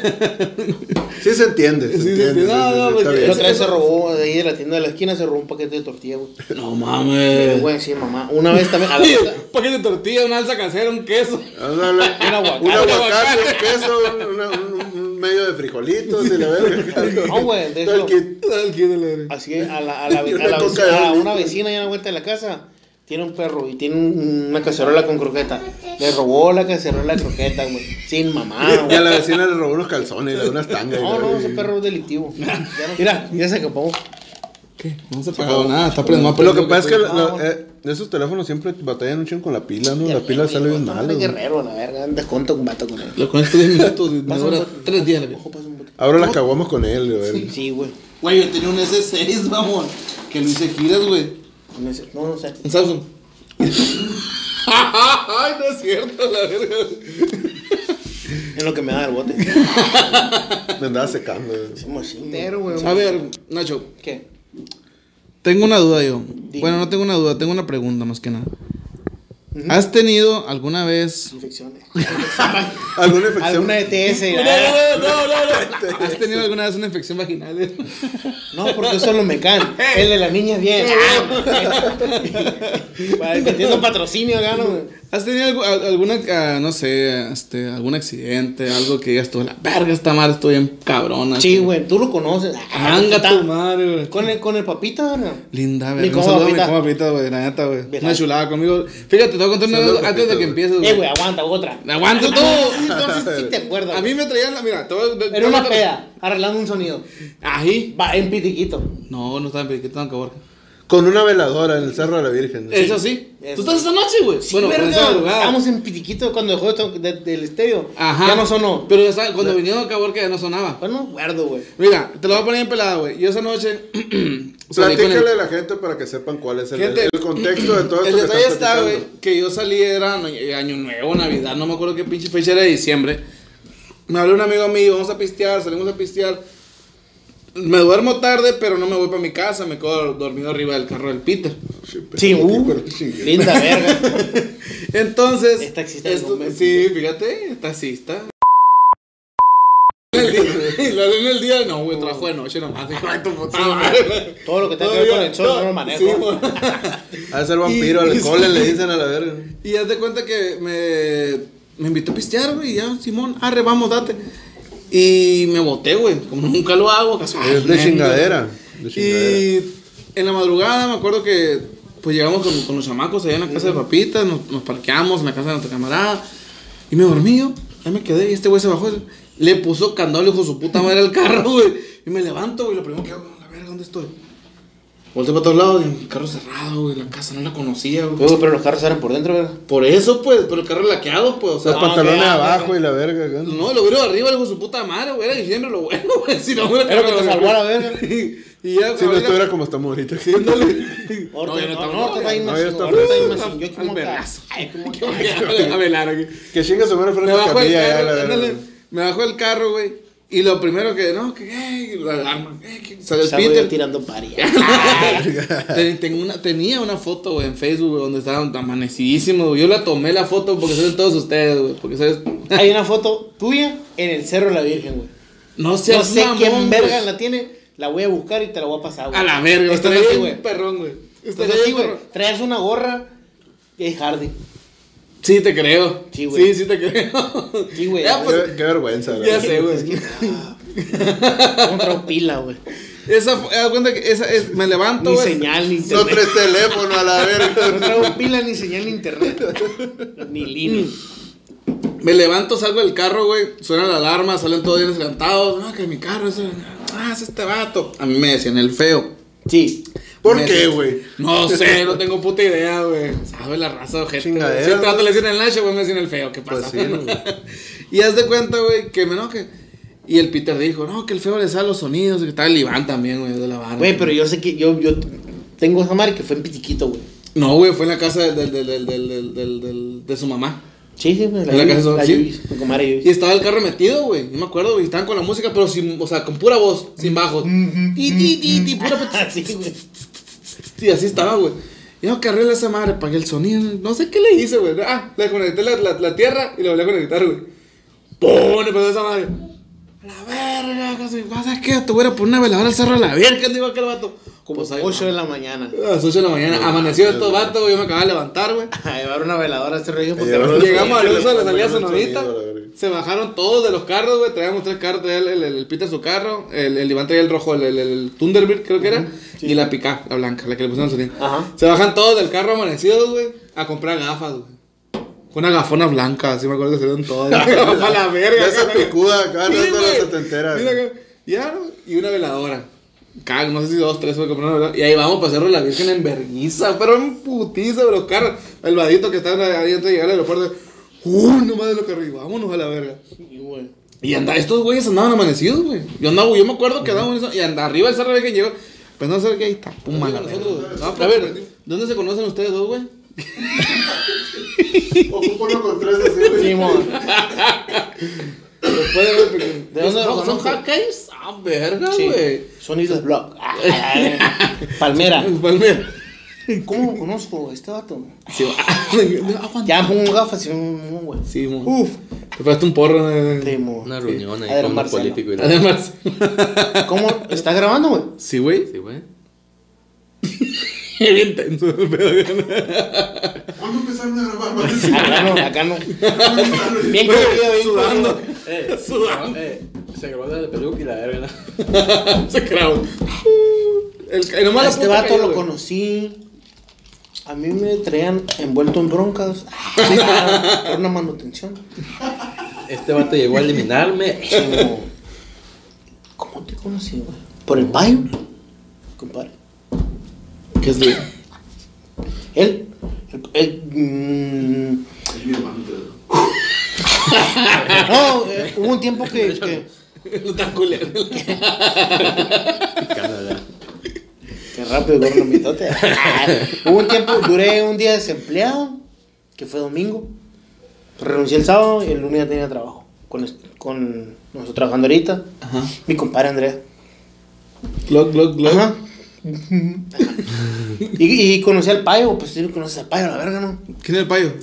Speaker 3: Sí se entiende, se
Speaker 1: Sí se
Speaker 3: entiende.
Speaker 1: entiende. No,
Speaker 3: sí, sí,
Speaker 1: no, pues, porque-
Speaker 3: sí, está
Speaker 2: El
Speaker 3: bien.
Speaker 2: otro día se robó de ahí de la tienda de la esquina, se robó un paquete de tortilla, güey.
Speaker 1: No
Speaker 2: Eh,
Speaker 1: mames.
Speaker 2: güey, sí, mamá. Una vez también. A la
Speaker 1: Oye,
Speaker 2: vuelta-
Speaker 1: un paquete de tortilla, una alza casera, un queso.
Speaker 3: Vamos a hablar-
Speaker 2: Un aguacate.
Speaker 3: Un aguacate,
Speaker 1: aguacate.
Speaker 3: un queso, un- una- un, un medio de frijolitos y la verga.
Speaker 2: No, güey, de
Speaker 3: Todo el
Speaker 2: eso-
Speaker 3: kit.
Speaker 2: así a la, a la, ve-
Speaker 3: Yo
Speaker 2: a la
Speaker 3: le
Speaker 2: vec-
Speaker 3: toca
Speaker 2: a
Speaker 3: algo.
Speaker 2: una vecina allá a la vuelta de la casa. Tiene un perro y tiene un- una cacerola con croqueta. Le robó la cacerola de croqueta, güey. Sin
Speaker 1: Ah,
Speaker 2: mamá,
Speaker 3: Y a
Speaker 2: güey.
Speaker 3: la vecina le robó unos calzones, le dio unas tangas. y
Speaker 2: No,
Speaker 3: la
Speaker 2: no,
Speaker 3: verga.
Speaker 2: ese perro es delictivo. Mira, ya se acabó.
Speaker 1: ¿Qué? No se ha pagado nada, está prendido.
Speaker 3: Pues Lo que pasa es que
Speaker 2: no, pues,
Speaker 3: lo-
Speaker 2: güey.
Speaker 3: eh, esos teléfonos siempre batallan un chingo con la pila, ¿no? La pila sale bien
Speaker 2: Está
Speaker 3: mal.
Speaker 2: muy
Speaker 3: güey.
Speaker 2: guerrero, la verga. Anda conto con vato con él.
Speaker 1: Lo conecto 10 minutos y me
Speaker 2: Pasa un
Speaker 1: dura
Speaker 2: bote.
Speaker 1: 3 días. la verga.
Speaker 2: Ojo, pasa un bote.
Speaker 3: Ahora las cagamos con él, güey.
Speaker 2: Sí, güey.
Speaker 1: Güey, yo tenía un S6, mamón. Que lo hice giras, güey.
Speaker 2: Con ese- No, no sé.
Speaker 1: En Samsung. Ay, no es cierto, la verga.
Speaker 2: En Es lo que me da el bote.
Speaker 3: Me andaba secando.
Speaker 2: Somos así, güey. Pero, güey.
Speaker 1: A ver, Nacho,
Speaker 2: ¿Qué?
Speaker 1: tengo una duda yo.
Speaker 2: Dime.
Speaker 1: Bueno, no tengo una duda, tengo una pregunta más que nada. ¿Has tenido alguna vez...
Speaker 2: Infecciones.
Speaker 3: ¿Alguna infección?
Speaker 2: Alguna E ETS.
Speaker 3: E
Speaker 2: y la-
Speaker 1: no, no, ¿Has tenido alguna vez una infección vaginal? eh?
Speaker 2: No, porque eso no me can. El de la niña bien. Ah, Para metiendo patrocinio, gano, güey.
Speaker 1: ¿Has tenido algu- al- alguna, ah, no sé, este, algún accidente, algo que digas tú, la verga está mal, estoy bien cabrona?
Speaker 2: Sí,
Speaker 1: que-
Speaker 2: güey, tú lo conoces. Ah,
Speaker 1: Anga
Speaker 2: Está-
Speaker 1: tu madre, güey.
Speaker 2: Con el, con el papita, ¿verdad?
Speaker 1: Linda,
Speaker 2: Mi
Speaker 1: güey. Un
Speaker 2: compa
Speaker 1: saludo a mi
Speaker 2: Pita.
Speaker 1: compa Pita, güey. La neta, güey.
Speaker 2: Verás.
Speaker 1: Una chulada conmigo. Fíjate, te voy a contar una
Speaker 3: Saludo,
Speaker 1: antes
Speaker 3: Pita,
Speaker 1: de que
Speaker 3: güey.
Speaker 1: empieces,
Speaker 2: Eh, güey, aguanta, otra.
Speaker 1: Aguanta tú.
Speaker 2: Entonces sí te acuerdas.
Speaker 1: A mí me
Speaker 2: güey.
Speaker 1: traían la. Mira, te voy a.
Speaker 2: Era una peda, arreglando un sonido.
Speaker 1: Ají.
Speaker 2: Va en pitiquito.
Speaker 1: No, no estaba en Periquito, en Caborca.
Speaker 3: Con una veladora en el Cerro de la Virgen.
Speaker 1: Eso sí.
Speaker 2: Eso.
Speaker 1: ¿Tú estás esa noche, güey?
Speaker 2: Sí,
Speaker 1: Bueno,
Speaker 2: verga,
Speaker 1: esa madrugada.
Speaker 2: Estábamos en pitiquito cuando dejó esto de- del estéreo.
Speaker 1: Ajá.
Speaker 2: Ya no sonó.
Speaker 1: Pero ya sabes, cuando vinieron a Caborca ya no sonaba.
Speaker 2: Bueno, no me acuerdo, güey.
Speaker 1: Mira, te lo voy a poner en pelada, güey. Yo esa noche. salí con el-
Speaker 3: Platícale a la gente para que sepan cuál es el,
Speaker 1: Gente,
Speaker 3: el contexto de todo
Speaker 1: El
Speaker 3: esto. que
Speaker 1: detalle
Speaker 3: están
Speaker 1: está, güey,
Speaker 3: platicando.
Speaker 1: que yo salí, era año, año nuevo, navidad, no me acuerdo qué pinche fecha era de diciembre. Me habló un amigo mío, vamos a pistear, salimos a pistear. Me duermo tarde, pero no me voy para mi casa, me quedo dormido arriba del carro del Peter.
Speaker 2: Sí, uh,
Speaker 3: pero qué chingue.
Speaker 2: linda verga.
Speaker 1: Entonces.
Speaker 2: Es taxista del momento.
Speaker 1: Sí, fíjate, es taxista. Y lo hago en el día, no, güey, trabajo de noche nomás. hijo de tu puta madre.
Speaker 2: Todo lo que tenga que ver con el sol no lo
Speaker 1: Sí,
Speaker 2: manejo.
Speaker 1: güey.
Speaker 3: Ha de ser vampiro,
Speaker 1: Y- y-
Speaker 3: al cole le dicen a la verga.
Speaker 1: Y haz de cuenta que me, me invitó a pistear, güey. y Ya, Simón, arre, vamos, date. Y me boté, güey. Como nunca lo hago, casualmente.
Speaker 3: Es de chingadera. De chingadera.
Speaker 1: Y en la madrugada me acuerdo que pues llegamos con, con los chamacos allá en la casa de papitas, nos, nos parqueamos en la casa de nuestra camarada. Y me dormí yo, ya me quedé. Y este güey se bajó, le puso candado, le dijo su puta madre al carro, güey. Y me levanto, güey. Lo primero que hago, la verga, ¿dónde estoy? Volteo para todos lados, y el carro cerrado, güey. La casa no la conocía, güey.
Speaker 2: Güey, pero los carros eran por dentro, ¿verdad?
Speaker 1: Por eso, pues, pero el carro laqueado, pues, o sea, pues,
Speaker 3: Los
Speaker 2: Ah,
Speaker 3: pantalones
Speaker 2: ok, ah,
Speaker 3: abajo
Speaker 2: ok.
Speaker 3: y la verga. acá.
Speaker 1: no, lo hubiera arriba, algo su puta madre, güey, era diciembre lo bueno, güey, si no hubiera...
Speaker 2: Era que te salvó la verga.
Speaker 1: Y, y ya,
Speaker 3: Si no
Speaker 1: ahorita-
Speaker 3: estuviera como estamos ahorita.
Speaker 2: Orte,
Speaker 1: yo no estaba-
Speaker 2: Orte está ahí
Speaker 3: no,
Speaker 2: más-
Speaker 3: yo estaba-
Speaker 2: Orte está ahí
Speaker 1: Uh,
Speaker 2: más-
Speaker 1: al-
Speaker 2: yo como
Speaker 1: al
Speaker 2: que-
Speaker 1: vergazo.
Speaker 2: Ay, como que-
Speaker 1: A velar aquí.
Speaker 3: Que chinga su madre
Speaker 1: Me
Speaker 3: frente a la
Speaker 1: bajó el
Speaker 3: capilla. ya,
Speaker 1: carro,
Speaker 3: la verga.
Speaker 1: ándale, me bajó el carro, güey, y lo primero que, no, que, ey, la alarma, ey, que salió el
Speaker 2: Esa güey
Speaker 1: Peter. Ah,
Speaker 2: tirando pari.
Speaker 1: Ten- tengo una- tenía una foto, güey, en Facebook, güey, donde estaban amanecidísimos, güey, yo la tomé la foto porque saben todos ustedes, güey, porque sabes...
Speaker 2: Hay una foto tuya en el Cerro de la Virgen, güey.
Speaker 1: No seas
Speaker 2: No sé
Speaker 1: mamón,
Speaker 2: quién verga
Speaker 1: güey.
Speaker 2: la tiene, la voy a buscar y te la voy a pasar, güey.
Speaker 1: A la verga,
Speaker 2: Estás
Speaker 1: estaría
Speaker 2: así,
Speaker 1: bien
Speaker 2: güey.
Speaker 1: perrón, güey.
Speaker 2: Estás
Speaker 1: Estaría
Speaker 2: así,
Speaker 1: bien pues.
Speaker 2: güey.
Speaker 1: perrón.
Speaker 2: Traes una gorra y es Hardy.
Speaker 1: Sí, te creo.
Speaker 2: Sí, güey.
Speaker 1: Sí, sí te creo.
Speaker 2: Sí, güey.
Speaker 1: Ya, pues,
Speaker 3: Qué, qué vergüenza, la
Speaker 1: ya
Speaker 3: verga.
Speaker 1: sé, güey.
Speaker 2: No traigo pila, güey.
Speaker 1: Esa, fu- haz cuenta que esa es, me levanto,
Speaker 2: Ni
Speaker 1: güey.
Speaker 2: señal, ni
Speaker 3: No
Speaker 2: internet.
Speaker 3: tres teléfonos a la
Speaker 2: No
Speaker 3: verga.
Speaker 2: traigo pila, ni señal, ni internet. Ni línea.
Speaker 1: Me levanto, salgo del carro, güey. Suena la alarma, salen todos bien escantados. No, que mi carro es. Ah, es este vato. A mí me decían el feo.
Speaker 2: Sí.
Speaker 3: ¿Por
Speaker 1: Me
Speaker 3: qué,
Speaker 1: decían-
Speaker 3: güey?
Speaker 1: No sé, no tengo puta idea, güey. Sabe la raza de gente.
Speaker 3: Chingadera,
Speaker 1: Siempre
Speaker 3: güey.
Speaker 1: antes le decían el Nacho, güey, me decían el feo. ¿Qué
Speaker 3: Pues
Speaker 1: pasa?
Speaker 3: sí, ¿no, güey?
Speaker 1: y haz de cuenta, güey, que me no, que. Y el Peter dijo, no, que el feo le sabe los sonidos. Y que estaba el Iván también, güey, de la barra.
Speaker 2: Güey, pero yo sé que yo, yo tengo esa madre que fue en Pitiquito, güey.
Speaker 1: No, güey, fue en la casa del, del, del, del, del, del- del- de su mamá.
Speaker 2: Sí, sí, güey.
Speaker 1: En la
Speaker 2: Yuvis,
Speaker 1: casa de-
Speaker 2: la
Speaker 1: sí.
Speaker 2: Yuvis, mi comadre Yuvis.
Speaker 1: Y estaba el carro metido, güey. No me acuerdo, güey. Estaban con la música, pero sin, o sea, con pura voz, sin bajos. Ti, ti, ti, ti, pura put-
Speaker 2: Sí, güey.
Speaker 1: Sí, así estaba, güey. Y yo que arregla esa madre, apagué el sonido. No sé qué le hice, güey. Ah, le conecté la, la, la tierra y le volví a conectar, güey. ¡Pum! Empezó esa madre. A la verga, casi. ¿Vas a qué? Te voy a ir a poner una veladora al cerro de la verga, digo aquel vato.
Speaker 2: Como
Speaker 1: Pues ahí
Speaker 2: 8 de la mañana.
Speaker 1: va. A las 8 de la mañana. Amaneció estos vatos, güey. Yo me acababa de levantar, güey.
Speaker 2: A llevar una veladora a este rollo porque
Speaker 3: llevar
Speaker 2: no-
Speaker 3: una-
Speaker 1: Llegamos al uso de la salida
Speaker 3: Pongan un
Speaker 1: sonorita.
Speaker 3: sonido, la verga.
Speaker 1: Se bajaron todos de los carros, güey. Traíamos tres carros. Traía el, el, el Peter su carro. El, el Iván traía el rojo, el, el, el Thunderbird, creo que era. Y la pica, la blanca, la que le pusieron sonido.
Speaker 2: Ajá.
Speaker 1: Se bajan todos del carro amanecidos, güey. A comprar gafas, güey. Con una gafona blanca, así me acuerdo que salieron todas. Para la verga.
Speaker 3: De esa
Speaker 1: güey.
Speaker 3: picuda acá, no
Speaker 1: Sí,
Speaker 3: es de la
Speaker 1: güey.
Speaker 3: setentera.
Speaker 1: Mira
Speaker 3: güey.
Speaker 1: acá. Ya, ¿no? y una veladora. Cag, no sé si dos, tres, güey, compré una veladora. Y ahí vamos para Cerro de la Virgen en verguiza, pero en putiza de los carros. El vadito que estaba ahí antes de llegar al aeropuerto. ¡Uh, no más de los carros! Y vámonos a la verga.
Speaker 2: Sí, güey.
Speaker 1: Y anda, estos güeyes andaban amanecidos, güey. Yo andaba, yo me acuerdo que andaban eso, y anda arriba del Cerro de la Virgen llegó. Pues no sé qué ahí está, puma la verga. No, pero a ver, ¿dónde se conocen ustedes dos, güey?
Speaker 3: Ocupo uno con tres así, güey.
Speaker 2: Simón.
Speaker 1: lo puede ver porque.
Speaker 2: ¿De dónde lo
Speaker 1: ¿Son- ¿Son
Speaker 2: conozco?
Speaker 1: Hawkeyes? Ah, verga,
Speaker 2: Sí,
Speaker 1: güey.
Speaker 2: son Islas Block. Ah, Palmera.
Speaker 1: Palmera.
Speaker 2: ¿Cómo lo conozco a este vato?
Speaker 1: Sí, va. Aguanta.
Speaker 2: Ya pongo gafas y un un güey.
Speaker 1: Sí, mo.
Speaker 2: Uf,
Speaker 1: Te falta un porro. eh.
Speaker 2: primo.
Speaker 5: Una reunión ahí
Speaker 2: Adrián
Speaker 5: con un
Speaker 2: Marcelo.
Speaker 5: político y la...
Speaker 1: Además.
Speaker 2: ¿Cómo está grabando, güey?
Speaker 1: Sí, güey.
Speaker 5: Sí, güey.
Speaker 1: Bien tenso. el pedo.
Speaker 3: ¿Cuándo empezaron a grabar? Vale, sí.
Speaker 2: Acá Ah, no, acá no. Bien
Speaker 1: Güey,
Speaker 2: corrido, bien
Speaker 1: sudando.
Speaker 2: corrido.
Speaker 5: Eh,
Speaker 1: Sudando.
Speaker 5: eh, se grabó la de peluca y la verga. ¿no?
Speaker 1: Se clavó. El, el nomás
Speaker 2: A
Speaker 1: la
Speaker 2: este
Speaker 1: puta
Speaker 2: vato
Speaker 1: cayó,
Speaker 2: lo
Speaker 1: güey.
Speaker 2: conocí. A mí me traían envuelto en broncas. Ah, Por una manutención.
Speaker 5: Este vato llegó a eliminarme.
Speaker 2: Como, ¿Cómo te conocí, güey? ¿Por el payo? Compadre.
Speaker 1: ¿Qué es, güey?
Speaker 2: Él. el- el- mm,
Speaker 3: Es mi hermano, Pedro.
Speaker 2: no, eh, hubo un tiempo que- que
Speaker 1: Lo tan culero.
Speaker 2: Qué rápido, gordo mitote. Hubo un tiempo, duré un día desempleado, que fue domingo. Renuncié el sábado y el lunes ya tenía trabajo. Con, es- con nosotros trabajando ahorita.
Speaker 1: Ajá.
Speaker 2: Mi compadre Andrés.
Speaker 1: Glock, glock, glock.
Speaker 2: Ajá. y, y conocí al payo, pues tú conoces al payo, la verga, ¿no?
Speaker 1: ¿Quién es el payo?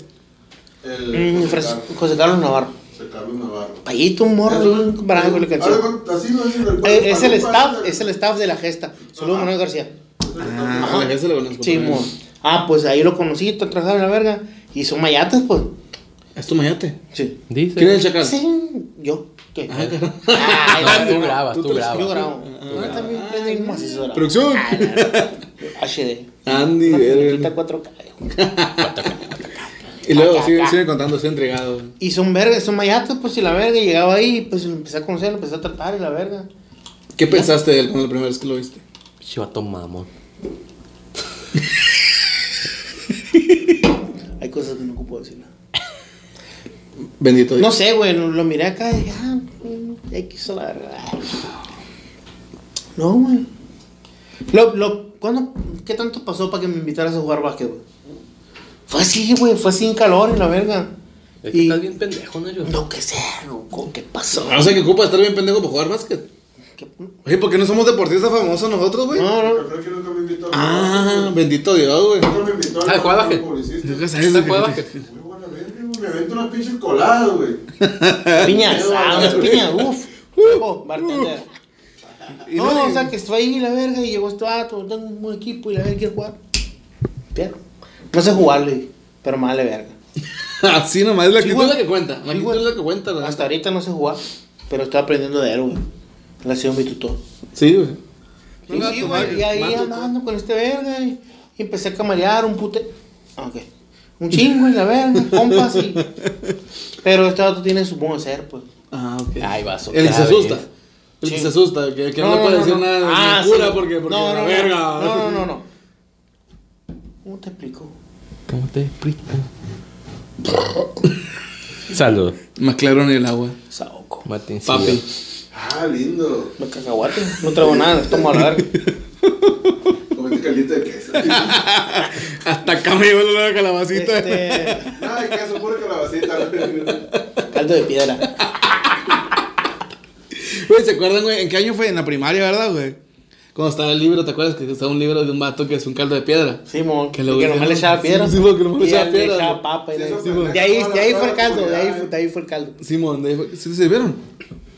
Speaker 3: El.
Speaker 2: Mm,
Speaker 3: José
Speaker 2: Fras-
Speaker 3: Carlos-
Speaker 2: José Carlos Navarro.
Speaker 3: José Carlos Navarro.
Speaker 2: Payito, un morro, un barajo que le
Speaker 3: Haz de
Speaker 2: canción.
Speaker 3: cuenta, Así lo dice el
Speaker 2: Eh, Es el staff, es el staff de la gesta. Saludos, Manuel García.
Speaker 1: Ah, a la gente se lo conozco.
Speaker 2: Sí, mo. Ah, pues ahí lo conocí, te trabajaba en la verga. Y son mayatas, pues.
Speaker 1: ¿Es tu mayate?
Speaker 2: Sí.
Speaker 5: Dice.
Speaker 1: ¿Quién es el chacal?
Speaker 2: Sí, yo. ¿Qué?
Speaker 1: Ah, caray.
Speaker 2: Ay,
Speaker 5: No, Ah, tú
Speaker 2: no,
Speaker 5: grabas, tú
Speaker 2: Yo
Speaker 5: grabas. Ah,
Speaker 2: grabo. Yo también prende un macizo grabo.
Speaker 1: Producción.
Speaker 2: Ah, no, no. HD.
Speaker 1: Andy,
Speaker 2: Una
Speaker 1: verga.
Speaker 2: peliculita 4K. hijo.
Speaker 1: Y luego
Speaker 2: Acá,
Speaker 1: sigue,
Speaker 2: acá.
Speaker 1: sigue contando, estoy entregado.
Speaker 2: Y son vergas, son mayatos, pues, y la verga. y Llegaba ahí, pues, lo empecé a conocer, lo empecé a tratar, y la verga.
Speaker 1: ¿Qué pensaste de él cuando la primera vez que lo viste?
Speaker 5: Chivato mamón.
Speaker 2: Hay cosas que no puedo decir.
Speaker 1: Bendito Dios.
Speaker 2: No sé, güey, lo, lo miré acá y dije, ah, mm, ya quiso la verdad. No, güey. Lo, lo, ¿cuándo, ¿Qué tanto pasó para que me invitaras a jugar básquet, güey? Fue así, güey, fue sin calor en la verga.
Speaker 5: Es que
Speaker 2: Y-
Speaker 5: estás bien pendejo, Nacho.
Speaker 2: No, que sé, loco, ¿qué pasó?
Speaker 1: Ah, O sea, que ocupa estar bien pendejo para jugar básquet.
Speaker 2: ¿Qué-
Speaker 1: Oye, ¿por qué no somos deportistas famosos nosotros, güey?
Speaker 2: No, no,
Speaker 3: Creo que nunca me invitó. a-
Speaker 1: Ah, bendito Dios, güey.
Speaker 3: Nunca me invitó.
Speaker 5: Ah,
Speaker 3: a
Speaker 5: ¿jugaba básquet?
Speaker 1: Nunca
Speaker 3: publicista.
Speaker 1: sabes
Speaker 5: ¿Se
Speaker 1: de qué-
Speaker 5: acuerda que-
Speaker 3: Muy buena verga, güey. Me avento unas pinches coladas, güey.
Speaker 2: piñas, ah, unas piñas, uff. Oh, bartender.
Speaker 1: Y
Speaker 2: No,
Speaker 1: no,
Speaker 2: o sea, que estoy ahí, la verga, y llegó este vato, tengo un buen equipo y la verga quiere jugar. Pero, no sé jugarle, pero me vale verga.
Speaker 1: Así nomás es la actitud
Speaker 2: güey.
Speaker 1: la que cuenta. La
Speaker 2: Sí,
Speaker 1: actitud
Speaker 2: güey.
Speaker 1: es la que cuenta. la-
Speaker 2: Hasta ahorita no sé jugar, pero estoy aprendiendo de él, güey. Él ha sido mi tutor.
Speaker 1: Sí, güey.
Speaker 2: Sí,
Speaker 1: Venga,
Speaker 2: sí,
Speaker 1: tu
Speaker 2: güey,
Speaker 1: madre,
Speaker 2: y ahí
Speaker 1: mate,
Speaker 2: andando con este verga y, y empecé a camarear un pute... Ah, ok. Un chingo y la verga, compas y... Pero este vato tiene su buen ser, pues.
Speaker 1: Ah, ok.
Speaker 5: Ay, vaso. eh.
Speaker 1: El que se
Speaker 5: otra
Speaker 1: asusta.
Speaker 5: vez.
Speaker 1: El que
Speaker 2: Sí.
Speaker 1: se asusta, el que, el que no, le puede decir nada de
Speaker 2: Ah,
Speaker 1: locura
Speaker 2: sí.
Speaker 1: porque, porque
Speaker 2: No,
Speaker 1: la
Speaker 2: no, no.
Speaker 1: verga.
Speaker 2: No, no, no, no. ¿Cómo te explico?
Speaker 5: ¿Cómo te explico? Salud.
Speaker 1: Más claro en el agua.
Speaker 2: Saoco.
Speaker 5: Martín.
Speaker 1: Papi.
Speaker 3: Ah, lindo.
Speaker 2: Me cacahuate. No traigo nada, tomo a la verga.
Speaker 3: Comete caliente de queso.
Speaker 1: Hasta acá me llevo el olor a calabacita.
Speaker 2: Este...
Speaker 3: Nada de queso, pura calabacita. güey.
Speaker 2: Caldo de piedra.
Speaker 1: Güey, ¿se acuerdan, güey? ¿En qué año fue? En la primaria, ¿verdad, güey? Cuando estaba el libro, ¿te acuerdas? Que estaba un libro de un vato que es un caldo de piedra.
Speaker 2: Simón,
Speaker 1: Que
Speaker 2: que,
Speaker 1: lo
Speaker 2: que
Speaker 1: hicieron.
Speaker 2: nomás le echaba piedra.
Speaker 1: Sí, sí, porque nomás le
Speaker 2: Y
Speaker 1: echaba
Speaker 2: él
Speaker 1: piedra.
Speaker 2: echaba papa y
Speaker 3: Sí,
Speaker 2: de,
Speaker 3: eso
Speaker 2: de
Speaker 3: fue-
Speaker 2: ahí,
Speaker 3: eso
Speaker 2: de ahí
Speaker 3: fue
Speaker 2: fue el
Speaker 3: la
Speaker 2: caldo, de ahí,
Speaker 3: oportunidad,
Speaker 2: fue- de ahí fue el caldo.
Speaker 1: Simón, de ahí fue- ¿sí se vieron?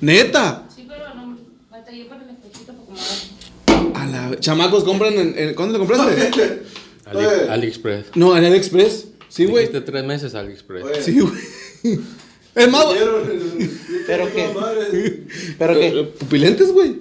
Speaker 1: ¡Neta!
Speaker 7: Sí, pero no. Batallé por el espejito para acomodar.
Speaker 1: A la... Chamacos, compran en... en- ¿Cuándo lo compraste?
Speaker 5: Ali- AliExpress.
Speaker 1: no, en AliExpress. Sí, güey.
Speaker 5: Dijiste tres meses AliExpress.
Speaker 3: Oye,
Speaker 1: Sí, güey. Es más, güey.
Speaker 2: Pero
Speaker 3: ¿Pero
Speaker 2: qué.
Speaker 3: qué?
Speaker 2: Pero que,
Speaker 1: Eh, Pupilentes, güey.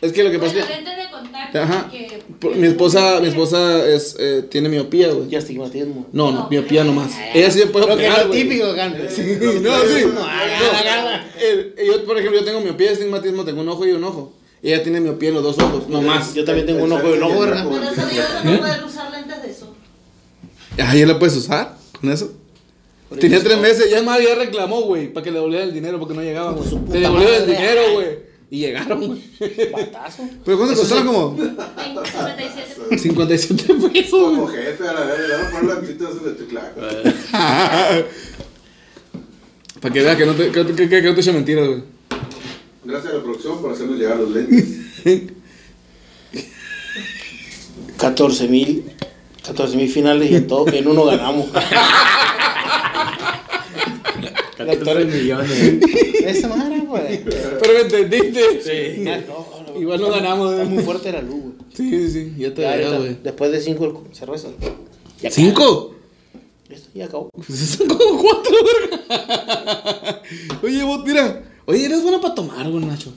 Speaker 1: Es que lo que pasa es
Speaker 7: Bueno,
Speaker 1: que...
Speaker 7: lentes de contacto.
Speaker 1: Ajá.
Speaker 7: porque-
Speaker 1: Por- Mi esposa, mi esposa es, eh, tiene miopía, güey.
Speaker 2: ya estigmatismo.
Speaker 1: No, no,
Speaker 7: No.
Speaker 1: miopía nomás. Ella sí se puede
Speaker 2: Lo que es
Speaker 1: operar,
Speaker 2: lo
Speaker 1: güey.
Speaker 2: típico acá. ¿no?
Speaker 1: Sí, no, sí.
Speaker 2: No, agarra, agarra.
Speaker 1: El- yo, por ejemplo, yo tengo miopía, estigmatismo, tengo un ojo y un ojo. Ella tiene miopía en los dos ojos, no más.
Speaker 2: Yo también tengo un ojo y un ojo, ¿verdad?
Speaker 7: Por eso digo que no poder usar lentes de eso.
Speaker 1: Ah, ¿ya la puedes usar con eso? Tenía tres meses, ya más ya reclamó, güey, para que le devolviera el dinero porque no llegaba, güey.
Speaker 2: Su puta
Speaker 1: Le devolvió el
Speaker 2: madre.
Speaker 1: dinero, güey. Y llegaron, güey.
Speaker 2: Batazo.
Speaker 1: Pero ¿cuánto costaron? Como
Speaker 7: 57.
Speaker 1: 57 pesos,
Speaker 3: Como
Speaker 1: güey.
Speaker 3: jefe, a la verga, le van a poner las pitas de teclado.
Speaker 1: Para que vea que no te, que, que- que no te eche mentiras, güey.
Speaker 3: Gracias a la producción por hacernos llegar los lentes.
Speaker 2: 14 mil. 14 mil finales y en todo, en uno ganamos.
Speaker 5: 14 millones.
Speaker 2: Esa madre, güey.
Speaker 1: Pero me entendiste.
Speaker 5: Sí.
Speaker 2: Ya, no, no,
Speaker 1: Igual no ganamos,
Speaker 2: Está
Speaker 1: güey.
Speaker 2: muy fuerte la luz, güey.
Speaker 1: Sí, sí, sí. Ya te
Speaker 2: Ya,
Speaker 1: verás,
Speaker 2: ahorita,
Speaker 1: güey.
Speaker 2: Después de 5 el cerveza. Ya
Speaker 1: ¿Cinco?
Speaker 2: acabó. Esto ya acabó.
Speaker 1: Pues son como cuatro, verga. Oye, vos, mira. Oye, eres buena para tomar, güey, Nacho.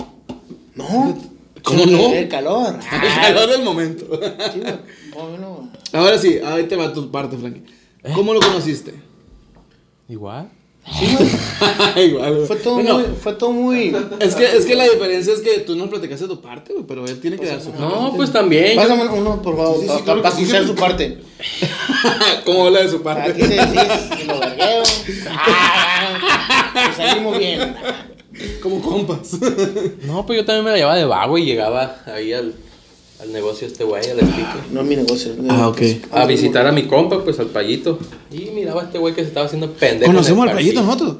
Speaker 2: No.
Speaker 1: ¿Cómo no?
Speaker 2: El calor.
Speaker 1: El calor del momento.
Speaker 2: Sí, güey. Bueno,
Speaker 1: Ahora sí, ahí te va tu parte, Frankie.
Speaker 2: ¿Eh?
Speaker 1: ¿Cómo lo conociste?
Speaker 5: Igual.
Speaker 2: sí, güey.
Speaker 1: Igual, güey.
Speaker 2: Fue todo
Speaker 1: Bueno,
Speaker 2: muy. Fue todo muy.
Speaker 1: Es que, es que la diferencia es que tú no platicaste tu parte, güey, pero él tiene que dar su parte.
Speaker 5: No, pues también. yo-
Speaker 2: Pásame uno, por favor,
Speaker 1: sí,
Speaker 2: para
Speaker 1: claro que sí.
Speaker 2: escuchar su parte.
Speaker 1: Ah, ¿Cómo habla de su parte?
Speaker 2: Aquí se decís, y lo vergueo. Ah, y salimos bien.
Speaker 1: Como compas.
Speaker 5: No, pues yo también me la llevaba de vago y llegaba ahí al, al negocio este güey, al explique.
Speaker 2: No es mi negocio.
Speaker 1: Ah, ok.
Speaker 5: A visitar a mi compa, pues al payito. Y miraba a este güey que se estaba haciendo pendejo. en el
Speaker 1: ¿Conocemos al
Speaker 5: parquín.
Speaker 1: payito nosotros?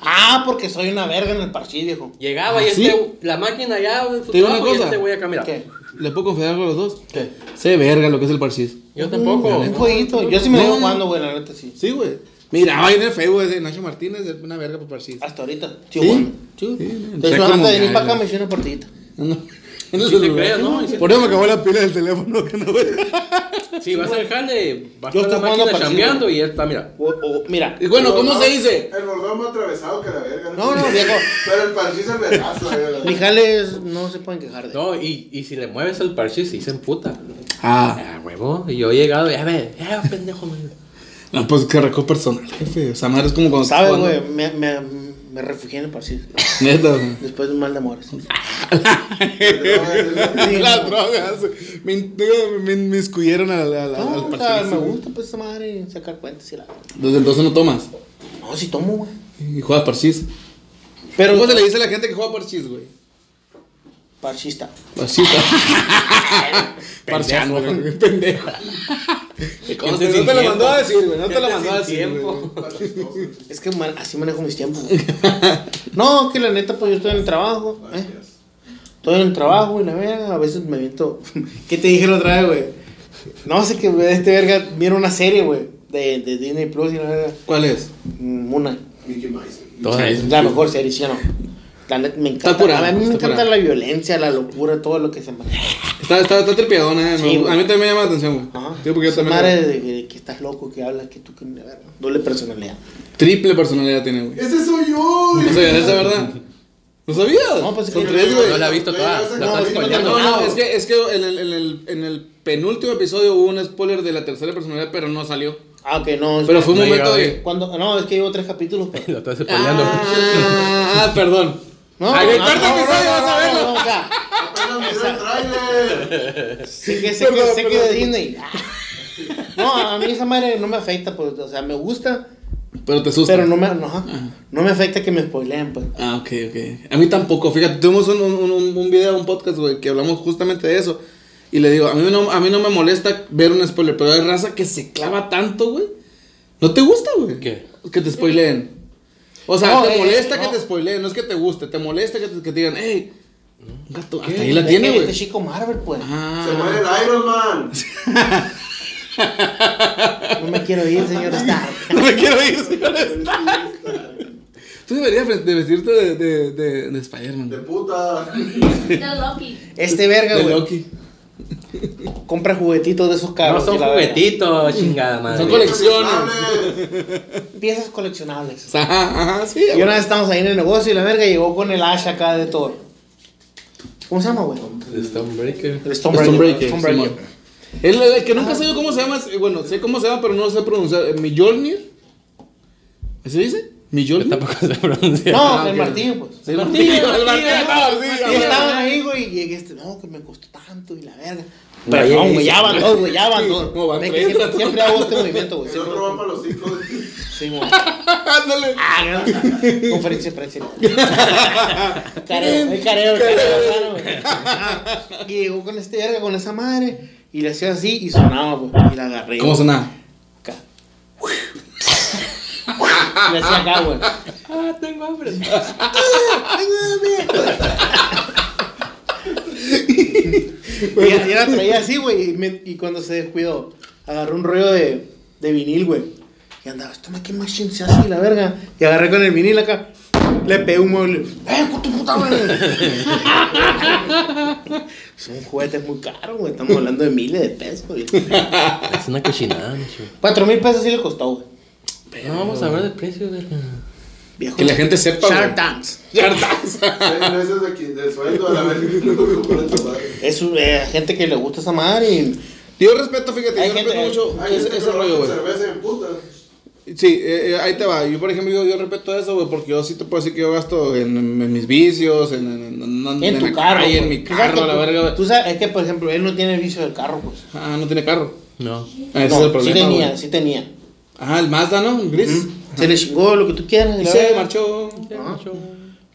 Speaker 2: Ah, porque soy una verga en el parchís, viejo.
Speaker 5: Llegaba y
Speaker 1: ¿Ah, sí?
Speaker 5: este, la máquina allá, su
Speaker 1: Te digo una
Speaker 5: trabajo, y
Speaker 1: cosa.
Speaker 5: este güey acá, mira.
Speaker 2: ¿Qué?
Speaker 1: ¿Le puedo confiar algo a los dos?
Speaker 5: ¿Qué?
Speaker 1: Sé verga lo que es el parchís.
Speaker 5: Yo tampoco.
Speaker 2: Un jueguito. Yo sí me
Speaker 1: Mm, No.
Speaker 2: veo jugando, güey, la neta sí.
Speaker 1: Sí, güey. Miraba ahí en el Facebook ese Nacho Martínez, una verga por parchís.
Speaker 2: Hasta ahorita. Sí, jugando. Sí.
Speaker 1: sé
Speaker 2: Entonces,
Speaker 1: cómo
Speaker 2: antes de venir
Speaker 1: me
Speaker 2: para acá
Speaker 1: hago.
Speaker 2: me hice una partidita.
Speaker 1: No. En el
Speaker 5: Sí te
Speaker 1: celular.
Speaker 5: creas, ¿no? Y sí-
Speaker 1: Por eso me acabó la pila del teléfono que no ve.
Speaker 5: Si vas al jale, vas
Speaker 2: Yo
Speaker 5: a la
Speaker 2: estoy jugando
Speaker 5: máquina
Speaker 2: parchís.
Speaker 5: chambeando y él está, mira.
Speaker 2: O, o, mira.
Speaker 1: Y bueno, ¿cómo se dice?
Speaker 3: El bordón más atravesado que la verga.
Speaker 2: No, no, viejo.
Speaker 3: Pero el parchís es vergazo, güey.
Speaker 2: Mijales no se pueden quejar de.
Speaker 5: No, y, y si le mueves el parchís, sí se emputa.
Speaker 1: Ah,
Speaker 5: Ah, huevo. Y yo he llegado, ya ve, ya pendejo, man.
Speaker 1: no, pues que recojo personal, jefe. O sea, madre es como cuando estás
Speaker 2: ¿Sabes, güey?
Speaker 1: jugando.
Speaker 2: Me, me, me refugié en el parchís.
Speaker 1: Neta, güey.
Speaker 2: Después de un mal de amores.
Speaker 1: Ah, Las drogas. Me, digo, me inmiscuyeron al, al, al-
Speaker 2: No,
Speaker 1: al
Speaker 2: o sea,
Speaker 1: parchís.
Speaker 2: me gusta pues esa madre sacar cuentas y la.
Speaker 1: Ah, Desde entonces no tomas.
Speaker 2: No, si tomo, güey.
Speaker 1: Y juegas parchís.
Speaker 2: Pero
Speaker 1: ¿Cómo se le dice a la gente que juega parchís, güey?
Speaker 2: Parchista.
Speaker 1: Parchita. Parchando, güey. Pendejo. ¿Cómo
Speaker 5: Gente
Speaker 1: se- no
Speaker 5: sin
Speaker 1: te lo
Speaker 5: tiempo.
Speaker 1: mandó a decir, güey. No te lo
Speaker 5: Gente
Speaker 1: mandó a
Speaker 5: sin
Speaker 1: decir.
Speaker 5: tiempo.
Speaker 1: güey.
Speaker 2: Es que man- así manejo mis tiempos. güey. no, que la neta, pues yo estoy en el trabajo. ¿eh? Estoy en el trabajo y la verga. A veces me viento. ¿Qué te dije la otra vez, güey? No sé que este verga mira una serie, güey. De, de Disney Plus y la verga. mm,
Speaker 1: ¿Cuál es?
Speaker 2: Una.
Speaker 3: Mickey Mouse.
Speaker 5: Todas.
Speaker 2: La mejor serie, sí o no. La neta, me encanta.
Speaker 1: Está curada,
Speaker 2: a mí me
Speaker 1: está
Speaker 2: encanta
Speaker 1: curada.
Speaker 2: la violencia, la locura, todo lo que se maneja.
Speaker 1: Está, está, está tripiadona, eh.
Speaker 2: Sí,
Speaker 1: me- a
Speaker 2: güey.
Speaker 1: mí también me llama la atención, güey.
Speaker 2: Ajá.
Speaker 1: Sí, porque yo
Speaker 2: Esa
Speaker 1: también.
Speaker 2: madre de, de que estás loco, que hablas, que tú que una verga. Doble personalidad.
Speaker 1: Triple personalidad tiene, güey.
Speaker 3: ¡Ese soy yo!
Speaker 1: No sabía esa verdad. ¿No sabías?
Speaker 2: No, pues,
Speaker 1: Son
Speaker 2: que-
Speaker 1: tres, güey.
Speaker 5: No la he visto toda. La
Speaker 2: No,
Speaker 5: están
Speaker 2: es que no te-
Speaker 5: spoileando.
Speaker 1: No, no,
Speaker 2: no.
Speaker 1: es que, es que en, el, en, el, en el penúltimo episodio hubo un spoiler de la tercera personalidad, pero no salió.
Speaker 2: Ah, ok, no. es
Speaker 1: Pero
Speaker 2: que-
Speaker 1: fue un
Speaker 5: No
Speaker 1: momento
Speaker 5: llegaba
Speaker 1: de.
Speaker 2: Cuando, no, es que llevo tres capítulos. pero-
Speaker 5: Lo estás spoileando.
Speaker 1: Ah, ah, perdón.
Speaker 2: No,
Speaker 1: Ay, el
Speaker 2: no,
Speaker 1: cuarto
Speaker 2: no, no,
Speaker 1: episodio,
Speaker 2: no,
Speaker 1: vas a
Speaker 2: no,
Speaker 1: verlo.
Speaker 2: no, o sea,
Speaker 3: ¡Apenas me dio el trailer!
Speaker 2: sé que sé que-
Speaker 1: Perdón,
Speaker 2: sé que
Speaker 1: perdón.
Speaker 2: de Disney. No, a mí esa madre no me afecta, pues, o sea, me gusta,
Speaker 1: Pero te asusta.
Speaker 2: pero no me, no, ajá, no me afecta que me spoileen, pues.
Speaker 1: Ah, ok, ok. A mí tampoco. Fíjate, tuvimos un, un, un- un video, un podcast, güey, que hablamos justamente de eso. Y le digo, a mí no, a mí no me molesta ver un spoiler, pero hay raza que se clava tanto, güey. ¿No te gusta, güey?
Speaker 5: ¿Qué?
Speaker 1: Que te spoileen. O sea,
Speaker 2: No,
Speaker 1: te
Speaker 2: eh,
Speaker 1: molesta
Speaker 2: eh,
Speaker 1: que
Speaker 2: no.
Speaker 1: te spoileen, no es que te guste, te molesta que te, que te digan, hey, un gato, hasta ahí la
Speaker 2: Es
Speaker 1: tiene,
Speaker 2: que
Speaker 1: güey. Ah,
Speaker 2: Este chico Marvel, pues.
Speaker 3: ¡Se muere el Iron Man!
Speaker 2: No me quiero ir, señor Stark.
Speaker 1: No me quiero ir, señor Stark. Tú deberías de vestirte de, de, de, de Spider-Man.
Speaker 3: ¡De puta!
Speaker 1: ¿Eh?
Speaker 7: De Loki.
Speaker 2: Este verga,
Speaker 1: De
Speaker 2: güey,
Speaker 1: Loki.
Speaker 2: compra juguetitos de esos
Speaker 5: No
Speaker 2: caros.
Speaker 5: son
Speaker 2: y la verga.
Speaker 5: juguetitos, chingada madre.
Speaker 1: Son colecciones.
Speaker 3: ¡Dale!
Speaker 2: Piezas coleccionables.
Speaker 1: Ajá, ajá, sí.
Speaker 2: Y una vez estamos ahí en el negocio y la verga llegó con el Ash acá de Thor. ¿Cómo se llama, güey?
Speaker 5: Stonebreaker.
Speaker 1: Stonebreaker,
Speaker 2: El Stonebreaker. Stonebreaker.
Speaker 1: Simón. El, el que nunca sé yo cómo se llama, es- eh, bueno, sé cómo se llama, pero no lo sé pronunciar. Eh, Mjolnir. ¿Se dice?
Speaker 5: Yo
Speaker 1: Mjolnir.
Speaker 5: tampoco se pronuncia.
Speaker 2: No,
Speaker 1: Ah,
Speaker 2: el
Speaker 1: ok.
Speaker 2: martillo, pues.
Speaker 1: Sí, el martillo, el martillo, no, sí,
Speaker 2: Y
Speaker 1: güey.
Speaker 2: estaban ahí, güey, y llegué este, no, que me costó tanto y la verga.
Speaker 5: No,
Speaker 2: Pero
Speaker 5: ya-
Speaker 2: no, güey, ya van dos, güey, ya van dos.
Speaker 1: no, van
Speaker 2: Ven
Speaker 1: tres.
Speaker 2: que siempre, siempre hago este movimiento, güey.
Speaker 3: El
Speaker 2: siempre
Speaker 3: otro
Speaker 2: hago
Speaker 3: va para los hijos.
Speaker 2: este- Sí, güey.
Speaker 1: Ándale.
Speaker 2: Ah, no. Conferencia de prensa. Careo, el careo, el careo, claro, güey. Ah, Y llegó con este verga, con esa madre, y le hacía así y sonaba, güey. Y la agarré.
Speaker 1: ¿Cómo sonaba?
Speaker 2: Acá. Me hacía acá, güey.
Speaker 5: Ah, tengo hambre.
Speaker 2: Y y la traía así, güey. Y, me- y cuando se descuidó, agarró un rollo de, de vinil, güey. Y andaba, toma qué machine se hace la verga. Y agarré con el vinil acá. Le pegué un mueble. ¡Eh, con tu puta madre! Son juguetes muy caros, güey. Estamos hablando de miles de pesos, güey.
Speaker 5: Es una cochinada, macho.
Speaker 2: Cuatro mil pesos sí le costó, güey.
Speaker 5: No vamos a hablar de precio, verga.
Speaker 2: Viejo.
Speaker 1: Que la gente sepa, güey.
Speaker 2: Shark Tanks.
Speaker 3: Seis meses de, qui- de sueldo a la verga.
Speaker 2: Es eh, gente que le gusta esa madre. y-
Speaker 1: Yo respeto, fíjate,
Speaker 2: Hay
Speaker 1: yo
Speaker 2: gente-
Speaker 1: respeto mucho ese, ese rollo, güey.
Speaker 3: este Cerveza en puta.
Speaker 1: Sí, eh, eh, ahí te va. Yo, por ejemplo, yo, yo respeto eso, güey, porque yo sí te puedo decir que yo gasto en, en mis vicios, en, en, en- en-
Speaker 2: En
Speaker 1: en
Speaker 2: tu
Speaker 1: la
Speaker 2: carro.
Speaker 1: calle, en
Speaker 2: güey.
Speaker 1: mi
Speaker 2: Tú sabes
Speaker 1: carro,
Speaker 2: que
Speaker 1: a la
Speaker 2: tú-
Speaker 1: verga, güey.
Speaker 2: Tú sabes, es que, por ejemplo, él no tiene el vicio del carro, pues.
Speaker 1: Ah, no tiene carro.
Speaker 5: No.
Speaker 1: Ah, Ese
Speaker 2: no,
Speaker 1: es el problema.
Speaker 2: sí tenía,
Speaker 1: güey.
Speaker 2: sí tenía.
Speaker 1: Ajá, el Mazda, ¿no? El Gris.
Speaker 2: Se le chingó lo que tú quieras.
Speaker 1: Y
Speaker 2: la
Speaker 1: se
Speaker 2: verdad.
Speaker 1: marchó.
Speaker 2: Ah.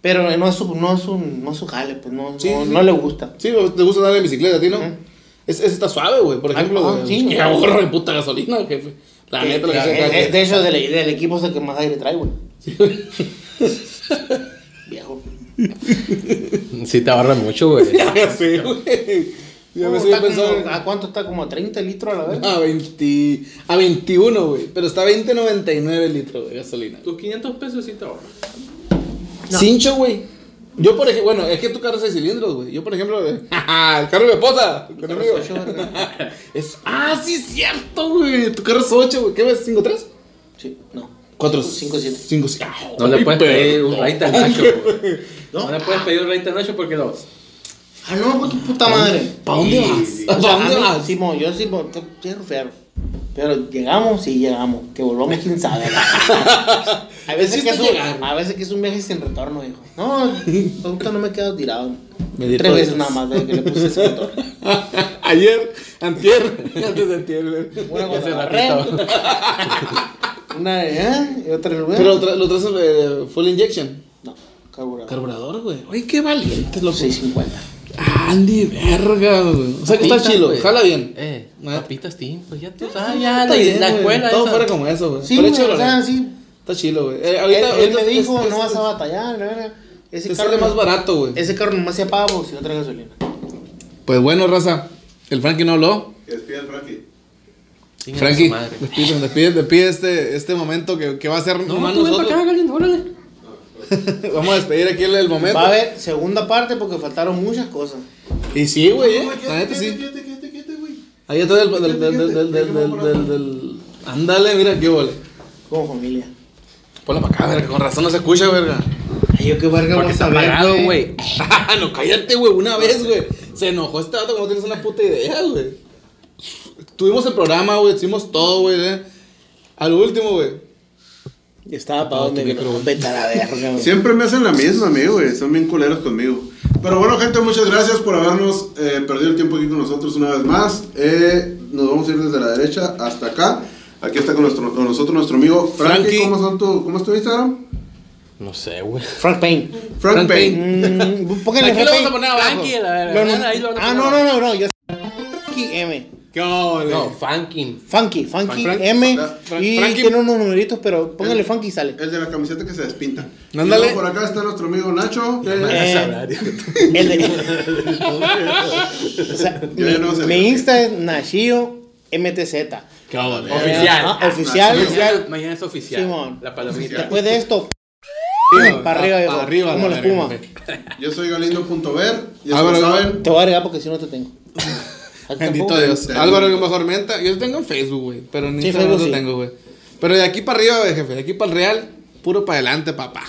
Speaker 2: Pero eh, no es su, no es su, no es su jale, pues no,
Speaker 1: Sí,
Speaker 2: no,
Speaker 1: sí.
Speaker 2: no le gusta.
Speaker 1: Sí, güey, te gusta andar en bicicleta, ¿a ti no?
Speaker 2: Ajá.
Speaker 1: Es- Ese está suave, güey, por
Speaker 2: Ah,
Speaker 1: ejemplo,
Speaker 2: ah,
Speaker 1: güey.
Speaker 2: sí,
Speaker 1: que
Speaker 2: no.
Speaker 1: ahorro de puta gasolina, jefe. La neta, la
Speaker 2: Eh,
Speaker 1: que
Speaker 2: eh,
Speaker 1: se
Speaker 2: de hecho, del, del equipo es el que más aire trae, güey. Viejo.
Speaker 5: Sí te ahorra mucho, güey.
Speaker 1: Ya sé, güey. Ya me
Speaker 2: Oh,
Speaker 1: estoy
Speaker 2: está
Speaker 1: pensando.
Speaker 2: como- ¿A cuánto está? Como a 30 litros a la vez.
Speaker 1: A, 20, a 21, güey. Pero está a 20.99 litros de gasolina.
Speaker 5: Tus 500 pesos sí te ahorra.
Speaker 1: Cincho, güey. Yo, por ejemplo, bueno, es que tu carro es de cilindros, güey. Yo, por ejemplo, eh, jaja, el carro de mi esposa. con
Speaker 2: carro
Speaker 1: amigo.
Speaker 2: es ocho, ¿verdad?
Speaker 1: Es, ah, sí, es cierto, güey. Tu carro es 8, güey. ¿Qué ves? ¿5, 3?
Speaker 2: Sí, no.
Speaker 1: 4,
Speaker 2: Cinco, siete.
Speaker 1: 5, 7.
Speaker 5: No le puedes pedir un right al Nacho, güey.
Speaker 2: No.
Speaker 5: No le puedes pedir un right al Nacho porque los.
Speaker 2: Ah, no, pues tu puta madre.
Speaker 1: ¿Para dónde vas? ¿Para
Speaker 2: O sea, a
Speaker 1: dónde
Speaker 2: mí,
Speaker 1: vas?
Speaker 2: sí, mo, yo sí, mo, te- fierro, fierro. Pero llegamos, sí llegamos. Que volvamos, quién sabe. a, veces
Speaker 1: Existe
Speaker 2: que es
Speaker 1: llegar.
Speaker 2: un, a veces que es un viaje sin retorno, hijo. No, ahorita no me he quedado tirado.
Speaker 1: Me di
Speaker 2: Tres
Speaker 1: todo.
Speaker 2: veces nada más desde que le puse ese retorno.
Speaker 1: Ayer, antier, antes de antier. güey.
Speaker 2: Una
Speaker 5: Hace
Speaker 2: cosa
Speaker 5: ratito.
Speaker 2: Una de, ¿eh? Y otra de, lugar.
Speaker 1: Pero tra- lo traes eh, full injection.
Speaker 2: No, carburador.
Speaker 1: Carburador, güey. Oye, qué valiente lo
Speaker 2: 650.
Speaker 1: Andy, verga, güey. O sea que está
Speaker 5: Papitas,
Speaker 1: chilo,
Speaker 5: güey.
Speaker 1: jala bien.
Speaker 5: Eh,
Speaker 1: Ah.
Speaker 5: papitas, Tim, pues ya tú sabes, ya
Speaker 1: Está
Speaker 5: la,
Speaker 1: bien,
Speaker 5: la
Speaker 1: güey.
Speaker 5: escuela.
Speaker 1: Todo
Speaker 5: esa.
Speaker 1: fuera como eso, güey.
Speaker 2: Sí,
Speaker 1: Pero
Speaker 2: güey,
Speaker 1: échalo,
Speaker 2: o sea,
Speaker 1: güey.
Speaker 2: sí.
Speaker 1: Está chilo, güey. Eh,
Speaker 2: Él,
Speaker 1: ahorita,
Speaker 2: él
Speaker 1: ahorita
Speaker 2: me
Speaker 1: es-
Speaker 2: dijo,
Speaker 1: es-
Speaker 2: no
Speaker 1: es-
Speaker 2: vas a batallar, la verdad. Ese
Speaker 1: Te sale más barato, güey.
Speaker 2: Ese carro nomás se apaga por si otra gasolina.
Speaker 1: Pues bueno, raza. El Frankie no habló.
Speaker 3: Despide al Frankie.
Speaker 5: Chinga su
Speaker 1: Frankie,
Speaker 5: madre.
Speaker 1: despide, despide, despide este, este momento que, que va a ser
Speaker 5: No,
Speaker 1: nomás
Speaker 5: tú ven para
Speaker 1: nosotros.
Speaker 5: acá, Galindo, órale.
Speaker 1: Vamos a despedir aquí el, el momento.
Speaker 2: Va a haber segunda parte porque faltaron muchas cosas.
Speaker 1: Y sí, güey, eh. La
Speaker 3: Quédate,
Speaker 1: neta
Speaker 3: quédate,
Speaker 1: sí.
Speaker 3: quédate, quédate, quédate, güey.
Speaker 1: Ahí está del del del del del del del del- del- Ándale, mira qué vole.
Speaker 2: Como familia.
Speaker 1: Ponla para acá, verga, con razón no se escucha, verga.
Speaker 2: Ay, yo qué verga
Speaker 5: Porque
Speaker 2: voy a
Speaker 5: está
Speaker 2: saber,
Speaker 5: apagado, güey.
Speaker 1: no, cállate, güey, una vez, güey. Se enojó este vato como no tienes una puta idea, güey. Tuvimos el programa, güey, hicimos todo, güey. eh. Al último, güey.
Speaker 2: Y Estaba apagado
Speaker 1: tu
Speaker 2: me
Speaker 1: este micro, güey.
Speaker 2: Vete a la verga, güey.
Speaker 3: Siempre me hacen la misma, amigo, güey. Son bien culeros conmigo. Pero bueno, gente, muchas gracias por habernos eh, perdido el tiempo aquí con nosotros una vez más. Eh, nos vamos a ir desde la derecha hasta acá. Aquí está con, nuestro- con nosotros nuestro amigo Frankie.
Speaker 1: Frankie.
Speaker 3: ¿Cómo, son tu, ¿Cómo es tu Instagram?
Speaker 5: No sé, güey.
Speaker 2: Frank Payne.
Speaker 3: Frank,
Speaker 1: Frank
Speaker 3: Payne.
Speaker 1: Payne.
Speaker 2: Mm, pónganle
Speaker 5: Aquí
Speaker 2: Frank
Speaker 5: lo
Speaker 2: Payne.
Speaker 5: vamos a poner abajo. Frankie, la
Speaker 2: Lo
Speaker 5: verdad.
Speaker 2: no-
Speaker 5: ahí lo van a
Speaker 2: Ah,
Speaker 5: poner
Speaker 2: no,
Speaker 5: abajo.
Speaker 2: no, no, no. Yo Funky M.
Speaker 1: ¿Qué ole?
Speaker 5: No, Funkin.
Speaker 2: Funky, Funky
Speaker 1: Frank-
Speaker 2: M.
Speaker 1: Frank-
Speaker 2: y
Speaker 1: Frankie-
Speaker 2: tiene unos numeritos, pero póngale
Speaker 3: El-
Speaker 2: Funky y sale.
Speaker 3: El de la camiseta que se despinta.
Speaker 1: Ándale.
Speaker 3: Y luego Por acá está nuestro amigo Nacho. que-
Speaker 2: Eh, el de. o sea,
Speaker 3: Ya, ya no
Speaker 2: mi,
Speaker 3: se
Speaker 2: mi
Speaker 3: ve.
Speaker 2: Insta es Nashio MTZ.
Speaker 5: Qué
Speaker 2: Oficial.
Speaker 5: ole. Oficial.
Speaker 2: Ah, oficial.
Speaker 5: Mañana- Mañana es oficial.
Speaker 2: Simón.
Speaker 5: La palomita.
Speaker 2: Después de esto,
Speaker 1: Arriba,
Speaker 2: para arriba, viejo,
Speaker 1: Para arriba,
Speaker 2: como la
Speaker 1: verga,
Speaker 2: espuma.
Speaker 1: güey.
Speaker 3: Yo soy Galindo.ver.
Speaker 2: Ah,
Speaker 3: Ya se
Speaker 1: Álvaro,
Speaker 3: lo saben.
Speaker 2: te voy a agregar porque si no te tengo.
Speaker 1: Bendito Dios. Álvaro Gómez Tormenta. Yo lo tengo en Facebook, güey. Pero en
Speaker 2: Sí,
Speaker 1: Instagram no
Speaker 2: Facebook
Speaker 1: lo
Speaker 2: sí.
Speaker 1: tengo, güey. Pero de aquí para arriba, güey, jefe. De aquí para el Real, puro para adelante, papá.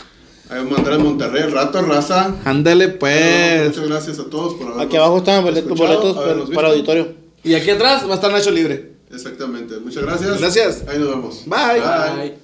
Speaker 3: Ahí vamos a andar en Monterrey. Rato, raza.
Speaker 1: Ándale,
Speaker 3: Bueno,
Speaker 1: pues.
Speaker 3: Muchas gracias a todos por habernos
Speaker 2: Eh. Aquí abajo están los boletos,
Speaker 3: escuchado,
Speaker 2: boletos para,
Speaker 3: habernos
Speaker 2: para
Speaker 3: visto.
Speaker 2: auditorio.
Speaker 1: Y aquí atrás va a estar Nacho Libre.
Speaker 3: Exactamente. Muchas gracias.
Speaker 1: Gracias.
Speaker 3: Ahí nos vemos.
Speaker 1: Bye.
Speaker 3: Bye.
Speaker 5: Bye.